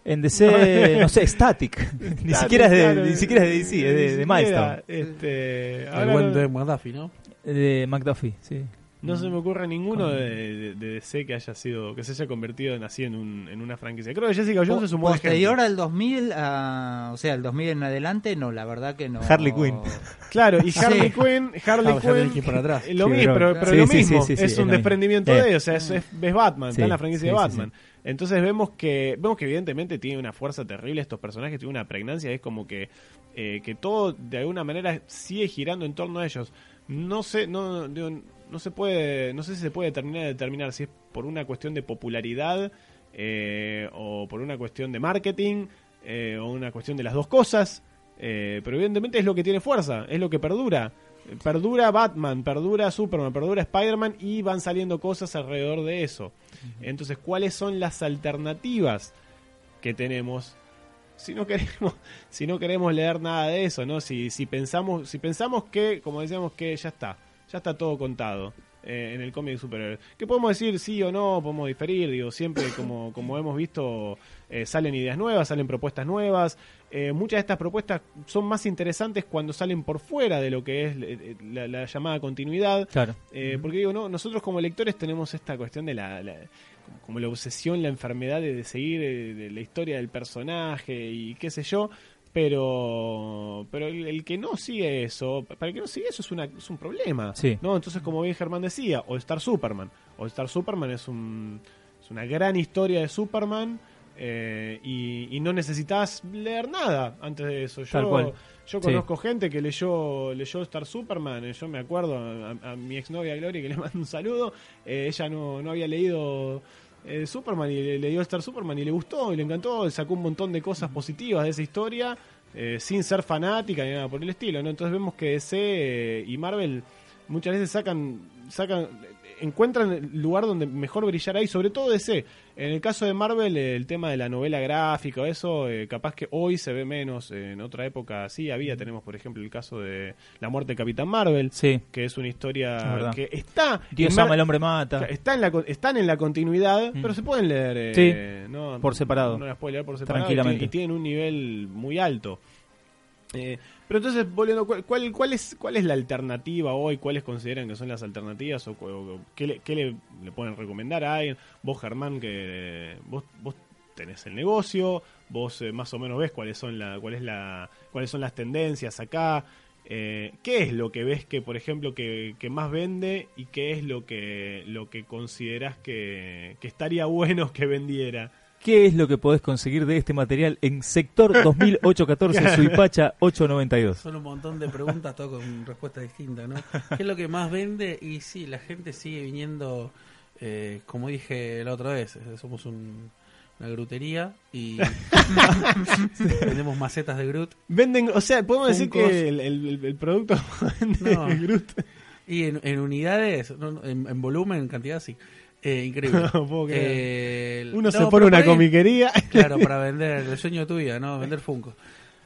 Speaker 2: En <laughs> DC, no sé, Static. ni,
Speaker 1: Claro,
Speaker 2: siquiera es de,
Speaker 1: claro, eh.
Speaker 2: ni siquiera es de DC, es de,
Speaker 1: ni
Speaker 2: de Milestone.
Speaker 1: siquiera, Este,
Speaker 4: El
Speaker 1: ahora
Speaker 4: buen
Speaker 1: no-
Speaker 4: de McDuffie, ¿no?
Speaker 2: De McDuffie, sí.
Speaker 1: no se me ocurre ninguno de, de- de DC que haya sido, que se haya convertido en así en, un- en una franquicia. Creo que Jessica Jones es un buen
Speaker 3: Posterior
Speaker 1: ejemplo.
Speaker 3: al 2000, ah, o sea, el 2000 en adelante, no, la verdad que no.
Speaker 2: Harley
Speaker 3: <laughs>
Speaker 2: Quinn.
Speaker 1: Claro,
Speaker 2: <laughs>
Speaker 1: y Harley
Speaker 3: Sí.
Speaker 1: Quinn, Harley
Speaker 4: Ah, Harley
Speaker 1: Quinn,
Speaker 4: Quinn para atrás.
Speaker 1: eh, lo
Speaker 2: Sí,
Speaker 1: mismo, pero,
Speaker 2: bronca.
Speaker 1: pero
Speaker 2: Sí,
Speaker 1: lo
Speaker 2: sí,
Speaker 1: mismo,
Speaker 2: sí, sí, sí,
Speaker 1: es
Speaker 2: es lo
Speaker 1: un
Speaker 2: mismo.
Speaker 1: desprendimiento
Speaker 2: Eh.
Speaker 1: de, o sea, es, es- es Batman,
Speaker 2: Sí,
Speaker 1: está en la franquicia
Speaker 2: sí,
Speaker 1: de
Speaker 2: sí,
Speaker 1: Batman. Entonces vemos que vemos que evidentemente tiene una fuerza terrible estos personajes, tiene una pregnancia, es como que eh, que todo de alguna manera sigue girando en torno a ellos. No sé, no digo, no se puede, no sé si se puede determinar determinar si es por una cuestión de popularidad eh, o por una cuestión de marketing, eh, o una cuestión de las dos cosas. eh, pero evidentemente es lo que tiene fuerza, es lo que perdura. Eh, Perdura Batman, perdura Superman, perdura Spider-Man y van saliendo cosas alrededor de eso. Entonces, ¿cuáles son las alternativas que tenemos si no <laughs> queremos, si no queremos leer nada de eso, ¿no? Si, si pensamos, si pensamos que, como decíamos, que ya está, ya está todo contado eh, en el cómic de superhéroes. Que podemos decir sí o no, podemos diferir, digo, siempre como, como hemos visto, eh, salen ideas nuevas, salen propuestas nuevas. Eh, muchas de estas propuestas son más interesantes cuando salen por fuera de lo que es eh, la- la llamada continuidad.
Speaker 2: Claro.
Speaker 1: Eh, Porque digo, no, nosotros como lectores tenemos esta cuestión de la, la- como- como la obsesión, la enfermedad de, de seguir eh, de la historia del personaje y qué sé yo, pero pero el, el que no sigue eso, para el que no sigue eso es, una, es un problema.
Speaker 2: Sí.
Speaker 1: ¿no? Entonces, como bien Germán decía, All Star Superman. All Star Superman es, un, es una gran historia de Superman. eh, y, y no necesitas leer nada antes de eso. Yo,
Speaker 2: Tal cual.
Speaker 1: yo
Speaker 2: Sí.
Speaker 1: conozco gente que leyó leyó Star Superman, eh, yo me acuerdo a, a- a mi exnovia Gloria que le <laughs> mando un saludo, eh, ella no, no había leído eh, Superman y le, leyó Star Superman y le gustó y le encantó, y sacó un montón de cosas positivas de esa historia eh, sin ser fanática ni nada por el estilo, ¿no? Entonces vemos que DC eh, y Marvel muchas veces sacan sacan encuentran el lugar donde mejor brillará y sobre todo DC. En el caso de Marvel eh, el tema de la novela gráfica o eso eh, capaz que hoy se ve menos, eh, en otra época sí había, tenemos por ejemplo el caso de La muerte de Capitán Marvel,
Speaker 2: Sí.
Speaker 1: que es una
Speaker 2: Es
Speaker 1: historia
Speaker 2: verdad.
Speaker 1: que está
Speaker 2: Dios
Speaker 1: inmer-
Speaker 2: ama, el hombre mata.
Speaker 1: está en la con- están en la continuidad,
Speaker 2: Mm.
Speaker 1: pero se pueden leer eh,
Speaker 2: Sí,
Speaker 1: no,
Speaker 2: por separado.
Speaker 1: No las puede leer por separado.
Speaker 2: Tranquilamente.
Speaker 1: Y, ti- y tienen un nivel muy alto. Eh, pero entonces, volviendo, ¿cuál, cuál, cuál es, ¿cuál es la alternativa hoy? ¿Cuáles consideran que son las alternativas? ¿O, cu- o qué, le, qué le, le pueden recomendar a alguien? Vos, Germán, que eh, vos, vos tenés el negocio, vos eh, más o menos ves cuáles son, la, cuál es la, cuáles son las tendencias acá. Eh, ¿Qué es lo que ves que, por ejemplo, que, que más vende y qué es lo que, lo que consideras que, que estaría <laughs> bueno que vendiera?
Speaker 2: ¿Qué es lo que podés conseguir de este material en sector <laughs> 2814 Suipacha 892?
Speaker 4: Son un montón de preguntas, todo con respuestas distintas, ¿no? ¿Qué es lo que más vende? Y sí, la gente sigue viniendo, eh, como dije la otra vez, eh, somos un- una grutería y <laughs> vendemos macetas de Groot.
Speaker 1: Venden, o sea, podemos decir
Speaker 4: Funkos.
Speaker 1: que el, el- el- el producto <laughs> vende
Speaker 4: No.
Speaker 1: Groot.
Speaker 4: Y en, en unidades, no, no, en, en volumen, en cantidad, sí. Eh, increíble.
Speaker 1: <laughs> No puedo creer.
Speaker 4: Eh, el-
Speaker 1: Uno se
Speaker 4: no,
Speaker 1: pone
Speaker 4: pero
Speaker 1: una
Speaker 4: por ahí-
Speaker 1: comiquería. <laughs>
Speaker 4: Claro, para vender el sueño tuyo, ¿no? Vender Funko.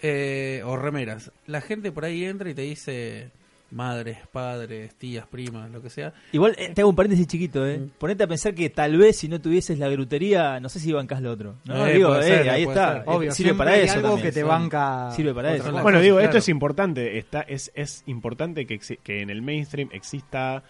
Speaker 4: Eh, o remeras. La gente por ahí entra y te dice madres, padres, tías, primas, lo que sea.
Speaker 2: Igual eh, te hago un paréntesis chiquito, ¿eh? Ponete a pensar que tal vez si no tuvieses la grutería, no sé si bancas lo otro. No,
Speaker 4: Eh,
Speaker 2: digo,
Speaker 4: puede ser,
Speaker 2: eh, ahí
Speaker 4: puede
Speaker 2: está.
Speaker 4: ser.
Speaker 2: Eh, sirve
Speaker 3: Obvio, siempre
Speaker 2: para
Speaker 3: hay
Speaker 2: eso.
Speaker 3: algo
Speaker 2: también.
Speaker 3: que te
Speaker 2: Sí.
Speaker 3: banca.
Speaker 2: Sirve para
Speaker 4: otra
Speaker 2: eso.
Speaker 4: cosa.
Speaker 1: Bueno, digo,
Speaker 3: claro.
Speaker 1: esto es importante. Está, es, es importante que, exi- que en el mainstream exista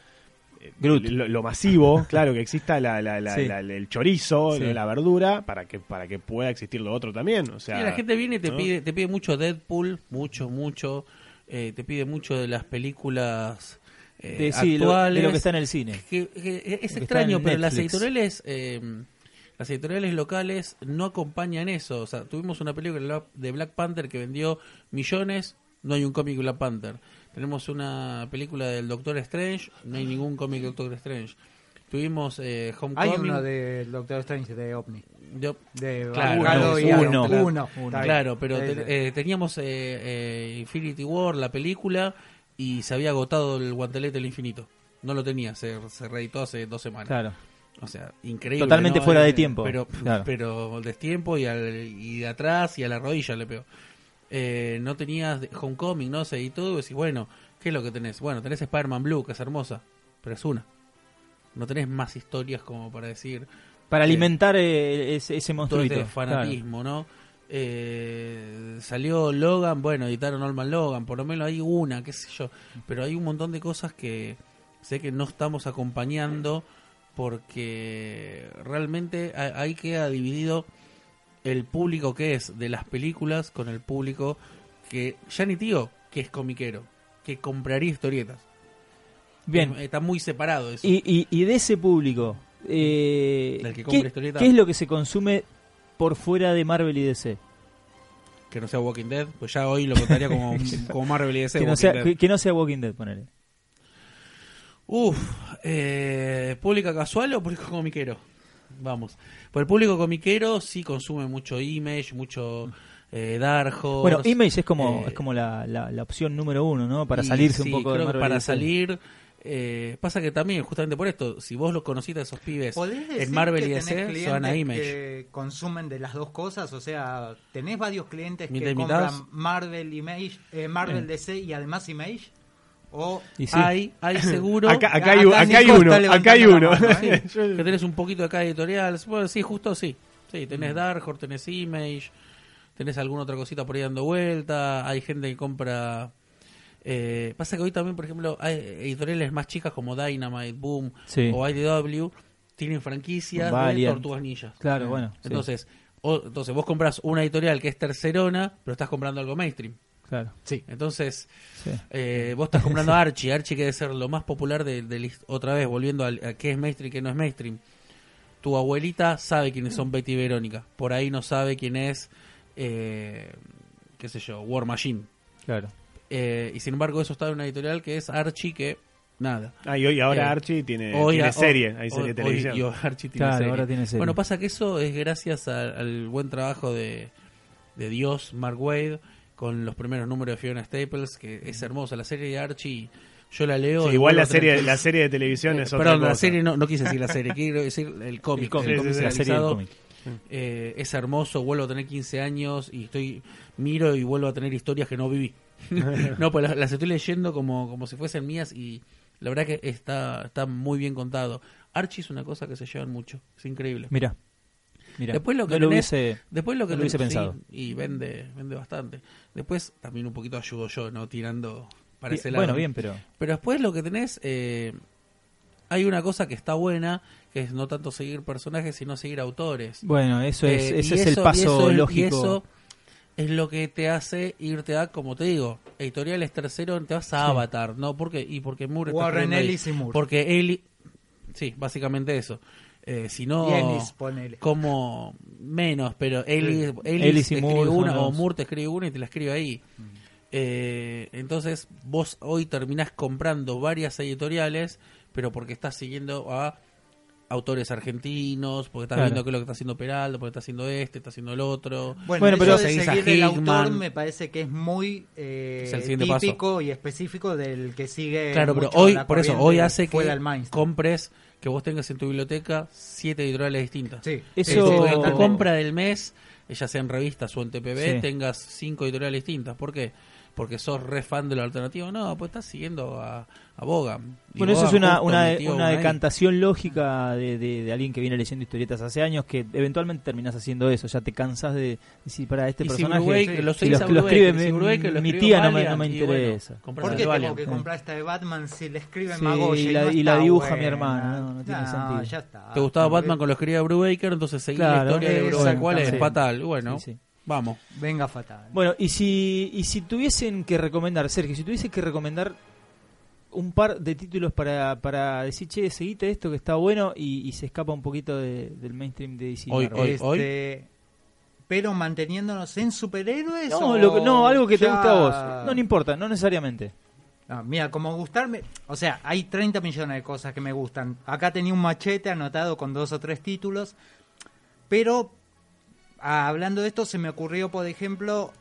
Speaker 1: eh,
Speaker 2: Groot.
Speaker 1: Lo, lo
Speaker 4: <laughs>
Speaker 1: masivo, claro, que exista la, la- la-
Speaker 2: Sí.
Speaker 1: la- el chorizo,
Speaker 2: Sí.
Speaker 1: la verdura, para que, para que pueda existir lo otro también. O sea,
Speaker 4: Y la gente viene y te
Speaker 1: ¿no?
Speaker 4: pide, te pide mucho Deadpool, mucho, mucho. eh, te pide mucho de las películas eh,
Speaker 2: De- sí, lo-
Speaker 4: actuales.
Speaker 2: de lo que está en el cine.
Speaker 4: Que- que es
Speaker 2: está
Speaker 4: extraño,
Speaker 2: en
Speaker 4: pero las
Speaker 2: Netflix.
Speaker 4: editoriales, eh, las editoriales locales no acompañan eso. O sea, tuvimos una película de Black Panther que vendió millones, no hay un cómic Black Panther. Tenemos una película del Doctor Strange, no hay ningún cómic Doctor Strange. Tuvimos eh,
Speaker 3: Hay
Speaker 4: Homecoming.
Speaker 3: uno de Doctor Strange de OVNI.
Speaker 4: de-
Speaker 3: De
Speaker 4: Claro,
Speaker 3: Avocado y
Speaker 2: uno.
Speaker 3: Adam. uno.
Speaker 2: Uno.
Speaker 3: Está bien.
Speaker 4: Claro, pero
Speaker 3: Sí,
Speaker 4: te-
Speaker 3: sí.
Speaker 4: eh, teníamos eh, eh, Infinity War, la película, y se había agotado el guantelete del infinito. No lo tenía, se, se reeditó hace dos semanas.
Speaker 2: Claro.
Speaker 4: O sea, increíble.
Speaker 2: Totalmente
Speaker 4: ¿no?
Speaker 2: fuera de
Speaker 4: Eh,
Speaker 2: tiempo,
Speaker 4: Pero,
Speaker 2: claro.
Speaker 4: pero al destiempo y, al, y de atrás y a la rodilla le pegó. Eh, no tenías de- Homecoming, no sé, y todo. Y decís, bueno, ¿qué es lo que tenés? Bueno, tenés Spider-Man Blue, que es hermosa, pero es una. No tenés más historias como para decir
Speaker 2: Para
Speaker 4: Eh,
Speaker 2: alimentar eh, ese, ese
Speaker 4: todo
Speaker 2: monstruito.
Speaker 4: este fanatismo, ¿no? Eh, salió Logan, bueno, editaron Norman Logan, por lo menos hay una, qué sé yo, pero hay un montón de cosas que sé que no estamos acompañando porque realmente a- ahí queda dividido el público que es de las películas con el público que ya ni tío, que es comiquero, que compraría historietas.
Speaker 2: Claro. Bien,
Speaker 4: Está muy separado eso.
Speaker 2: Y, y- y de ese público, eh,
Speaker 4: Del que compra
Speaker 2: ¿qué,
Speaker 4: historieta.
Speaker 2: qué es lo que se consume por fuera de Marvel y DC?
Speaker 4: Que no sea Walking Dead, pues ya hoy lo contaría como,
Speaker 2: <laughs>
Speaker 4: como Marvel y DC.
Speaker 2: Que no,
Speaker 4: Walking
Speaker 2: sea,
Speaker 4: Dead.
Speaker 2: que, que no sea Walking Dead, ponele.
Speaker 4: Uf, eh, ¿pública casual o público comiquero? Vamos. Por el público comiquero sí consume mucho Image, mucho eh, Dark Horse.
Speaker 2: Bueno, Image es como,
Speaker 4: eh,
Speaker 2: es como la, la- la opción número uno, ¿no? Para
Speaker 4: Y
Speaker 2: salirse
Speaker 4: sí,
Speaker 2: un poco de
Speaker 4: creo que
Speaker 2: Marvel
Speaker 4: Para
Speaker 2: DC.
Speaker 4: salir. eh, pasa que también, justamente por esto, si vos los conociste a esos pibes
Speaker 3: ¿Podés decir
Speaker 4: en Marvel
Speaker 3: que
Speaker 4: y
Speaker 3: tenés
Speaker 4: DC, se van a
Speaker 3: clientes
Speaker 4: Image.
Speaker 3: que consumen de las dos cosas? O sea, ¿tenés varios clientes
Speaker 4: ¿Mitad y
Speaker 3: que
Speaker 4: mitad?
Speaker 3: compran Marvel, Image, eh, Marvel DC y además Image? ¿O
Speaker 2: Y sí.
Speaker 4: Hay, hay
Speaker 2: <coughs>
Speaker 4: seguro.
Speaker 1: Acá, acá hay, u-
Speaker 3: Acá
Speaker 1: acá hay
Speaker 3: Nico
Speaker 1: uno,
Speaker 3: está
Speaker 1: acá hay
Speaker 3: levantando
Speaker 1: uno.
Speaker 3: la
Speaker 1: <laughs>
Speaker 3: mano, ¿eh?
Speaker 1: Yo-
Speaker 4: que tenés un poquito acá editorial. Bueno, sí, justo sí. Sí,
Speaker 2: Mm.
Speaker 4: tenés Dark Horse, tenés Image, tenés alguna otra cosita por ahí dando vuelta. Hay gente que compra. eh, pasa que hoy también, por ejemplo, hay editoriales más chicas como Dynamite, Boom
Speaker 2: Sí.
Speaker 4: o IDW, tienen franquicias de
Speaker 2: Valiant.
Speaker 4: tortugas ninjas.
Speaker 2: Claro, bueno. sí,
Speaker 4: Entonces, o- entonces, vos compras una editorial que es tercerona, pero estás comprando algo mainstream.
Speaker 2: claro.
Speaker 4: Entonces,
Speaker 2: sí.
Speaker 4: eh, vos estás comprando Archie, Archie que debe ser lo más popular de, de la hist- otra vez, volviendo al- a qué es mainstream y qué no es mainstream. Tu abuelita sabe quiénes son Betty y Verónica, por ahí no sabe quién es, eh, qué sé yo, War Machine.
Speaker 2: Claro.
Speaker 4: Eh, y sin embargo eso está en una editorial que es Archie que nada.
Speaker 1: Ah, y hoy ahora
Speaker 4: Eh,
Speaker 1: Archie tiene,
Speaker 4: Hoy-
Speaker 1: tiene
Speaker 4: hoy-
Speaker 1: serie, hay serie de
Speaker 4: hoy-
Speaker 1: televisión.
Speaker 4: hoy- Archie tiene
Speaker 2: Claro,
Speaker 4: serie.
Speaker 2: ahora tiene serie.
Speaker 4: Bueno, pasa que eso es gracias al, al buen trabajo de, de Dios, Mark Wade, con los primeros números de Fiona Staples, que es hermosa. La serie de Archie, yo la leo.
Speaker 1: Sí,
Speaker 4: y
Speaker 1: igual
Speaker 4: vuelvo
Speaker 1: la
Speaker 4: a tener
Speaker 1: serie,
Speaker 4: que-
Speaker 1: la serie de televisión
Speaker 4: <laughs>
Speaker 1: es otra
Speaker 4: Eh, Perdón, la
Speaker 1: cosa.
Speaker 4: serie, no, no quise decir la serie, quiero decir el cómic.
Speaker 2: El cómic,
Speaker 1: sí, sí, sí,
Speaker 2: la serie del
Speaker 4: realizado,
Speaker 2: cómic.
Speaker 4: eh, es hermoso, vuelvo a tener 15 años y estoy miro y vuelvo a tener historias que
Speaker 2: <laughs>
Speaker 4: no viví. no, pues las, las estoy leyendo como, como si fuesen mías y la verdad que está, está muy bien contado. Archie es una cosa que se llevan mucho, es increíble.
Speaker 2: Mira. Mira.
Speaker 4: Después lo que
Speaker 2: no lo
Speaker 4: tenés-
Speaker 2: hubiese-
Speaker 4: Después lo que
Speaker 2: no lo hubiese
Speaker 4: sí,
Speaker 2: pensado.
Speaker 4: y vende, vende bastante. Después también un poquito ayudo yo, ¿no? Tirando para ese
Speaker 2: Bien,
Speaker 4: lado.
Speaker 2: bueno, bien, pero.
Speaker 4: Pero después lo que tenés, eh, hay una cosa que está buena, que es no tanto seguir personajes, sino seguir autores.
Speaker 2: Bueno, eso es,
Speaker 4: Eh,
Speaker 2: ese
Speaker 4: y
Speaker 2: es
Speaker 4: eso-
Speaker 2: el
Speaker 4: y
Speaker 2: paso
Speaker 4: eso es- y
Speaker 2: lógico.
Speaker 4: eso es lo que te hace irte a, como te digo, editoriales tercero, te vas a Avatar, ¿no? ¿Por qué? Y porque Moore está
Speaker 3: Warren
Speaker 4: escribiendo ahí.
Speaker 3: Ellis y Moore.
Speaker 4: Porque Ellis... Sí, básicamente eso. Eh, si no
Speaker 3: y Ennis, ponele?
Speaker 4: como menos, pero Ellis, Ellis
Speaker 2: Ellis
Speaker 4: te
Speaker 2: y
Speaker 4: escribe
Speaker 2: Moore son
Speaker 4: una, o
Speaker 2: los-
Speaker 4: Moore te escribe una y te la escribe ahí. Eh, entonces, vos hoy terminás comprando varias editoriales, pero porque estás siguiendo a autores argentinos, porque estás
Speaker 2: Claro.
Speaker 4: viendo qué es lo que está haciendo Peraldo, porque está haciendo este, está haciendo el otro.
Speaker 2: Bueno,
Speaker 3: eso
Speaker 2: pero-
Speaker 3: de
Speaker 4: Seguís a
Speaker 3: seguir el
Speaker 4: Hickman.
Speaker 3: autor me parece que es muy eh,
Speaker 4: Es el siguiente paso.
Speaker 3: típico y específico del que sigue.
Speaker 4: Claro, pero
Speaker 3: Eh, mucho
Speaker 4: hoy,
Speaker 3: la
Speaker 4: por eso,
Speaker 3: corriente
Speaker 4: hoy hace que
Speaker 3: fuera al mainstream.
Speaker 4: compres, que vos tengas en tu biblioteca siete editoriales distintas.
Speaker 3: Sí,
Speaker 2: Eso-
Speaker 3: sí, sí,
Speaker 4: Eso, tu
Speaker 3: totalmente.
Speaker 4: compra del mes, eh, ya sea en revistas o en TPB,
Speaker 2: Sí.
Speaker 4: tengas cinco editoriales distintas. ¿Por qué? Porque sos re fan de lo alternativo. No, pues estás siguiendo a, a Bogan. Y
Speaker 2: Bueno, eso
Speaker 4: Bogan
Speaker 2: es una,
Speaker 4: justo
Speaker 2: una,
Speaker 4: metió
Speaker 2: una
Speaker 4: ahí.
Speaker 2: decantación lógica de, de- de alguien que viene leyendo historietas hace años que eventualmente terminás haciendo eso. Ya te cansás de decir, para este
Speaker 4: Y si
Speaker 2: personaje.
Speaker 4: Buruey, que lo
Speaker 2: y
Speaker 4: seguís
Speaker 2: los
Speaker 4: a
Speaker 2: que lo
Speaker 4: Buruey,
Speaker 2: escribe
Speaker 4: si Buruey, que lo
Speaker 2: mi
Speaker 4: escribió
Speaker 2: tía no me-
Speaker 4: Valiant,
Speaker 2: no me
Speaker 4: y bueno,
Speaker 2: interesa.
Speaker 4: compras
Speaker 3: ¿Por
Speaker 4: el
Speaker 3: qué tengo
Speaker 4: Valiant.
Speaker 3: que comprar esta de Batman si la escribe
Speaker 2: Sí,
Speaker 3: Magoya?
Speaker 2: y la-
Speaker 3: no
Speaker 2: y la
Speaker 3: está
Speaker 2: dibuja
Speaker 3: buena?
Speaker 2: mi hermana, no, no tiene sentido.
Speaker 3: ya está.
Speaker 4: ¿Te gustaba Batman con lo escribía Brubaker? Entonces seguí la
Speaker 2: Claro,
Speaker 4: historia de
Speaker 3: exacto,
Speaker 4: Brubaker. ¿Cuál es?
Speaker 3: sí.
Speaker 4: Fatal. Bueno,
Speaker 2: Sí, sí.
Speaker 4: vamos.
Speaker 3: Venga fatal.
Speaker 2: Bueno, y si, y si tuviesen que recomendar, Sergio, si tuviesen que recomendar un par de títulos para, para decir, che, seguite esto que está bueno y, y se escapa un poquito de- del mainstream de DC.
Speaker 4: Hoy-
Speaker 2: Marvel.
Speaker 4: hoy-
Speaker 3: Este, Pero manteniéndonos en superhéroes.
Speaker 2: no,
Speaker 3: o
Speaker 2: lo que- no, algo que te
Speaker 3: ya-
Speaker 2: guste a vos. No, no importa, no necesariamente.
Speaker 3: Ah, mira, como gustarme, o sea, hay 30 millones de cosas que me gustan. Acá tenía un machete anotado con dos o tres títulos, pero ah, hablando de esto se me ocurrió, por ejemplo,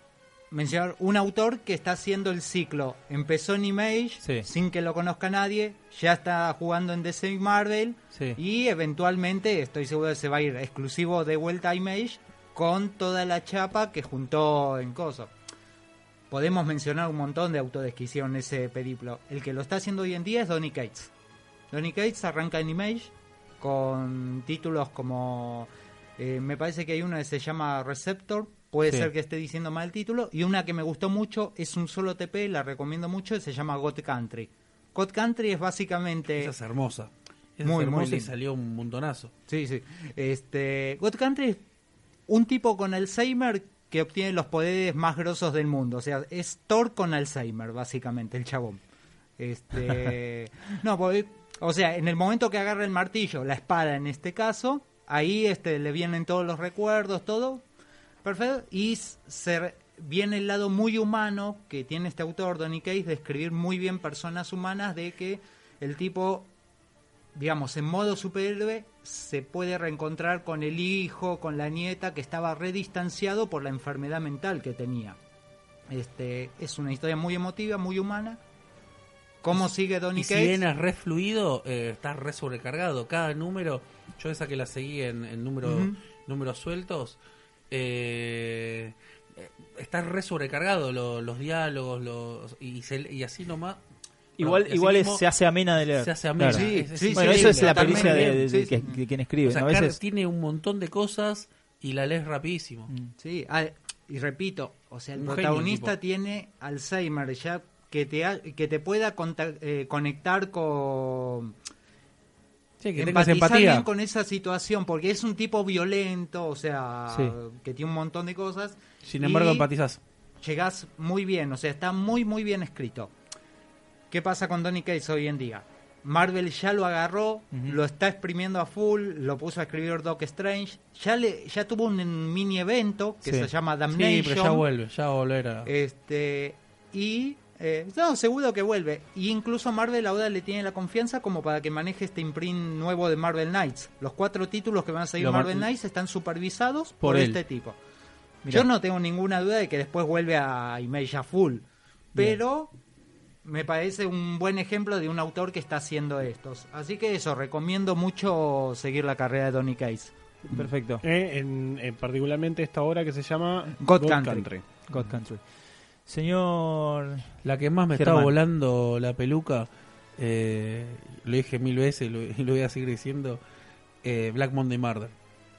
Speaker 3: mencionar un autor que está haciendo el ciclo. Empezó en Image
Speaker 2: Sí.
Speaker 3: sin que lo conozca nadie, ya está jugando en DC y Marvel
Speaker 2: Sí.
Speaker 3: y eventualmente estoy seguro que se va a ir exclusivo de vuelta a Image con toda la chapa que juntó en Coso. Podemos mencionar un montón de autores que hicieron ese periplo. El que lo está haciendo hoy en día es Donny Cates. Donny Cates arranca en Image con títulos como. eh, me parece que hay uno que se llama Receptor. Puede
Speaker 2: Sí.
Speaker 3: ser que esté diciendo mal el título. Y una que me gustó mucho es un solo TP, la recomiendo mucho, y se llama God Country. God Country es básicamente.
Speaker 4: Esa es hermosa. Esa
Speaker 3: Eh, Muy, muy
Speaker 4: es hermosa y
Speaker 3: linda.
Speaker 4: salió un montonazo.
Speaker 3: Sí, sí. Este, God Country es un tipo con Alzheimer que obtiene los poderes más grosos del mundo. O sea, es Thor con Alzheimer, básicamente, el chabón. Este, no, porque- o sea, en el momento que agarra el martillo, la espada en este caso, ahí este, le vienen todos los recuerdos, todo. Perfecto. Y s- se, viene el lado muy humano que tiene este autor, Donny Case, de escribir muy bien personas humanas, de que el tipo digamos, en modo superhéroe, se puede reencontrar con el hijo, con la nieta, que estaba redistanciado por la enfermedad mental que tenía. Este, es una historia muy emotiva, muy humana. ¿Cómo sigue Donny
Speaker 4: Y si
Speaker 3: Cates?
Speaker 4: bien es re fluido, eh, está re sobrecargado. Cada número, yo esa que la seguí en, en número-
Speaker 3: Ujú.
Speaker 4: números sueltos, eh, eh, está re sobrecargado lo- los diálogos los, y, se- y así nomás.
Speaker 2: Igual,
Speaker 4: perdón, y así
Speaker 2: igual es-
Speaker 4: mismo
Speaker 2: se hace amena de leer.
Speaker 4: se hace amena.
Speaker 2: Claro.
Speaker 3: Sí, sí,
Speaker 2: bueno,
Speaker 3: sí,
Speaker 2: eso es la
Speaker 3: totalmente.
Speaker 2: pericia de, de-
Speaker 3: Sí,
Speaker 2: que-
Speaker 3: sí.
Speaker 2: de quien escribe.
Speaker 4: O sea,
Speaker 2: ¿no? A
Speaker 4: Car-
Speaker 2: veces.
Speaker 4: tiene un montón de cosas y la lees rapidísimo.
Speaker 2: Mm.
Speaker 3: Sí, ah, y repito, o sea, el
Speaker 4: Un genio,
Speaker 3: protagonista
Speaker 4: tipo.
Speaker 3: tiene Alzheimer ya que te, ha- que te pueda conta- eh, conectar con...
Speaker 4: Sí, que tengas
Speaker 3: empatizar
Speaker 4: empatía.
Speaker 3: bien con esa situación, porque es un tipo violento, o sea,
Speaker 2: Sí.
Speaker 3: que tiene un montón de cosas.
Speaker 4: Sin embargo,
Speaker 3: y
Speaker 4: empatizás.
Speaker 3: llegás muy bien, o sea, está muy, muy bien escrito. ¿Qué pasa con Donny Cates hoy en día? Marvel ya lo agarró, lo está exprimiendo a full, lo puso a escribir Doc Strange, ya le, ya tuvo un mini evento que
Speaker 2: Sí.
Speaker 3: se llama Damnation.
Speaker 4: Sí, pero ya vuelve, ya va a volver a...
Speaker 3: Este, y. eh, no, seguro que vuelve. Y incluso Marvel ahora le tiene la confianza como para que maneje este imprint nuevo de Marvel Knights. Los cuatro títulos que van a salir
Speaker 2: Lo mar-
Speaker 3: Marvel Knights están supervisados
Speaker 2: Por
Speaker 3: por,
Speaker 2: él.
Speaker 3: este tipo.
Speaker 2: Mirá.
Speaker 3: Yo no tengo ninguna duda de que después vuelve a Image a full. Pero me parece un buen ejemplo de un autor que está haciendo estos. Así que eso, recomiendo mucho seguir la carrera de Donny Case.
Speaker 2: Perfecto.
Speaker 1: Eh, en, en particularmente esta obra que se llama
Speaker 3: God Country.
Speaker 2: God Country. Señor.
Speaker 4: La que más me
Speaker 2: Germán.
Speaker 4: está volando la peluca, eh, lo dije mil veces y lo, <laughs> y lo voy a seguir diciendo, eh, Black Monday Murder.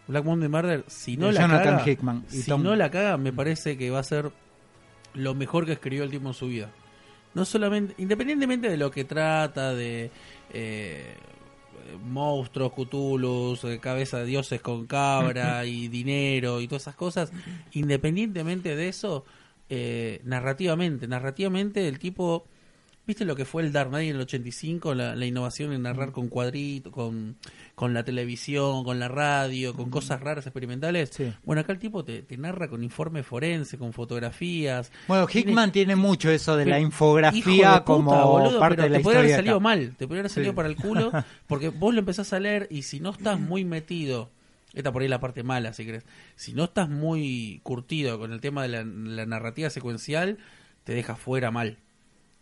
Speaker 4: Black Monday Murder, si no
Speaker 3: De
Speaker 4: la
Speaker 3: Jonathan
Speaker 4: caga,
Speaker 3: Hickman y
Speaker 4: si
Speaker 3: Tom-
Speaker 4: no la caga, me parece que va a ser lo mejor que escribió el tipo en su vida. No solamente, independientemente de lo que trata, de eh, monstruos, cutulus, cabeza de dioses con cabra y dinero y todas esas cosas, independientemente de eso, eh, narrativamente, narrativamente el tipo, ¿viste lo que fue el Dark Knight en el 85? La, la innovación en narrar con cuadritos, con, con la televisión, con la radio, con cosas raras experimentales.
Speaker 2: Sí.
Speaker 4: Bueno, acá el tipo te, te narra con informe forense, con fotografías,
Speaker 3: Bueno, Hickman tiene mucho eso de la infografía
Speaker 4: Hijo de puta,
Speaker 3: como
Speaker 4: boludo,
Speaker 3: parte
Speaker 4: pero
Speaker 3: de la
Speaker 4: te podría haber
Speaker 3: historia.
Speaker 4: salido mal, te podría haber salido
Speaker 3: Sí.
Speaker 4: para
Speaker 3: <laughs>
Speaker 4: el culo, porque vos lo empezás a leer y si no estás muy metido, esta por ahí es la parte mala, si crees, si no estás muy curtido con el tema de la, la narrativa secuencial, te deja fuera mal.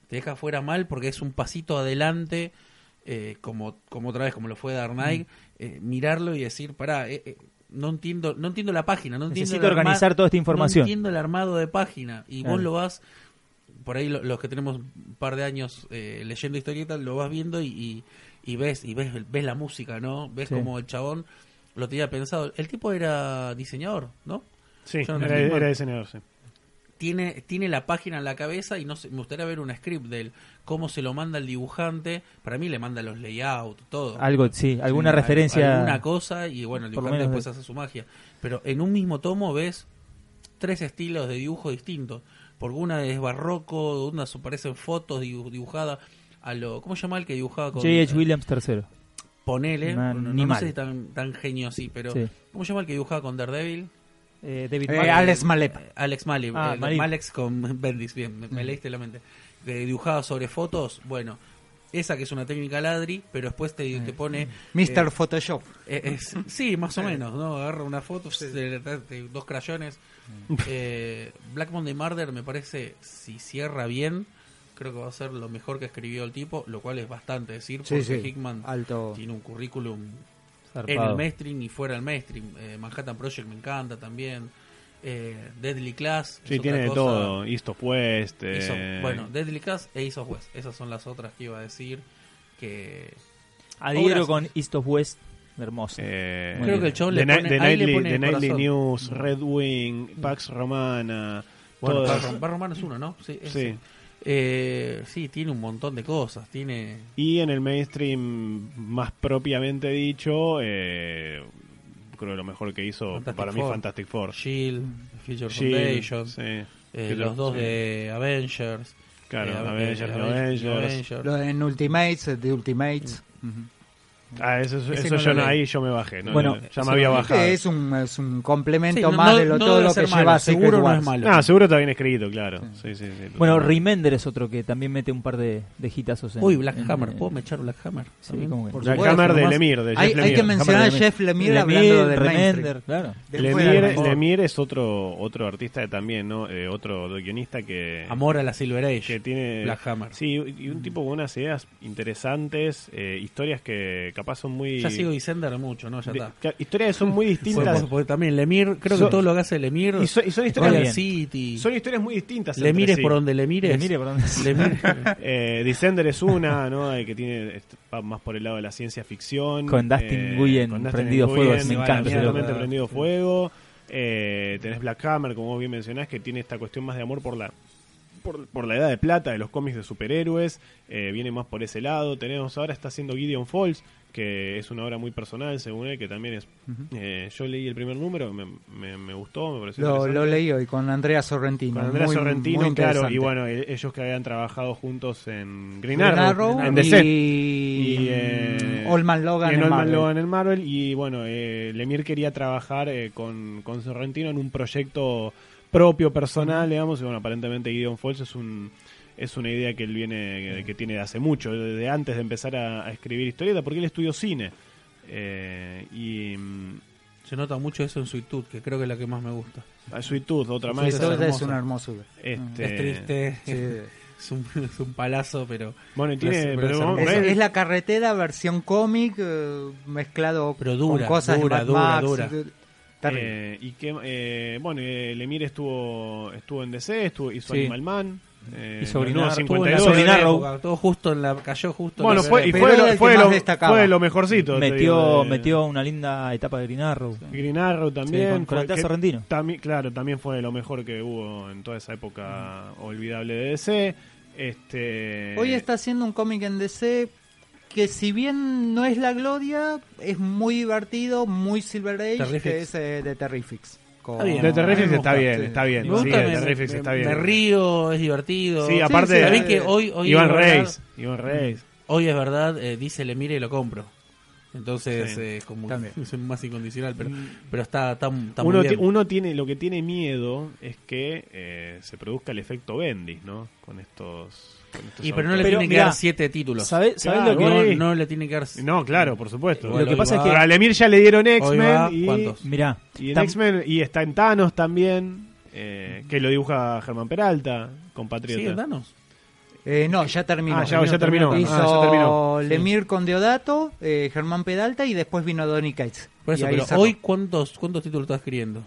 Speaker 4: Te deja fuera mal porque es un pasito adelante, eh, como, como otra vez, como lo fue Dark
Speaker 3: Mm.
Speaker 4: Knight, eh, mirarlo y decir, pará, eh, eh, no entiendo, no entiendo la página, no entiendo
Speaker 2: Necesito
Speaker 4: el arma-
Speaker 2: organizar toda esta información.
Speaker 4: No entiendo el armado de página y
Speaker 2: Claro.
Speaker 4: vos lo vas por ahí lo- los que tenemos un par de años eh, leyendo historietas lo vas viendo y, y- y ves y ves ves la música no ves
Speaker 2: Sí.
Speaker 4: como el chabón lo tenía pensado el tipo era diseñador no
Speaker 1: Sí,
Speaker 4: Jonathan
Speaker 1: era,
Speaker 4: Hickman.
Speaker 1: era diseñador, sí.
Speaker 4: tiene tiene la página en la cabeza y no sé, me gustaría ver un script de él cómo se lo manda el dibujante para mí le manda los layouts todo
Speaker 2: Algo, sí, alguna
Speaker 4: Sí, al-
Speaker 2: referencia.
Speaker 4: alguna cosa y bueno el
Speaker 2: Por lo
Speaker 4: dibujante
Speaker 2: menos
Speaker 4: después hace su magia pero en un mismo tomo ves tres estilos de dibujo distintos porque una es barroco una se- aparecen fotos dibu- dibujadas a lo cómo se llama el que dibujaba con
Speaker 2: J.H. Williams III.
Speaker 4: ponele
Speaker 2: Una-
Speaker 4: no, no-
Speaker 2: ni
Speaker 4: no
Speaker 2: mal.
Speaker 4: sé si tan tan genio así pero
Speaker 2: Sí.
Speaker 4: cómo se llama el que dibujaba con Daredevil
Speaker 2: Eh, David
Speaker 3: Eh,
Speaker 2: Mallet.
Speaker 3: Alex Malep.
Speaker 4: Eh, Alex Malib,
Speaker 2: Ah,
Speaker 4: eh,
Speaker 2: Malib.
Speaker 4: Malex con <laughs> Bendis, bien, me, me leíste la mente. Eh, dibujaba sobre fotos, bueno, esa que es una técnica ladri, pero después te, te pone...
Speaker 3: Mr.
Speaker 4: eh,
Speaker 3: Photoshop.
Speaker 4: eh,
Speaker 1: <laughs>
Speaker 4: es- sí, más o menos, ¿no? Agarra una foto, de- de- de dos crayones.
Speaker 1: Mm.
Speaker 4: Eh, Black Monday Murder me parece, si cierra bien, creo que va a ser lo mejor que escribió el tipo, lo cual es bastante decir, porque Hickman
Speaker 3: Alto.
Speaker 4: tiene un currículum en
Speaker 2: Zarpado.
Speaker 4: el mainstream y fuera del mainstream. Eh, Manhattan Project me encanta también. Eh, Deadly Class.
Speaker 1: Sí,
Speaker 4: es
Speaker 1: tiene
Speaker 4: otra
Speaker 1: de
Speaker 4: cosa.
Speaker 1: todo. East of West. eh,
Speaker 4: Ace of- bueno, Deadly Class e Ace of West. Esas son las otras que iba a decir. Que
Speaker 2: Adhiero
Speaker 4: Obras.
Speaker 2: con East of West. Hermoso.
Speaker 1: eh,
Speaker 2: Creo que el
Speaker 4: chabón le
Speaker 1: The Ni-
Speaker 4: pone-
Speaker 1: The
Speaker 4: ahí le
Speaker 1: Nightly,
Speaker 4: pone
Speaker 1: The
Speaker 4: el
Speaker 1: Nightly
Speaker 4: corazón.
Speaker 1: News, Red Wing, Pax Romana.
Speaker 4: Bueno,
Speaker 1: todas.
Speaker 4: Barro, Barro Humano es uno, ¿no? Sí, es-
Speaker 1: Sí.
Speaker 4: Eh, sí, tiene un montón de cosas. Tiene.
Speaker 1: Y en el mainstream, más propiamente dicho, eh, creo que lo mejor que hizo
Speaker 4: Fantastic
Speaker 1: para mí
Speaker 4: Four.
Speaker 1: Fantastic Four.
Speaker 4: Shield, Future
Speaker 1: Shield,
Speaker 4: Foundation,
Speaker 1: sí.
Speaker 4: eh,
Speaker 1: Future-
Speaker 4: los dos
Speaker 1: sí.
Speaker 4: de Avengers.
Speaker 1: Claro,
Speaker 4: eh,
Speaker 1: Avengers,
Speaker 4: eh,
Speaker 1: Avengers.
Speaker 3: Lo en Ultimates, de Ultimates. eh, Ujú.
Speaker 1: Ah, eso, eso
Speaker 3: Ese no
Speaker 1: yo
Speaker 3: lo
Speaker 1: no,
Speaker 3: leí.
Speaker 1: ahí yo me bajé. no,
Speaker 2: Bueno,
Speaker 1: no, ya me había bajado.
Speaker 3: Es un, es un complemento
Speaker 4: Sí, no-
Speaker 3: más
Speaker 4: no-
Speaker 3: de lo,
Speaker 4: no
Speaker 3: todo
Speaker 4: debe
Speaker 3: lo que
Speaker 4: ser malo,
Speaker 3: lleva Secret
Speaker 4: seguro no es
Speaker 3: Wars.
Speaker 4: malo.
Speaker 1: Ah, seguro está bien escrito, claro. Sí, sí, sí,
Speaker 2: Bueno,
Speaker 1: totalmente.
Speaker 2: Remender es otro que también mete un par de, de hitazos en.
Speaker 4: Uy, Black
Speaker 2: en-
Speaker 4: Hammer,
Speaker 2: en-
Speaker 4: ¿puedo me echar Black Hammer?
Speaker 2: Eh, Sí,
Speaker 4: También.
Speaker 2: cómo que no.
Speaker 1: Black Hammer de
Speaker 3: nomás-
Speaker 1: Lemire, de Jeff
Speaker 3: hay, hay
Speaker 1: Lemire.
Speaker 3: que mencionar a
Speaker 2: Hammer de
Speaker 3: Jeff Lemire,
Speaker 2: Lemire,
Speaker 3: hablando de
Speaker 2: Remender, claro.
Speaker 1: Lemire, Lemire es otro otro artista también, ¿no? Eh, otro guionista que
Speaker 4: Amor a la Silver Age.
Speaker 1: que tiene
Speaker 4: Black Hammer.
Speaker 1: Sí, y un tipo con unas ideas interesantes, eh, historias que capaz son muy
Speaker 4: Ya sigo Isender mucho, ¿no? Ya
Speaker 1: de-
Speaker 4: está.
Speaker 1: que- historias que son muy distintas.
Speaker 4: Porque, porque también Lemir, creo
Speaker 1: Son-
Speaker 4: que todo lo que hace Lemir.
Speaker 1: y, son, y son
Speaker 4: Royal
Speaker 1: historias
Speaker 2: bien.
Speaker 4: City.
Speaker 1: son historias muy distintas. entre
Speaker 4: Lemir es
Speaker 1: sí.
Speaker 4: por donde le mires.
Speaker 2: Lemire, por donde- <laughs>
Speaker 4: <laughs> Lemir.
Speaker 1: Eh, Descender es una, ¿no? Eh, que tiene est- va más por el lado de la ciencia ficción.
Speaker 2: Con Dustin
Speaker 1: Eh,
Speaker 2: Nguyen,
Speaker 1: con Dustin
Speaker 2: Prendido Fuego,
Speaker 1: Nguyen,
Speaker 2: me
Speaker 1: va
Speaker 2: encanta ese
Speaker 1: completamente
Speaker 2: loco.
Speaker 1: Prendido Fuego. Eh, tenés Black Hammer, como vos bien mencionás, que tiene esta cuestión más de amor por la por, por la edad de plata de los cómics de superhéroes, eh, viene más por ese lado. Tenemos ahora está haciendo Gideon Falls, que es una obra muy personal, según él, que también es. eh, yo leí el primer número, me, me- me gustó, me pareció.
Speaker 3: Lo,
Speaker 1: interesante.
Speaker 3: lo leí hoy con Andrea Sorrentino.
Speaker 1: Con Andrea
Speaker 3: Muy-
Speaker 1: Sorrentino,
Speaker 3: muy
Speaker 1: claro,
Speaker 3: interesante.
Speaker 1: y bueno, e- ellos que habían trabajado juntos en Green,
Speaker 3: Green
Speaker 1: Arrow,
Speaker 3: Arrow
Speaker 1: en DC.
Speaker 3: y,
Speaker 1: Y, eh,
Speaker 3: Old Man Logan
Speaker 1: y en
Speaker 3: en
Speaker 1: Old Man
Speaker 3: Marvel.
Speaker 1: Logan en Marvel. Y bueno, eh, Lemire quería trabajar eh, con, con Sorrentino en un proyecto propio, personal, digamos. Y bueno, aparentemente Gideon Falls es un es una idea que él viene eh, que tiene de hace mucho, desde antes de empezar a, a escribir historieta, porque él estudió cine. Eh, y mm,
Speaker 4: Se nota mucho eso en Suitud, que creo que es la que más me gusta.
Speaker 1: a Sweet Tooth, otra
Speaker 3: Sí,
Speaker 1: más.
Speaker 4: es
Speaker 3: todo
Speaker 4: hermoso.
Speaker 3: es una hermosura.
Speaker 1: Este,
Speaker 4: Es triste,
Speaker 1: <laughs>
Speaker 3: Sí.
Speaker 4: es, un, <laughs> es un palazo, pero,
Speaker 1: Bueno, y tiene,
Speaker 4: Pero es-
Speaker 1: pero,
Speaker 4: pero es
Speaker 1: vamos,
Speaker 3: Es,
Speaker 1: por ahí-
Speaker 3: es la carretera versión cómic eh, mezclado
Speaker 4: Pero dura,
Speaker 3: con cosas de
Speaker 4: dura,
Speaker 3: Mad
Speaker 4: dura,
Speaker 3: Max,
Speaker 4: dura.
Speaker 3: eh, terrible.
Speaker 1: Eh, y que, eh, bueno, eh, Lemire estuvo estuvo en DC, estuvo, hizo
Speaker 4: Sí.
Speaker 1: Animal Man, eh,
Speaker 2: Hizo
Speaker 1: la
Speaker 2: Green
Speaker 1: nueva
Speaker 2: Arrow,
Speaker 4: Tuvo en la
Speaker 1: 52.
Speaker 4: peor
Speaker 2: Green Arrow.
Speaker 4: época, todo justo en la cayó justo. en
Speaker 1: Bueno,
Speaker 4: la
Speaker 1: fue, y
Speaker 4: peor
Speaker 3: Pero
Speaker 1: fue,
Speaker 3: era
Speaker 1: lo,
Speaker 3: el que
Speaker 1: fue,
Speaker 3: más
Speaker 1: lo,
Speaker 3: destacaba.
Speaker 1: fue lo mejorcito. te
Speaker 2: Metió,
Speaker 1: digo, de-
Speaker 2: metió una linda etapa de Green Arrow.
Speaker 1: Green Arrow también.
Speaker 2: Sí, con- con
Speaker 1: fue-
Speaker 2: Andrea
Speaker 1: que
Speaker 2: Sorrentino.
Speaker 1: también- claro, también fue de lo mejor que hubo en toda esa época olvidable de DC. Este,
Speaker 3: Hoy está haciendo un cómic en DC que si bien no es la gloria, es muy divertido, muy Silver Age,
Speaker 4: Terrifics.
Speaker 3: que es eh, de Terrifics. Con-
Speaker 4: Está bien.
Speaker 1: De Terrifics
Speaker 4: Me
Speaker 1: está
Speaker 4: gusta,
Speaker 1: bien,
Speaker 3: sí.
Speaker 1: está bien.
Speaker 4: época.
Speaker 1: Sí,
Speaker 4: Me gusta,
Speaker 1: de
Speaker 4: me-
Speaker 1: Terrifics
Speaker 4: me-
Speaker 1: está
Speaker 4: me
Speaker 1: bien.
Speaker 4: río, es divertido.
Speaker 1: Sí, aparte-
Speaker 4: ¿Sabés que hoy, hoy
Speaker 1: Iván
Speaker 4: es verdad-
Speaker 1: Reis. Iván Reis.
Speaker 4: Hoy es verdad, eh, dice le mire y lo compro. Entonces,
Speaker 1: Sí,
Speaker 4: eh, como
Speaker 3: también.
Speaker 4: es más incondicional, pero,
Speaker 2: Mm.
Speaker 4: pero está tan tan
Speaker 1: uno,
Speaker 4: muy
Speaker 1: ti-
Speaker 4: bien.
Speaker 1: uno tiene lo que tiene miedo es que eh, se produzca el efecto Bendis, ¿no? Con estos. con estos
Speaker 4: Y pero no le
Speaker 1: autores.
Speaker 2: Pero,
Speaker 4: tienen
Speaker 2: mirá,
Speaker 4: que dar siete títulos.
Speaker 2: ¿Sabés, sabés
Speaker 1: Claro,
Speaker 2: lo que.?
Speaker 1: bueno.
Speaker 4: No,
Speaker 1: Sí.
Speaker 4: no le tienen que dar.
Speaker 1: No, claro, por supuesto.
Speaker 4: Bueno,
Speaker 2: Lo que pasa
Speaker 4: hoy
Speaker 2: es
Speaker 1: Pero
Speaker 2: que-
Speaker 1: a Lemir ya le dieron
Speaker 4: va,
Speaker 1: X-Men y,
Speaker 4: ¿cuántos?
Speaker 2: Mirá,
Speaker 1: y en
Speaker 2: tam-
Speaker 1: X-Men y está en Thanos también, eh, que lo dibuja Germán Peralta,
Speaker 4: Sí,
Speaker 1: compatriota.
Speaker 4: danos.
Speaker 3: Eh, no, ya terminó.
Speaker 1: Ah, ya- ya terminó.
Speaker 3: Hizo
Speaker 1: Ah, ya terminó.
Speaker 3: Lemir con Deodato, eh, Germán Pedalta y después vino Donny Cates.
Speaker 4: Por eso,
Speaker 3: Y ahí
Speaker 4: pero
Speaker 3: cerró.
Speaker 4: hoy, ¿cuántos, ¿cuántos títulos estás escribiendo?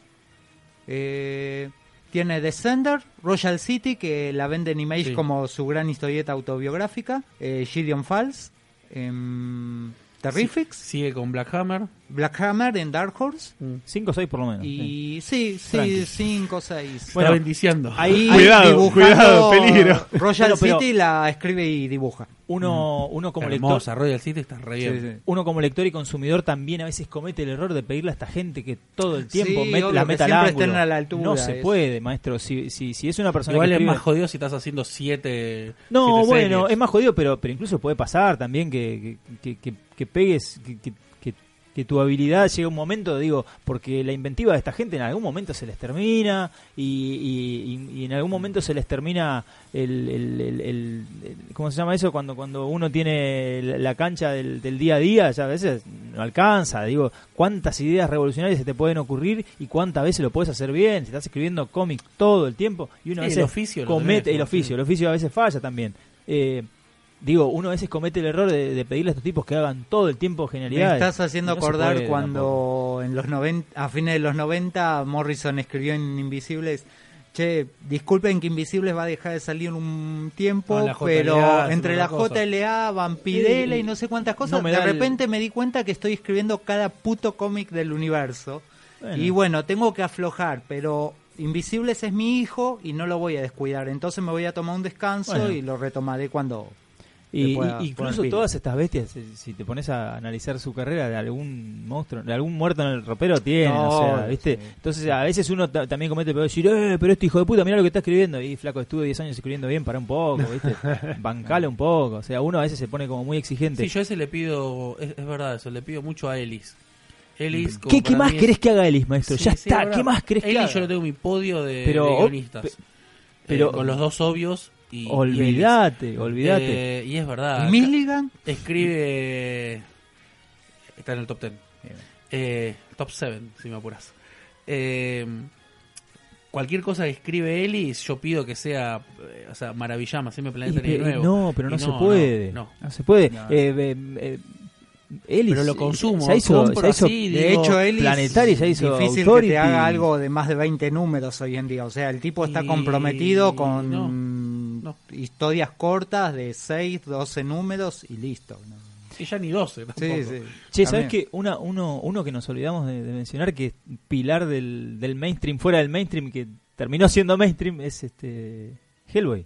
Speaker 3: Eh, tiene Descender, Royal City, que la vende en Image
Speaker 4: Sí.
Speaker 3: como su gran historieta autobiográfica, eh, Gideon Falls, em, Terrifics,
Speaker 4: Sigue con Black Hammer.
Speaker 3: Black Hammer en Dark Horse.
Speaker 4: Mm.
Speaker 2: cinco o seis por lo menos. Ah, sí.
Speaker 3: Y sí,
Speaker 2: Tranqui.
Speaker 3: sí, 5 o 6.
Speaker 2: Bueno,
Speaker 4: está bendiciando.
Speaker 2: Ahí
Speaker 1: Cuidado, cuidado, peligro.
Speaker 3: Royal
Speaker 2: Bueno, pero-
Speaker 3: City la escribe y dibuja.
Speaker 2: uno, uno como lector.
Speaker 4: Hermosa, Royal City está re bien.
Speaker 3: Sí, sí.
Speaker 2: Uno como lector y consumidor también a veces comete el error de pedirle a esta gente que todo el tiempo
Speaker 3: Sí,
Speaker 2: met-
Speaker 3: obvio,
Speaker 2: la
Speaker 3: que
Speaker 2: meta al
Speaker 3: siempre
Speaker 2: ángulo.
Speaker 3: estén a la altura,
Speaker 2: no se
Speaker 3: es-
Speaker 2: puede, maestro. Si, si, si es una persona
Speaker 4: Igual
Speaker 2: que
Speaker 4: es
Speaker 2: escribe-
Speaker 4: más jodido si estás haciendo siete.
Speaker 2: No,
Speaker 4: siete
Speaker 2: bueno,
Speaker 4: series.
Speaker 2: es más jodido, pero, pero incluso puede pasar también que, que, que- que pegues, que, que- que- que tu habilidad llegue a un momento, digo, porque la inventiva de esta gente en algún momento se les termina y, y- y- y en algún momento se les termina el, el- el- el- el- ¿cómo se llama eso? Cuando cuando uno tiene la- la cancha del, del día a día, ya a veces no alcanza, digo, cuántas ideas revolucionarias se te pueden ocurrir y cuántas veces lo puedes hacer bien, si estás escribiendo cómics todo el tiempo y uno a
Speaker 4: Sí, el
Speaker 2: veces
Speaker 4: oficio lo
Speaker 2: comete
Speaker 4: tenés,
Speaker 2: el
Speaker 4: ¿no?
Speaker 2: oficio el oficio a veces falla también. Eh, digo, uno a veces comete el error de, de pedirle a estos tipos que hagan todo el tiempo
Speaker 3: Me
Speaker 2: genialidades.
Speaker 3: estás haciendo
Speaker 2: No se
Speaker 3: acordar
Speaker 2: puede tampoco.
Speaker 3: cuando en los 90, a fines de los 90 Morrison escribió en Invisibles, che, disculpen que Invisibles va a dejar de salir un tiempo,
Speaker 4: Con la JLA,
Speaker 3: pero
Speaker 4: es
Speaker 3: entre
Speaker 4: una
Speaker 3: la
Speaker 4: cosa".
Speaker 3: JLA, Vampidela
Speaker 2: Sí,
Speaker 3: y no sé cuántas cosas,
Speaker 2: Eh, no me
Speaker 3: de
Speaker 2: da el-
Speaker 3: repente me di cuenta que estoy escribiendo cada puto cómic del universo.
Speaker 2: Bueno.
Speaker 3: Y bueno, tengo que aflojar, pero Invisibles es mi hijo y no lo voy a descuidar, entonces me voy a tomar un descanso
Speaker 2: Bueno.
Speaker 3: y lo retomaré cuando
Speaker 2: Y,
Speaker 3: le pueda
Speaker 2: y- incluso
Speaker 3: poner pila.
Speaker 2: todas estas bestias, si- si te pones a analizar su carrera, de algún monstruo, de algún muerto en el ropero tienen, o
Speaker 3: No,
Speaker 2: sea, ¿viste?
Speaker 3: sí.
Speaker 2: Entonces a veces uno ta- también comete el peor de decir, eh, pero este hijo de puta, mira lo que está escribiendo. Y flaco, estuve 10 años escribiendo bien, para un
Speaker 3: <laughs>
Speaker 2: poco, ¿viste? Bancale un poco. O sea, uno a veces se pone como muy exigente.
Speaker 4: Sí, yo a ese le pido, es, es verdad eso, le pido mucho a Ellis. Ellis como
Speaker 2: ¿Qué, qué
Speaker 4: para
Speaker 2: más
Speaker 4: mí es-
Speaker 2: querés que haga Elis, maestro?
Speaker 4: Sí,
Speaker 2: ya
Speaker 4: sí,
Speaker 2: está,
Speaker 4: es
Speaker 2: ¿qué
Speaker 4: verdad.
Speaker 2: más querés que
Speaker 4: Ellis
Speaker 2: haga?
Speaker 4: yo lo tengo en mi podio de,
Speaker 2: Pero-
Speaker 4: de guionistas.
Speaker 2: pe-
Speaker 4: Eh,
Speaker 2: pero-
Speaker 4: con los dos obvios y y Ellis.
Speaker 2: Olvídate, olvídate.
Speaker 4: Eh, y es verdad.
Speaker 3: Milligan.
Speaker 4: Escribe. Está en el top 10.
Speaker 2: Bien.
Speaker 4: Eh, top 7, si me apuras. Eh, cualquier cosa que escribe Ellis, yo pido que sea. eh, o sea, maravillama, siempre
Speaker 2: Y
Speaker 4: planeta
Speaker 2: pe-
Speaker 4: nuevo.
Speaker 2: no, pero
Speaker 4: Y
Speaker 2: no, se puede. No,
Speaker 4: No.
Speaker 2: se puede.
Speaker 3: No.
Speaker 2: Eh, eh, eh, Ellis,
Speaker 4: Pero lo
Speaker 2: eh,
Speaker 4: consumo,
Speaker 2: Se hizo,
Speaker 4: compro
Speaker 2: se hizo
Speaker 4: así,
Speaker 3: De
Speaker 4: Digo,
Speaker 3: hecho, él
Speaker 2: Planetary ya hizo
Speaker 3: difícil
Speaker 2: Authority.
Speaker 3: que te haga algo de más de 20 números hoy en día. O sea, el tipo está
Speaker 4: Y-
Speaker 3: comprometido con
Speaker 4: no, no.
Speaker 3: historias cortas de 6, 12 números y listo. ¿no?
Speaker 4: Y ya ni 12 tampoco.
Speaker 2: Che, ¿sabes qué? Una, uno, uno que nos olvidamos de, de mencionar, que es pilar del, del mainstream, fuera del mainstream, que terminó siendo mainstream, es este Hellboy.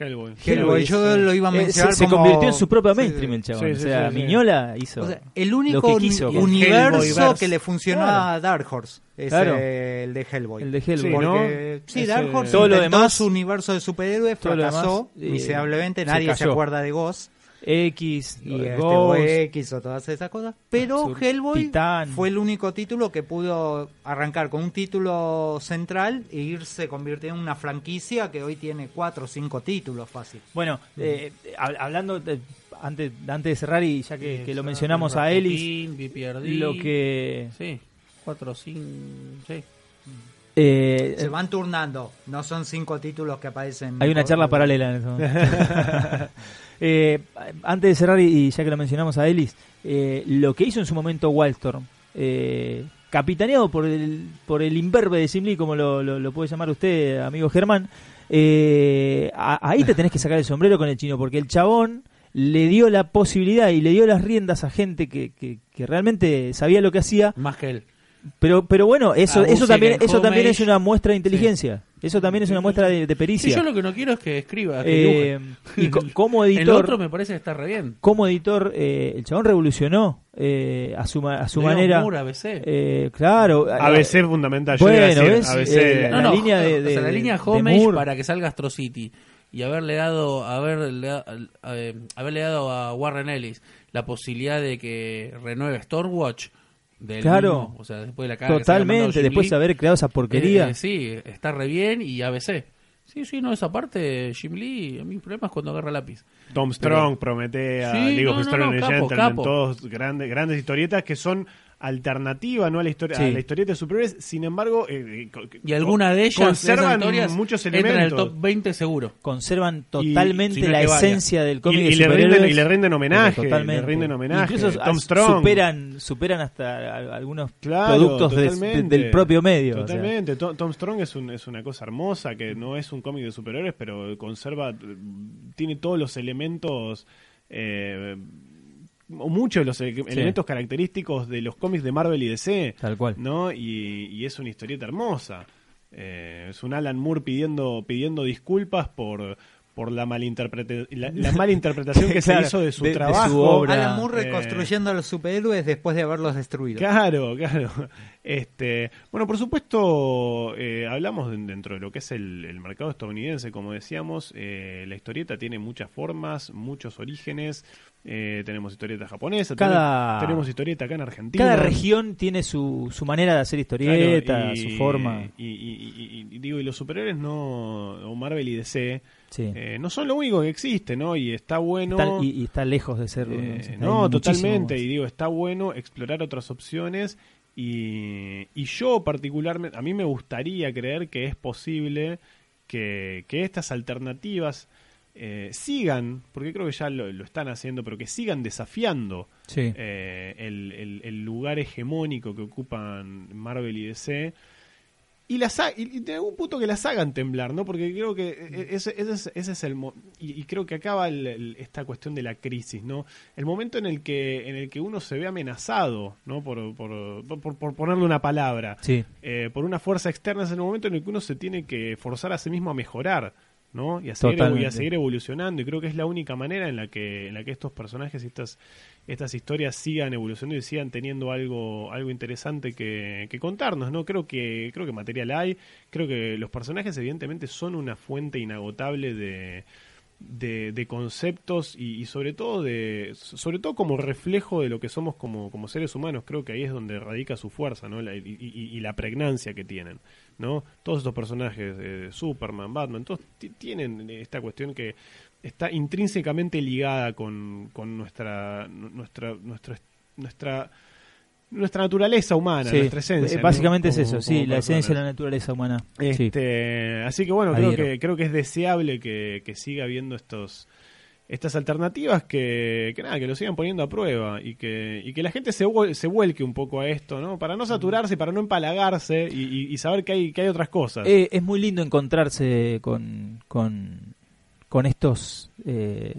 Speaker 1: Hellboy.
Speaker 3: Hellboy, yo
Speaker 2: es,
Speaker 3: lo iba a
Speaker 2: eh, se-
Speaker 3: mencionar
Speaker 2: se,
Speaker 3: como-
Speaker 2: convirtió en su propia
Speaker 3: Sí,
Speaker 2: mainstream el chabón.
Speaker 1: sí,
Speaker 2: o
Speaker 1: sí,
Speaker 2: sea,
Speaker 1: sí, sí.
Speaker 2: Miñola hizo.
Speaker 3: O sea, el
Speaker 2: Lo
Speaker 3: único
Speaker 2: que quiso,
Speaker 3: uni-
Speaker 2: con
Speaker 3: universo
Speaker 1: Hellboyverse.
Speaker 3: que le funcionó a Dark Horse es
Speaker 2: Claro.
Speaker 3: eh, el de Hellboy.
Speaker 2: el de Hellboy.
Speaker 1: Sí, ¿no?
Speaker 3: Porque- sí,
Speaker 1: Ese-
Speaker 3: Dark Horse
Speaker 2: Todo lo
Speaker 3: intentó
Speaker 2: demás-
Speaker 3: su universo de superhéroes,
Speaker 2: todo lo
Speaker 3: fracasó
Speaker 2: demás, eh,
Speaker 3: miserablemente,
Speaker 2: se
Speaker 3: nadie se
Speaker 2: cayó.
Speaker 3: acuerda de Ghost.
Speaker 2: X,
Speaker 3: y este
Speaker 2: Ghost,
Speaker 3: VX o todas esas cosas. Pero
Speaker 2: Sur-
Speaker 3: Hellboy
Speaker 2: Titán.
Speaker 3: fue el único título que pudo arrancar con un título central e irse convirtiendo en una franquicia que hoy tiene cuatro o cinco títulos fácil.
Speaker 2: Bueno, eh, hab- hablando de- antes, antes de cerrar y ya que, que lo
Speaker 4: Exacto,
Speaker 2: mencionamos a
Speaker 4: Rasputin,
Speaker 2: Ellis,
Speaker 4: BPRD,
Speaker 2: lo que
Speaker 4: Sí, 4, 5. Sí.
Speaker 2: eh,
Speaker 3: Se van turnando, no son cinco títulos que aparecen.
Speaker 2: hay una
Speaker 3: por-
Speaker 2: charla paralela en eso.
Speaker 4: <laughs>
Speaker 2: Eh, antes de cerrar y y ya que lo mencionamos a Ellis, eh, lo que hizo en su momento Wildstorm, eh, capitaneado por el por el imberbe de Simli, como lo, lo- lo puede llamar usted, amigo Germán, eh, a- ahí te tenés que sacar el sombrero con el chino, porque el chabón le dio la posibilidad y le dio las riendas a gente que, que- que realmente sabía lo que hacía
Speaker 4: Más que él.
Speaker 2: Pero, pero bueno, eso,
Speaker 4: Ah,
Speaker 2: eso
Speaker 4: Busiek
Speaker 2: también,
Speaker 4: en
Speaker 2: eso también es
Speaker 4: Homage.
Speaker 2: una muestra de inteligencia. Eso también es una muestra de, de pericia.
Speaker 4: Sí, yo lo que no quiero es que escriba. Que
Speaker 2: Eh,
Speaker 4: dibuje.
Speaker 2: y co- como
Speaker 4: <laughs> El otro
Speaker 2: editor,
Speaker 4: me parece que está re bien.
Speaker 2: como editor, eh, el chabón revolucionó eh, a su ma- a su
Speaker 4: Leon
Speaker 2: manera.
Speaker 4: Moore, ABC.
Speaker 2: eh, claro. eh,
Speaker 1: ABC fundamental. Yo iba a
Speaker 2: Bueno,
Speaker 1: decir
Speaker 2: ¿ves?
Speaker 1: ABC.
Speaker 2: Eh,
Speaker 4: No,
Speaker 2: la
Speaker 4: no,
Speaker 2: línea de-
Speaker 4: o
Speaker 2: de-
Speaker 4: sea, la
Speaker 2: de-
Speaker 4: línea
Speaker 2: de
Speaker 4: homage
Speaker 2: Moore.
Speaker 4: para que salga Astro City y haberle dado haberle, da- al- a, eh, haberle dado a Warren Ellis la posibilidad de que renueve Stormwatch del
Speaker 2: Claro.
Speaker 4: mismo, o sea después de la cara que se había mandado
Speaker 2: Totalmente,
Speaker 4: Jim
Speaker 2: después de
Speaker 4: Lee,
Speaker 2: haber creado esa porquería.
Speaker 4: eh, sí está re bien y ABC sí sí no esa parte Jim Lee a mí el problema es cuando agarra lápiz
Speaker 1: Tom Strong, Prometea,
Speaker 4: Sí,
Speaker 1: League of
Speaker 4: no, no,
Speaker 1: Historian
Speaker 4: no,
Speaker 1: and
Speaker 4: capo,
Speaker 1: Gentlemen,
Speaker 4: capo.
Speaker 1: todos grandes, grandes historietas que son alternativa no a la historia
Speaker 2: Sí.
Speaker 1: a la historieta de superhéroes sin embargo eh, eh, co-
Speaker 4: y alguna de ellas esas
Speaker 1: conservan
Speaker 4: historias,
Speaker 1: muchos
Speaker 4: entra en el
Speaker 1: elementos
Speaker 4: top 20 seguro
Speaker 2: Conservan
Speaker 1: Y-
Speaker 2: totalmente
Speaker 4: si no es
Speaker 2: la
Speaker 4: que varia.
Speaker 2: esencia del cómic
Speaker 1: Y-
Speaker 2: de
Speaker 1: y le rinden-
Speaker 2: superhéroes.
Speaker 1: y le rinden homenaje,
Speaker 2: Pero
Speaker 1: le rinden homenaje.
Speaker 2: Incluso
Speaker 1: Tom
Speaker 2: as-
Speaker 1: Strong.
Speaker 2: superan superan hasta a- algunos
Speaker 1: Claro,
Speaker 2: productos de- de-
Speaker 1: totalmente.
Speaker 2: del propio medio. o sea.
Speaker 1: Totalmente. To- Tom Strong es, un- es una cosa hermosa, que no es un cómic de superhéroes, pero conserva, eh, tiene todos los elementos, eh, o muchos de los ele- elementos característicos de los cómics de Marvel y DC.
Speaker 2: Tal cual.
Speaker 1: ¿no? Y, y es una historieta hermosa. Eh, es un Alan Moore pidiendo, pidiendo disculpas por por la, malinterprete- la, la
Speaker 2: <laughs>
Speaker 1: mala interpretación que
Speaker 2: Claro,
Speaker 1: se hizo de su
Speaker 2: de- de su
Speaker 1: trabajo.
Speaker 2: obra.
Speaker 3: Alan Moore
Speaker 1: Eh,
Speaker 3: reconstruyendo a los superhéroes después de haberlos destruido.
Speaker 1: Claro, claro. Este, bueno, por supuesto, eh, hablamos de- dentro de lo que es el, el mercado estadounidense, como decíamos, eh, la historieta tiene muchas formas, muchos orígenes. eh, tenemos historieta japonesa,
Speaker 2: Cada-
Speaker 1: tenemos, tenemos historieta acá en Argentina.
Speaker 2: Cada región tiene su, su manera de hacer historieta,
Speaker 1: Claro, y-
Speaker 2: su forma.
Speaker 1: Y, y- y- y digo, y los superhéroes no, o Marvel y DC,
Speaker 2: Sí.
Speaker 1: eh, no son lo único que existe, ¿no? Y está bueno.
Speaker 2: Está- y, y está lejos de ser.
Speaker 1: Eh,
Speaker 2: hay
Speaker 1: no,
Speaker 2: muchísimo
Speaker 1: totalmente.
Speaker 2: más.
Speaker 1: Y digo, está bueno explorar otras opciones. Y, y yo particularmente, a mí me gustaría creer que es posible que, que estas alternativas eh, sigan, porque creo que ya lo, lo están haciendo, pero que sigan desafiando
Speaker 2: Sí.
Speaker 1: eh, el, el- el lugar hegemónico que ocupan Marvel y DC. Y, las ha- y, y de algún punto que las hagan temblar, ¿no? Porque creo que e- ese, ese es, ese es el... mo- Y, y creo que acaba el- el- esta cuestión de la crisis, ¿no? El momento en el que, en el que uno se ve amenazado, ¿no? Por, por, por- por ponerle una palabra,
Speaker 2: Sí.
Speaker 1: eh, por una fuerza externa, es el momento en el que uno se tiene que forzar a sí mismo a mejorar. ¿no? Y a, seguir,
Speaker 2: Totalmente.
Speaker 1: y a seguir evolucionando. Y creo que es la única manera en la que, en la que estos personajes y estas, estas historias sigan evolucionando y sigan teniendo algo, algo interesante que, que contarnos, ¿no? Creo que, creo que material hay. Creo que los personajes, evidentemente, son una fuente inagotable de. De, de conceptos y, y sobre todo de sobre todo como reflejo de lo que somos como, como seres humanos creo que ahí es donde radica su fuerza ¿no? La- y, y- y la pregnancia que tienen ¿no? Todos estos personajes, eh, Superman, Batman, todos ti- tienen esta cuestión que está intrínsecamente ligada con, con nuestra, nu- nuestra, nuestra, nuestra, nuestra naturaleza humana,
Speaker 2: Sí,
Speaker 1: nuestra esencia.
Speaker 2: eh,
Speaker 1: ¿no?
Speaker 2: Básicamente es
Speaker 1: Como-
Speaker 2: eso,
Speaker 1: como
Speaker 2: sí, la
Speaker 1: personas.
Speaker 2: esencia de la naturaleza humana. Sí.
Speaker 1: Este, Así que bueno, creo
Speaker 2: Adhiero.
Speaker 1: que, creo que es deseable que, que siga habiendo estos estas alternativas que, que nada, que lo sigan poniendo a prueba y que, y que la gente se, vuel- se vuelque un poco a esto, ¿no? Para
Speaker 2: Mm.
Speaker 1: no saturarse, para no empalagarse y, y- y saber que hay, que hay otras cosas.
Speaker 2: Eh, es muy lindo encontrarse con, con, con estos eh,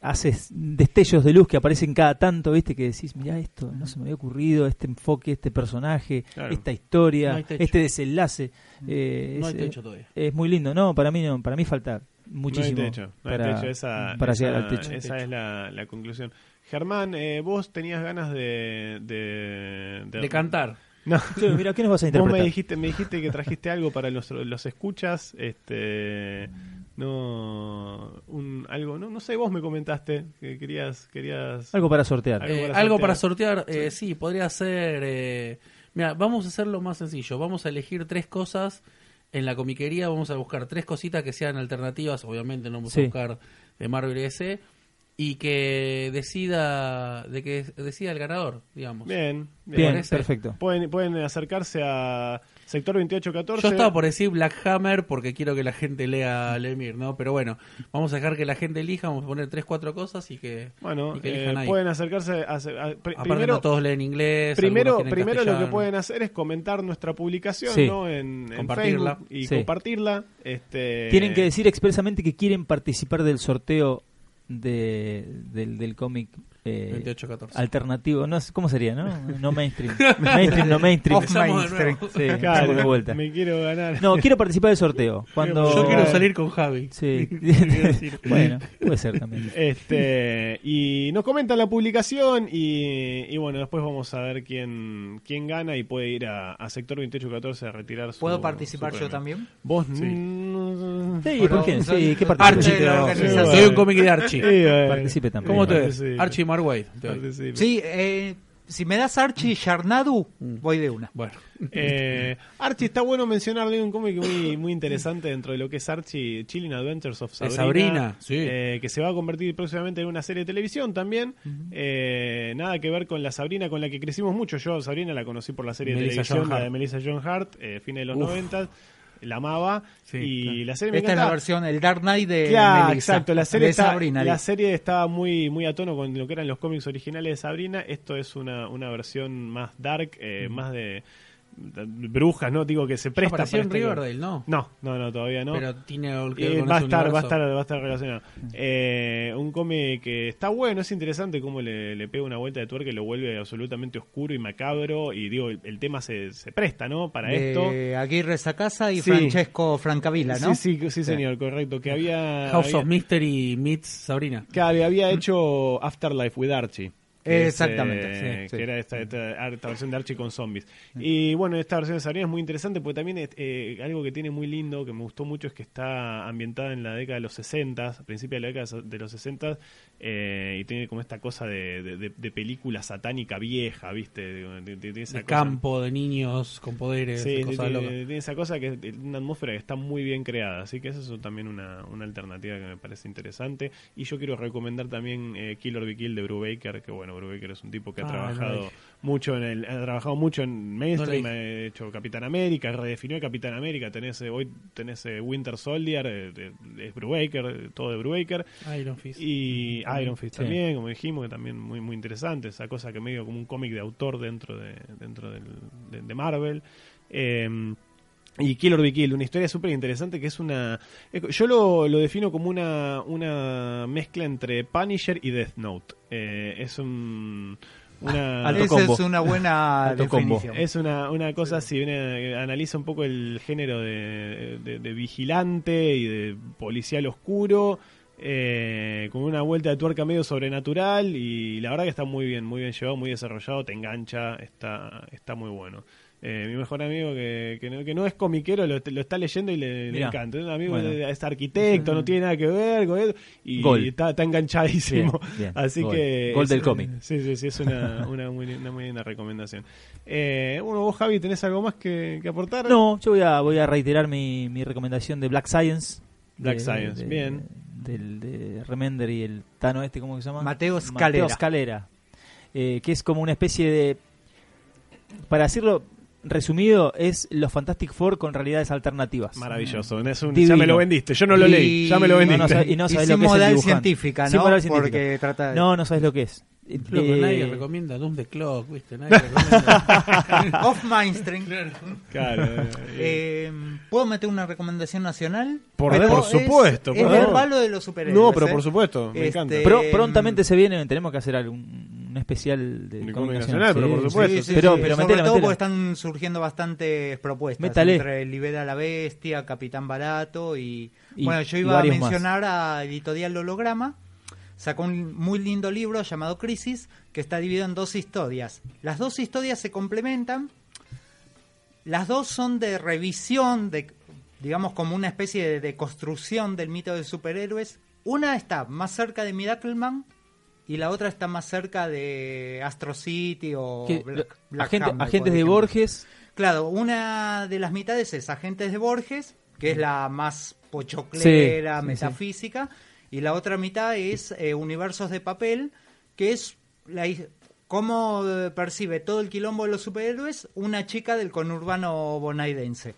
Speaker 2: haces destellos de luz que aparecen cada tanto, ¿viste? Que decís, mirá esto, no se me había ocurrido, este enfoque, este personaje,
Speaker 1: Claro.
Speaker 2: esta historia,
Speaker 4: No hay techo.
Speaker 2: este desenlace. Eh,
Speaker 4: No hay
Speaker 2: es,
Speaker 4: techo todavía.
Speaker 2: es muy lindo, no, para mí no, para mí falta muchísimo
Speaker 1: No hay techo, no hay
Speaker 2: para,
Speaker 1: techo, Esa,
Speaker 2: para
Speaker 1: esa-
Speaker 2: llegar al techo.
Speaker 1: esa es la, la conclusión. Germán, eh, vos tenías ganas de... De,
Speaker 4: De cantar.
Speaker 1: No.
Speaker 2: <laughs> Sí, mira, ¿qué nos vas
Speaker 1: <laughs>
Speaker 2: a
Speaker 1: Vos me
Speaker 2: interpretar?
Speaker 1: dijiste, me dijiste que trajiste algo para los, los escuchas, este no un algo, no, no sé, vos me comentaste que querías, querías
Speaker 2: Algo para sortear.
Speaker 1: Algo
Speaker 4: Eh,
Speaker 1: para
Speaker 4: algo
Speaker 1: sortear.
Speaker 4: para sortear, eh, sí, podría ser. eh, mira, vamos a hacerlo más sencillo. Vamos a elegir tres cosas en la comiquería. Vamos a buscar tres cositas que sean alternativas. Obviamente, no vamos
Speaker 2: Sí.
Speaker 4: a buscar de Marvel S. Y que decida, de que decida el ganador, digamos.
Speaker 1: Bien, bien.
Speaker 2: Bien,
Speaker 4: parece.
Speaker 2: perfecto.
Speaker 1: Pueden, pueden acercarse a sector 2814.
Speaker 4: Yo estaba por decir Black Hammer porque quiero que la gente lea Lemir, ¿no? Pero bueno, vamos a dejar que la gente elija, vamos a poner tres, cuatro cosas y que,
Speaker 1: bueno,
Speaker 4: y que
Speaker 1: eh,
Speaker 4: elijan ahí.
Speaker 1: pueden acercarse a, a- pr-
Speaker 4: Aparte
Speaker 1: primero
Speaker 4: no todos leen inglés.
Speaker 1: Primero,
Speaker 4: algunos tienen
Speaker 1: primero lo que
Speaker 4: castellano.
Speaker 1: pueden hacer es comentar nuestra publicación
Speaker 2: Sí.
Speaker 1: ¿no? en, en
Speaker 4: Compartirla.
Speaker 1: Facebook y
Speaker 2: Sí.
Speaker 1: compartirla. Este,
Speaker 2: Tienen que decir expresamente que quieren participar del sorteo de, del, del cómic eh,
Speaker 4: 28-14.
Speaker 2: alternativo. No, sé, ¿Cómo sería, no?
Speaker 1: <laughs>
Speaker 2: No mainstream. mainstream, no mainstream.
Speaker 3: Off
Speaker 2: Sí,
Speaker 4: Empezamos de
Speaker 3: mainstream.
Speaker 4: nuevo.
Speaker 1: Claro,
Speaker 2: estamos de vuelta.
Speaker 1: Me quiero
Speaker 4: <laughs>
Speaker 1: ganar.
Speaker 2: No, quiero participar del sorteo. Cuando...
Speaker 4: Yo quiero
Speaker 1: Eh,
Speaker 4: salir con Javi.
Speaker 1: <laughs>
Speaker 2: Sí.
Speaker 4: Quiero decir.
Speaker 2: bueno, puede ser
Speaker 1: Eh,
Speaker 2: también.
Speaker 1: Este, y nos comentan la publicación y, y bueno, después vamos a ver quién, quién gana y puede ir a, a sector 2814 a retirar su
Speaker 3: ¿Puedo participar
Speaker 1: su
Speaker 3: yo
Speaker 1: premio.
Speaker 3: también?
Speaker 1: Vos
Speaker 5: Sí.
Speaker 1: no-
Speaker 2: Sí,
Speaker 3: Bueno,
Speaker 2: ¿por qué?
Speaker 3: soy-
Speaker 2: Sí, ¿qué
Speaker 3: de
Speaker 4: Archie,
Speaker 3: la
Speaker 2: participe?
Speaker 1: Sí,
Speaker 3: organización.
Speaker 4: Soy un cómic de
Speaker 1: Sí, eh,
Speaker 4: Archie.
Speaker 1: bueno.
Speaker 2: Participe también.
Speaker 4: ¿Cómo te ves?
Speaker 1: Participe.
Speaker 4: Archie Marwade. te doy.
Speaker 1: Participe.
Speaker 3: Sí, eh, si me das Archie y Sharnadu,
Speaker 2: Mm.
Speaker 3: voy de una.
Speaker 4: Bueno.
Speaker 1: Eh, Archie, está bueno mencionarle un cómic muy, muy interesante dentro de lo que es Archie, Chilling Adventures of
Speaker 4: De
Speaker 1: Sabrina.
Speaker 4: Sabrina, sí.
Speaker 1: eh, que se va a convertir próximamente en una serie de televisión también. Eh, nada que ver con la Sabrina con la que crecimos mucho. Yo a Sabrina la conocí por la serie de
Speaker 4: Melissa
Speaker 1: televisión,
Speaker 4: Joan
Speaker 1: la
Speaker 4: Hart.
Speaker 1: de Melissa John Hart, eh, fines de los
Speaker 4: Uf.
Speaker 1: 90. La amaba.
Speaker 4: Sí,
Speaker 1: y la
Speaker 4: claro.
Speaker 1: serie me
Speaker 3: Esta es la
Speaker 1: encantaba.
Speaker 3: versión, el Dark Knight de
Speaker 1: Claro,
Speaker 3: Melissa,
Speaker 1: exacto. La serie,
Speaker 3: de
Speaker 1: está-
Speaker 3: Sabrina.
Speaker 1: la
Speaker 3: digo.
Speaker 1: serie estaba muy, muy a tono con lo que eran los cómics originales de Sabrina. Esto es una, una versión más dark, eh, más de, de brujas, ¿no? Digo que se presta
Speaker 4: Apareció
Speaker 1: para
Speaker 4: en
Speaker 1: este-
Speaker 4: Riverdale, ¿no?
Speaker 1: No, no, no, todavía no.
Speaker 4: Pero tiene algo que
Speaker 1: Eh,
Speaker 4: ver con
Speaker 1: va, a
Speaker 4: ese
Speaker 1: estar, va a
Speaker 4: universo.
Speaker 1: estar, va a estar relacionado. Eh, un cómic que está bueno, es interesante cómo le, le pega una vuelta de tuerca y lo vuelve absolutamente oscuro y macabro. Y digo, el, el tema se, se presta, ¿no? Para esto.
Speaker 3: de Aguirre Sacasa y
Speaker 1: Sí.
Speaker 3: Francesco Francavila, ¿no?
Speaker 1: Sí, sí, sí, señor, correcto. Que había.
Speaker 4: House
Speaker 1: había-
Speaker 4: of Mystery meets Sabrina.
Speaker 1: <laughs> Claro, había hecho Afterlife with Archie. que es,
Speaker 3: Exactamente,
Speaker 1: eh, que
Speaker 3: sí, sí.
Speaker 1: era esta, esta- esta versión de Archie con zombies. Y bueno, esta versión de Sabrina es muy interesante porque también es, eh, algo que tiene muy lindo, que me gustó mucho, es que está ambientada en la década de los 60, a principios de la década de los 60, eh, y tiene como esta cosa de, de- de- de película satánica vieja, ¿viste? De, de- de- de esa
Speaker 4: De
Speaker 1: cosa.
Speaker 4: campo, de niños con poderes,
Speaker 1: Sí,
Speaker 4: cosas
Speaker 1: tiene,
Speaker 4: locas.
Speaker 1: tiene esa cosa que es una atmósfera que está muy bien creada, así que eso es también una, una alternativa que me parece interesante. Y yo quiero recomendar también eh, Kill or Be Kill de Brubaker, que bueno, Brubaker es un tipo que ha
Speaker 4: Ah, no
Speaker 1: trabajado
Speaker 4: lo dije.
Speaker 1: mucho en el, ha trabajado mucho en mainstream,
Speaker 4: No lo
Speaker 1: ha hecho Capitán América, redefinió a Capitán América, tenés eh, hoy tenés eh, Winter Soldier, eh, eh, es Brubaker, eh, todo de Brubaker.
Speaker 4: Iron Fist.
Speaker 1: eh, Y Iron Fist
Speaker 2: Sí.
Speaker 1: también, como dijimos, que también muy muy interesante, esa cosa que medio como un cómic de autor dentro de, dentro del- de, de Marvel. Eh, y Kill or Be Kill, una historia súper interesante que es una... Yo lo, lo defino como una, una mezcla entre Punisher y Death Note. Eh, es un, Una,
Speaker 2: Ah, Alto
Speaker 3: Esa
Speaker 2: combo.
Speaker 3: es
Speaker 1: <laughs>
Speaker 3: una buena
Speaker 2: Alto combo.
Speaker 3: definición.
Speaker 1: Es una, una cosa, si una, analiza un poco el género de, de- de vigilante y de policial oscuro, eh, con una vuelta de tuerca medio sobrenatural y la verdad que está muy bien, muy bien llevado, muy desarrollado, te engancha, está, está muy bueno. Eh, mi mejor amigo que, que no, que no es comiquero lo, lo está leyendo y le, le
Speaker 2: Mirá.
Speaker 1: encanta. Es un amigo
Speaker 2: Bueno.
Speaker 1: que es arquitecto, no tiene nada que ver con eso, y
Speaker 2: Gol.
Speaker 1: está, está enganchadísimo.
Speaker 2: Bien, bien,
Speaker 1: Así
Speaker 2: gol.
Speaker 1: que...
Speaker 2: Gol
Speaker 1: es-
Speaker 2: del cómic.
Speaker 1: Sí, sí, sí, es una, una, muy, una muy linda recomendación. Eh, bueno, vos, Javi, ¿tenés algo más que, que aportar?
Speaker 2: No, yo voy a, voy a reiterar mi, mi recomendación de Black Science.
Speaker 1: Black
Speaker 2: De-
Speaker 1: Science,
Speaker 2: de-
Speaker 1: bien.
Speaker 2: Del de Remender y el Tano este, ¿cómo que se llama?
Speaker 3: Mateo Scalera.
Speaker 2: Mateo Scalera. Eh, que es como una especie de... Para decirlo resumido, es los Fantastic Four con realidades alternativas.
Speaker 1: Maravilloso. es un-
Speaker 2: Divino.
Speaker 1: ya me lo vendiste. Yo no lo
Speaker 3: Y-
Speaker 1: leí. Ya me lo
Speaker 3: no,
Speaker 1: vendiste.
Speaker 2: no, sabe- y no sabés
Speaker 3: y sin
Speaker 2: lo que es el
Speaker 3: modal
Speaker 2: dibujante.
Speaker 3: científica,
Speaker 2: Sin
Speaker 3: ¿no?
Speaker 2: modal científica.
Speaker 3: Porque trata de...
Speaker 2: No, <laughs> no sabes lo que es.
Speaker 4: Loco,
Speaker 2: Eh,
Speaker 4: nadie recomienda Doom the Clock, ¿viste?
Speaker 1: <laughs>
Speaker 4: Nadie recomienda.
Speaker 3: <laughs> Off Mainstream.
Speaker 1: <laughs> Claro, eh,
Speaker 3: Eh, ¿Puedo meter una recomendación nacional?
Speaker 1: Por-
Speaker 3: Pero
Speaker 1: por
Speaker 3: es-
Speaker 1: supuesto,
Speaker 3: Es
Speaker 1: por
Speaker 3: del
Speaker 1: favor.
Speaker 3: palo de los superhéroes.
Speaker 1: no, pero
Speaker 3: ¿eh?
Speaker 1: por supuesto. Me
Speaker 3: Este,
Speaker 1: encanta.
Speaker 3: eh,
Speaker 2: Pro-
Speaker 3: em,
Speaker 2: prontamente se viene, tenemos que hacer algún un especial de
Speaker 1: De
Speaker 2: Comic
Speaker 1: Comic
Speaker 2: Nacional.
Speaker 1: Nacional, pero por
Speaker 3: Sí,
Speaker 1: supuesto.
Speaker 3: sí, sí,
Speaker 2: pero
Speaker 3: sí.
Speaker 2: pero
Speaker 3: Sobre
Speaker 2: metela,
Speaker 3: todo
Speaker 2: metela.
Speaker 3: porque están surgiendo bastantes propuestas
Speaker 2: Métale.
Speaker 3: entre Libera la Bestia, Capitán Barato y,
Speaker 2: Y-
Speaker 3: bueno, yo
Speaker 2: y
Speaker 3: iba a
Speaker 2: varios más.
Speaker 3: mencionar a Editorial Holograma. Sacó un muy lindo libro llamado Crisis que está dividido en dos historias. Las dos historias se complementan. Las dos son de revisión de digamos como una especie de, de construcción del mito de superhéroes. Una está más cerca de Miracleman y la otra está más cerca de Astro City o
Speaker 2: Que-
Speaker 3: Black-
Speaker 2: la-
Speaker 3: Black
Speaker 2: agente-
Speaker 3: Hammer,
Speaker 2: agentes
Speaker 3: por
Speaker 2: de
Speaker 3: ejemplo.
Speaker 2: Borges
Speaker 3: Claro, una de las mitades es Agentes de Borges, que es la más
Speaker 2: Sí,
Speaker 3: pochoclera,
Speaker 2: sí,
Speaker 3: metafísica, y la otra mitad es eh, Universos de Papel, que es la his- cómo eh, percibe todo el quilombo de los superhéroes una chica del conurbano bonaidense.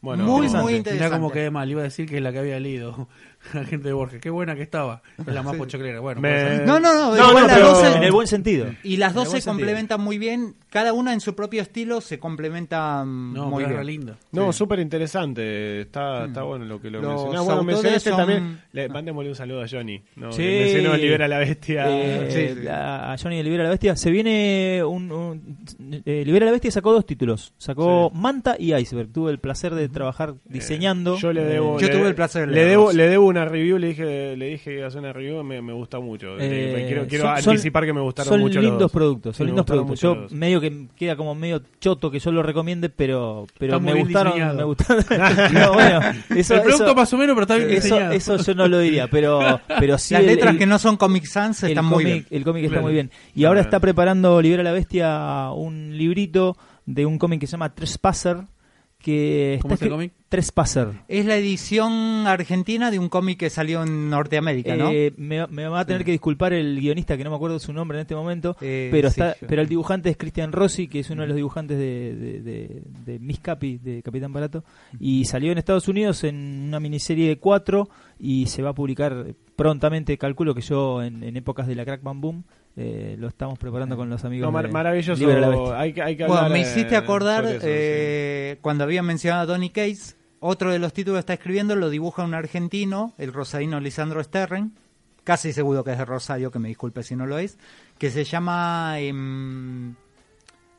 Speaker 1: bueno,
Speaker 3: muy,
Speaker 1: no,
Speaker 3: muy
Speaker 4: Mirá
Speaker 3: interesante.
Speaker 4: cómo quedé mal, iba a decir que es la que había leído <laughs> la gente de Borges. Qué buena que estaba. Es la más pochoclera. Bueno,
Speaker 1: Me-
Speaker 4: puede ser.
Speaker 3: No, no, no,
Speaker 1: No,
Speaker 3: igual
Speaker 1: no,
Speaker 3: las
Speaker 1: pero-
Speaker 3: dos se-
Speaker 2: en el buen sentido.
Speaker 3: y las dos
Speaker 2: en el buen
Speaker 3: se
Speaker 2: sentido.
Speaker 3: complementan muy bien, cada una en su propio estilo se complementan
Speaker 4: no,
Speaker 3: muy
Speaker 4: pero
Speaker 3: bien.
Speaker 4: era linda.
Speaker 1: No, súper interesante. Está, está bueno lo que lo
Speaker 3: Los
Speaker 1: mencionás. Bueno,
Speaker 3: autores
Speaker 1: mencionaste
Speaker 3: son-
Speaker 1: también. Le, mandémosle un saludo a Johnny. No,
Speaker 2: Sí.
Speaker 1: que mencionó Libera la Bestia.
Speaker 2: Eh,
Speaker 1: <laughs> Sí, sí.
Speaker 2: la- a Johnny de Libera la Bestia. Se viene un. un- eh, Libera la Bestia sacó dos títulos. Sacó Manta y Iceberg. Tuve el placer de trabajar diseñando.
Speaker 1: Eh,
Speaker 2: Eh,
Speaker 1: Yo le debo.
Speaker 3: Yo
Speaker 1: le-
Speaker 3: tuve el placer de
Speaker 1: le debo,
Speaker 3: leerlos.
Speaker 1: le debo una review, le dije, le dije que hace una review, me, me gusta mucho.
Speaker 2: Eh,
Speaker 1: Le- quiero quiero
Speaker 2: son- son-
Speaker 1: anticipar que me gustaron
Speaker 2: son
Speaker 1: mucho los
Speaker 2: lindos
Speaker 1: dos.
Speaker 2: productos, son
Speaker 1: Sí, me
Speaker 2: lindos
Speaker 1: gustaron
Speaker 2: productos.
Speaker 1: mucho
Speaker 2: Yo
Speaker 1: los dos.
Speaker 2: medio que queda como medio choto que yo lo recomiende, pero pero
Speaker 4: Está muy
Speaker 2: me
Speaker 4: bien
Speaker 2: gustaron,
Speaker 4: diseñado.
Speaker 2: me gustaron.
Speaker 1: <laughs>
Speaker 2: <laughs> No, bueno, eso,
Speaker 4: el producto
Speaker 2: eso-
Speaker 4: más o menos, pero está bien
Speaker 2: eso,
Speaker 4: diseñado.
Speaker 2: eso yo no lo diría, pero
Speaker 1: <laughs>
Speaker 2: pero sí
Speaker 3: Las
Speaker 2: el-
Speaker 3: letras
Speaker 2: el-
Speaker 3: que no son Comic Sans
Speaker 2: el
Speaker 3: están muy
Speaker 2: cómic,
Speaker 3: bien.
Speaker 2: El cómic está
Speaker 1: Claro.
Speaker 2: muy bien. Y ahora
Speaker 1: Ah.
Speaker 2: está preparando Libera la Bestia un librito de un cómic que se llama Trespasser. Que está
Speaker 4: ¿Cómo es el
Speaker 2: escri-
Speaker 4: cómic?
Speaker 2: Trespasser.
Speaker 3: Es la edición argentina de un cómic que salió en Norteamérica, ¿no?
Speaker 2: Eh, me, me va a tener que disculpar el guionista, que no me acuerdo su nombre en este momento,
Speaker 3: Eh,
Speaker 2: pero
Speaker 3: sí,
Speaker 2: está,
Speaker 3: yo-
Speaker 2: pero el dibujante es Cristian Rossi, que es uno de los dibujantes de, de, de- de Miss Capi, de Capitán Barato, y salió en Estados Unidos en una miniserie de cuatro y se va a publicar prontamente, calculo que yo en, en épocas de la Crack Bam Boom eh, lo estamos preparando con los amigos.
Speaker 1: No, mar-
Speaker 2: de
Speaker 1: maravilloso.
Speaker 2: eh, Libera la Bestia.
Speaker 1: hay, que- hay que
Speaker 3: bueno,
Speaker 1: hablar,
Speaker 3: me
Speaker 1: eh,
Speaker 3: hiciste acordar
Speaker 1: sobre eso,
Speaker 3: eh, cuando había mencionado a Donny Cates, otro de los títulos que está escribiendo lo dibuja un argentino, el rosarino Lisandro Sterren, casi seguro que es de Rosario, que me disculpe si no lo es, que se llama em,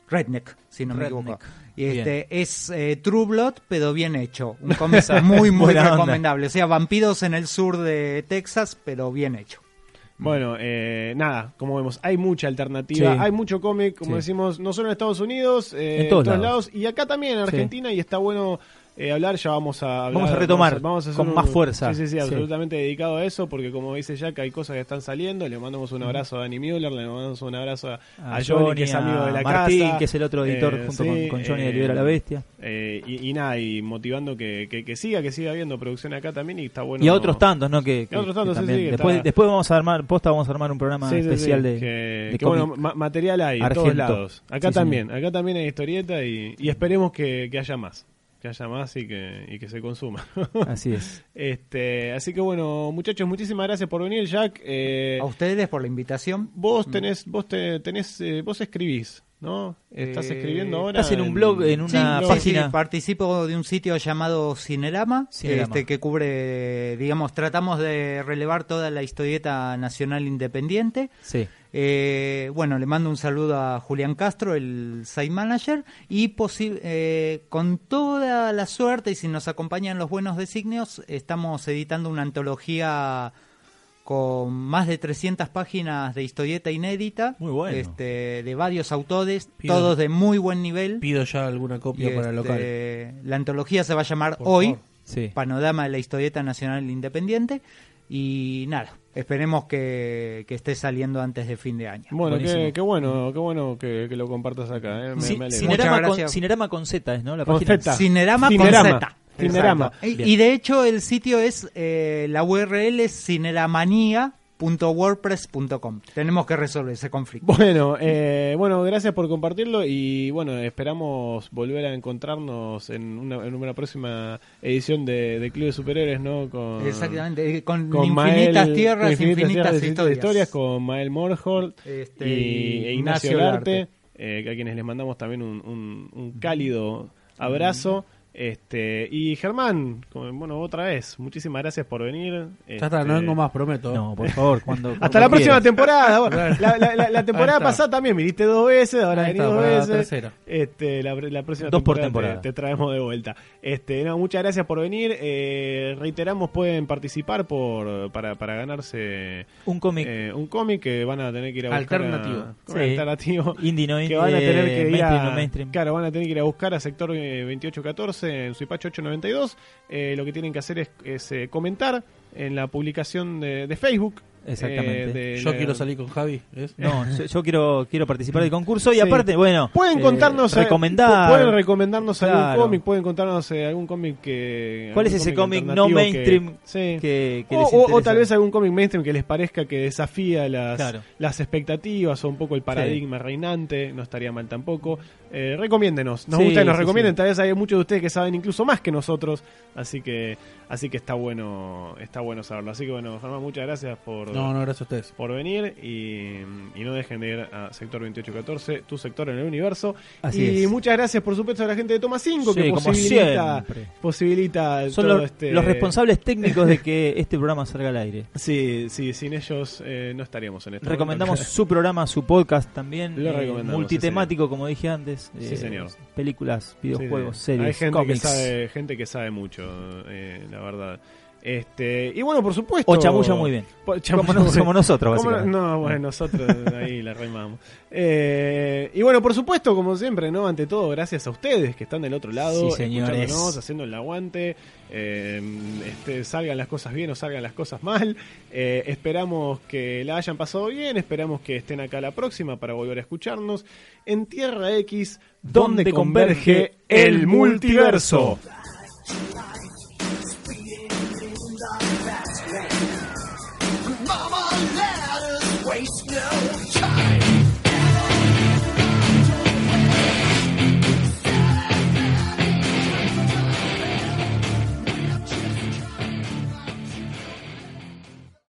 Speaker 3: Redneck, si no me equivoco.
Speaker 2: Redneck.
Speaker 3: Y este, es eh, True Blood, pero bien hecho.
Speaker 2: <laughs>
Speaker 3: Un cómic muy, muy
Speaker 2: Buena onda.
Speaker 3: recomendable. O sea, vampiros en el sur de Texas, pero bien hecho.
Speaker 1: sí. Bueno, eh, nada, como vemos, hay mucha alternativa,
Speaker 2: Sí.
Speaker 1: hay mucho cómic, como
Speaker 2: Sí.
Speaker 1: decimos, no solo en Estados Unidos, eh,
Speaker 2: En todos lados.
Speaker 1: y acá también, en
Speaker 2: Sí.
Speaker 1: Argentina, y está bueno eh, hablar, ya vamos a hablar,
Speaker 2: Vamos a retomar
Speaker 1: hacer
Speaker 2: con más fuerza.
Speaker 1: Sí, sí, sí,
Speaker 2: Sí.
Speaker 1: absolutamente dedicado a eso, porque como dice Jack, hay cosas que están saliendo, le mandamos un abrazo a Dani Müller, le mandamos un abrazo a,
Speaker 2: A
Speaker 1: a Johnny,
Speaker 2: Johnny,
Speaker 1: que es amigo
Speaker 2: a
Speaker 1: de la
Speaker 2: Martín,
Speaker 1: casa.
Speaker 2: que es el otro editor junto con- con Johnny de Libera la Bestia.
Speaker 1: eh, y, y nada, y motivando que, que- que siga, que siga habiendo producción acá también, y está bueno.
Speaker 2: y a otros tantos, ¿no? Que, que-
Speaker 1: otros tantos,
Speaker 2: que
Speaker 1: sí,
Speaker 2: también-
Speaker 1: sí, que
Speaker 2: después,
Speaker 1: está-
Speaker 2: después vamos a armar, posta, vamos a armar un programa
Speaker 1: Sí, sí,
Speaker 2: especial
Speaker 1: sí,
Speaker 2: de,
Speaker 1: que,
Speaker 2: de
Speaker 1: que,
Speaker 2: cómic.
Speaker 1: <laughs> bueno, ma- material hay en todos
Speaker 2: Argento.
Speaker 1: lados. Acá
Speaker 2: Sí,
Speaker 1: también, acá también hay historieta y, y esperemos que, que haya más. Que haya más y que, y que se consuma.
Speaker 2: Así es.
Speaker 1: <laughs> este, así que bueno, muchachos, muchísimas gracias por venir, Jack. Eh,
Speaker 3: A ustedes por la invitación.
Speaker 2: Mm.
Speaker 1: vos tenés, vos te- tenés, eh, vos escribís. ¿no? Estás
Speaker 3: Eh,
Speaker 1: escribiendo ahora.
Speaker 2: Estás en un blog, en una
Speaker 3: Sí, sí,
Speaker 2: página.
Speaker 3: sí, participo de un sitio llamado Cinerama,
Speaker 2: Cinerama.
Speaker 3: Este, que cubre, digamos, tratamos de relevar toda la historieta nacional independiente.
Speaker 2: Sí.
Speaker 3: Eh, bueno, le mando un saludo a Julián Castro, el site manager, y posi- eh, con toda la suerte, y si nos acompañan los buenos designios, estamos editando una antología con más de 300 páginas de historieta inédita,
Speaker 2: Muy bueno.
Speaker 3: este, de varios autores,
Speaker 4: Pido-
Speaker 3: todos de muy buen nivel.
Speaker 4: Pido ya alguna copia
Speaker 3: Y,
Speaker 4: para el local.
Speaker 3: este, La antología se va a llamar
Speaker 4: Por
Speaker 3: Hoy,
Speaker 4: favor.
Speaker 2: Sí.
Speaker 3: Panorama de la Historieta Nacional Independiente. Y nada, esperemos que, que esté saliendo antes de fin de año.
Speaker 1: Bueno, qué,
Speaker 2: Buenísimo.
Speaker 1: qué bueno, qué bueno que, que lo compartas acá. ¿eh? Me,
Speaker 2: Ci-
Speaker 1: me alegro.
Speaker 2: Cinerama
Speaker 3: Muchas
Speaker 2: con,
Speaker 3: gracias.
Speaker 2: Cinerama con Z es, ¿no? La
Speaker 1: Con
Speaker 2: página.
Speaker 1: Z.
Speaker 3: Cinerama,
Speaker 1: Cinerama.
Speaker 3: con Z.
Speaker 1: Cinerama.
Speaker 3: Exacto. Y-
Speaker 2: Bien.
Speaker 3: Y de hecho el sitio es, eh, la URL es cineramanía.wordpress.com. Tenemos que resolver ese conflicto.
Speaker 1: Bueno, eh, bueno, gracias por compartirlo y bueno, esperamos volver a encontrarnos en una, en una próxima edición de, de Club de Superhéroes, ¿no? Con,
Speaker 3: Exactamente, eh, con,
Speaker 1: con
Speaker 3: infinitas
Speaker 1: Mael-
Speaker 3: tierras, infinitas,
Speaker 1: tierras,
Speaker 3: historias.
Speaker 1: con Mael Morhol
Speaker 3: Este,
Speaker 1: y,
Speaker 3: y
Speaker 1: e Ignacio
Speaker 3: Ignacio
Speaker 1: Larte,
Speaker 3: Larte.
Speaker 1: eh, a quienes les mandamos también un, un- un cálido abrazo. Este, y Germán, como- bueno, otra vez, muchísimas gracias por venir.
Speaker 4: Ya está, no
Speaker 1: Este,
Speaker 4: vengo más, prometo.
Speaker 2: No, por favor, cuando.
Speaker 1: <laughs> Hasta la
Speaker 2: cuando
Speaker 1: próxima
Speaker 2: quieras.
Speaker 1: temporada. ahora. La, la- la- la temporada
Speaker 4: Ahí está.
Speaker 1: pasada también viniste dos veces, ahora
Speaker 4: Ahí
Speaker 1: venís
Speaker 4: está,
Speaker 1: dos
Speaker 4: para la
Speaker 1: veces.
Speaker 4: tercera.
Speaker 1: Este, la, la próxima
Speaker 2: Dos por
Speaker 1: Te,
Speaker 2: temporada.
Speaker 1: te traemos de vuelta. Este, no, muchas gracias por venir. Eh, reiteramos, pueden participar por para, para ganarse
Speaker 2: Un cómic
Speaker 1: eh, un cómic que van a tener que ir a buscar. a-
Speaker 4: Alternativo.
Speaker 1: un
Speaker 2: Sí.
Speaker 1: Alternativo.
Speaker 2: indie, no indie.
Speaker 1: Que van a tener
Speaker 2: eh,
Speaker 1: que ir
Speaker 2: mainstream,
Speaker 1: a,
Speaker 2: no mainstream.
Speaker 1: Claro, van a tener que ir a buscar a sector eh, 2814 en Suipacho 892. Eh, lo que tienen que hacer es, es, eh, comentar en la publicación de, de Facebook. Eh,
Speaker 2: Exactamente.
Speaker 4: Yo
Speaker 1: la-
Speaker 4: quiero salir con Javi. ¿es?
Speaker 2: No,
Speaker 1: <laughs>
Speaker 2: yo, yo quiero, quiero participar del concurso y
Speaker 1: Sí.
Speaker 2: aparte, bueno.
Speaker 1: Pueden
Speaker 2: eh,
Speaker 1: contarnos, eh,
Speaker 2: recomendar.
Speaker 1: pueden recomendarnos algún
Speaker 2: Claro.
Speaker 1: cómic, pueden contarnos eh, algún cómic que.
Speaker 2: ¿Cuál es
Speaker 1: algún
Speaker 2: ese cómic no
Speaker 1: alternativo que-
Speaker 2: mainstream
Speaker 1: sí.
Speaker 2: que, que
Speaker 1: o,
Speaker 2: les
Speaker 1: o- o
Speaker 2: interesa?
Speaker 1: tal vez algún cómic mainstream que les parezca que desafía las,
Speaker 2: Claro.
Speaker 1: las expectativas o un poco el paradigma reinante, no estaría mal tampoco. Eh, recomiéndenos, nos
Speaker 2: Sí,
Speaker 1: gusta que nos
Speaker 2: sí,
Speaker 1: recomienden,
Speaker 2: sí.
Speaker 1: tal vez hay muchos de ustedes que saben incluso más que nosotros, así que así que está bueno está bueno saberlo. Así que bueno, Germán, muchas gracias por,
Speaker 4: No, no, gracias a ustedes.
Speaker 1: por venir y, y no dejen de ir a Sector 2814, tu sector en el universo.
Speaker 2: Así
Speaker 1: y
Speaker 2: es.
Speaker 1: muchas gracias por supuesto a la gente de Toma 5
Speaker 2: Sí,
Speaker 1: que
Speaker 2: como
Speaker 1: posibilita,
Speaker 2: siempre.
Speaker 1: posibilita
Speaker 2: Son
Speaker 1: todo
Speaker 2: los,
Speaker 1: este-
Speaker 2: los responsables técnicos de que este programa salga al
Speaker 1: <laughs>
Speaker 2: aire.
Speaker 1: Sí, sí, sin ellos eh, no estaríamos en este <laughs>
Speaker 2: Recomendamos
Speaker 1: momento.
Speaker 2: su programa, su podcast también.
Speaker 1: Lo
Speaker 2: eh,
Speaker 1: recomendamos,
Speaker 2: multitemático, como dije antes. eh,
Speaker 1: Sí, señor.
Speaker 2: Películas,
Speaker 1: Sí,
Speaker 2: videojuegos,
Speaker 1: sí. Hay
Speaker 2: series,
Speaker 1: gente
Speaker 2: cómics.
Speaker 1: que sabe, gente que sabe mucho, eh, la verdad. Este, y bueno, por supuesto.
Speaker 2: O chamulla muy bien.
Speaker 1: Po- chamulla
Speaker 2: Como, nos-
Speaker 1: muy bien.
Speaker 2: como nosotros,
Speaker 1: ¿Cómo no?
Speaker 2: básicamente.
Speaker 1: No, bueno, nosotros ahí la remamos. Eh, y bueno, por supuesto, como siempre, ¿no? Ante todo, gracias a ustedes que están del otro lado,
Speaker 2: Sí, señores.
Speaker 1: escuchándonos, haciendo el aguante. eh, este, salgan las cosas bien o salgan las cosas mal. Eh, esperamos que la hayan pasado bien. Esperamos que estén acá la próxima para volver a escucharnos. En Tierra X, donde,
Speaker 2: Donde
Speaker 1: converge
Speaker 2: converge
Speaker 1: el
Speaker 2: el
Speaker 1: multiverso.
Speaker 2: multiverso.
Speaker 5: Mama, let us waste no time.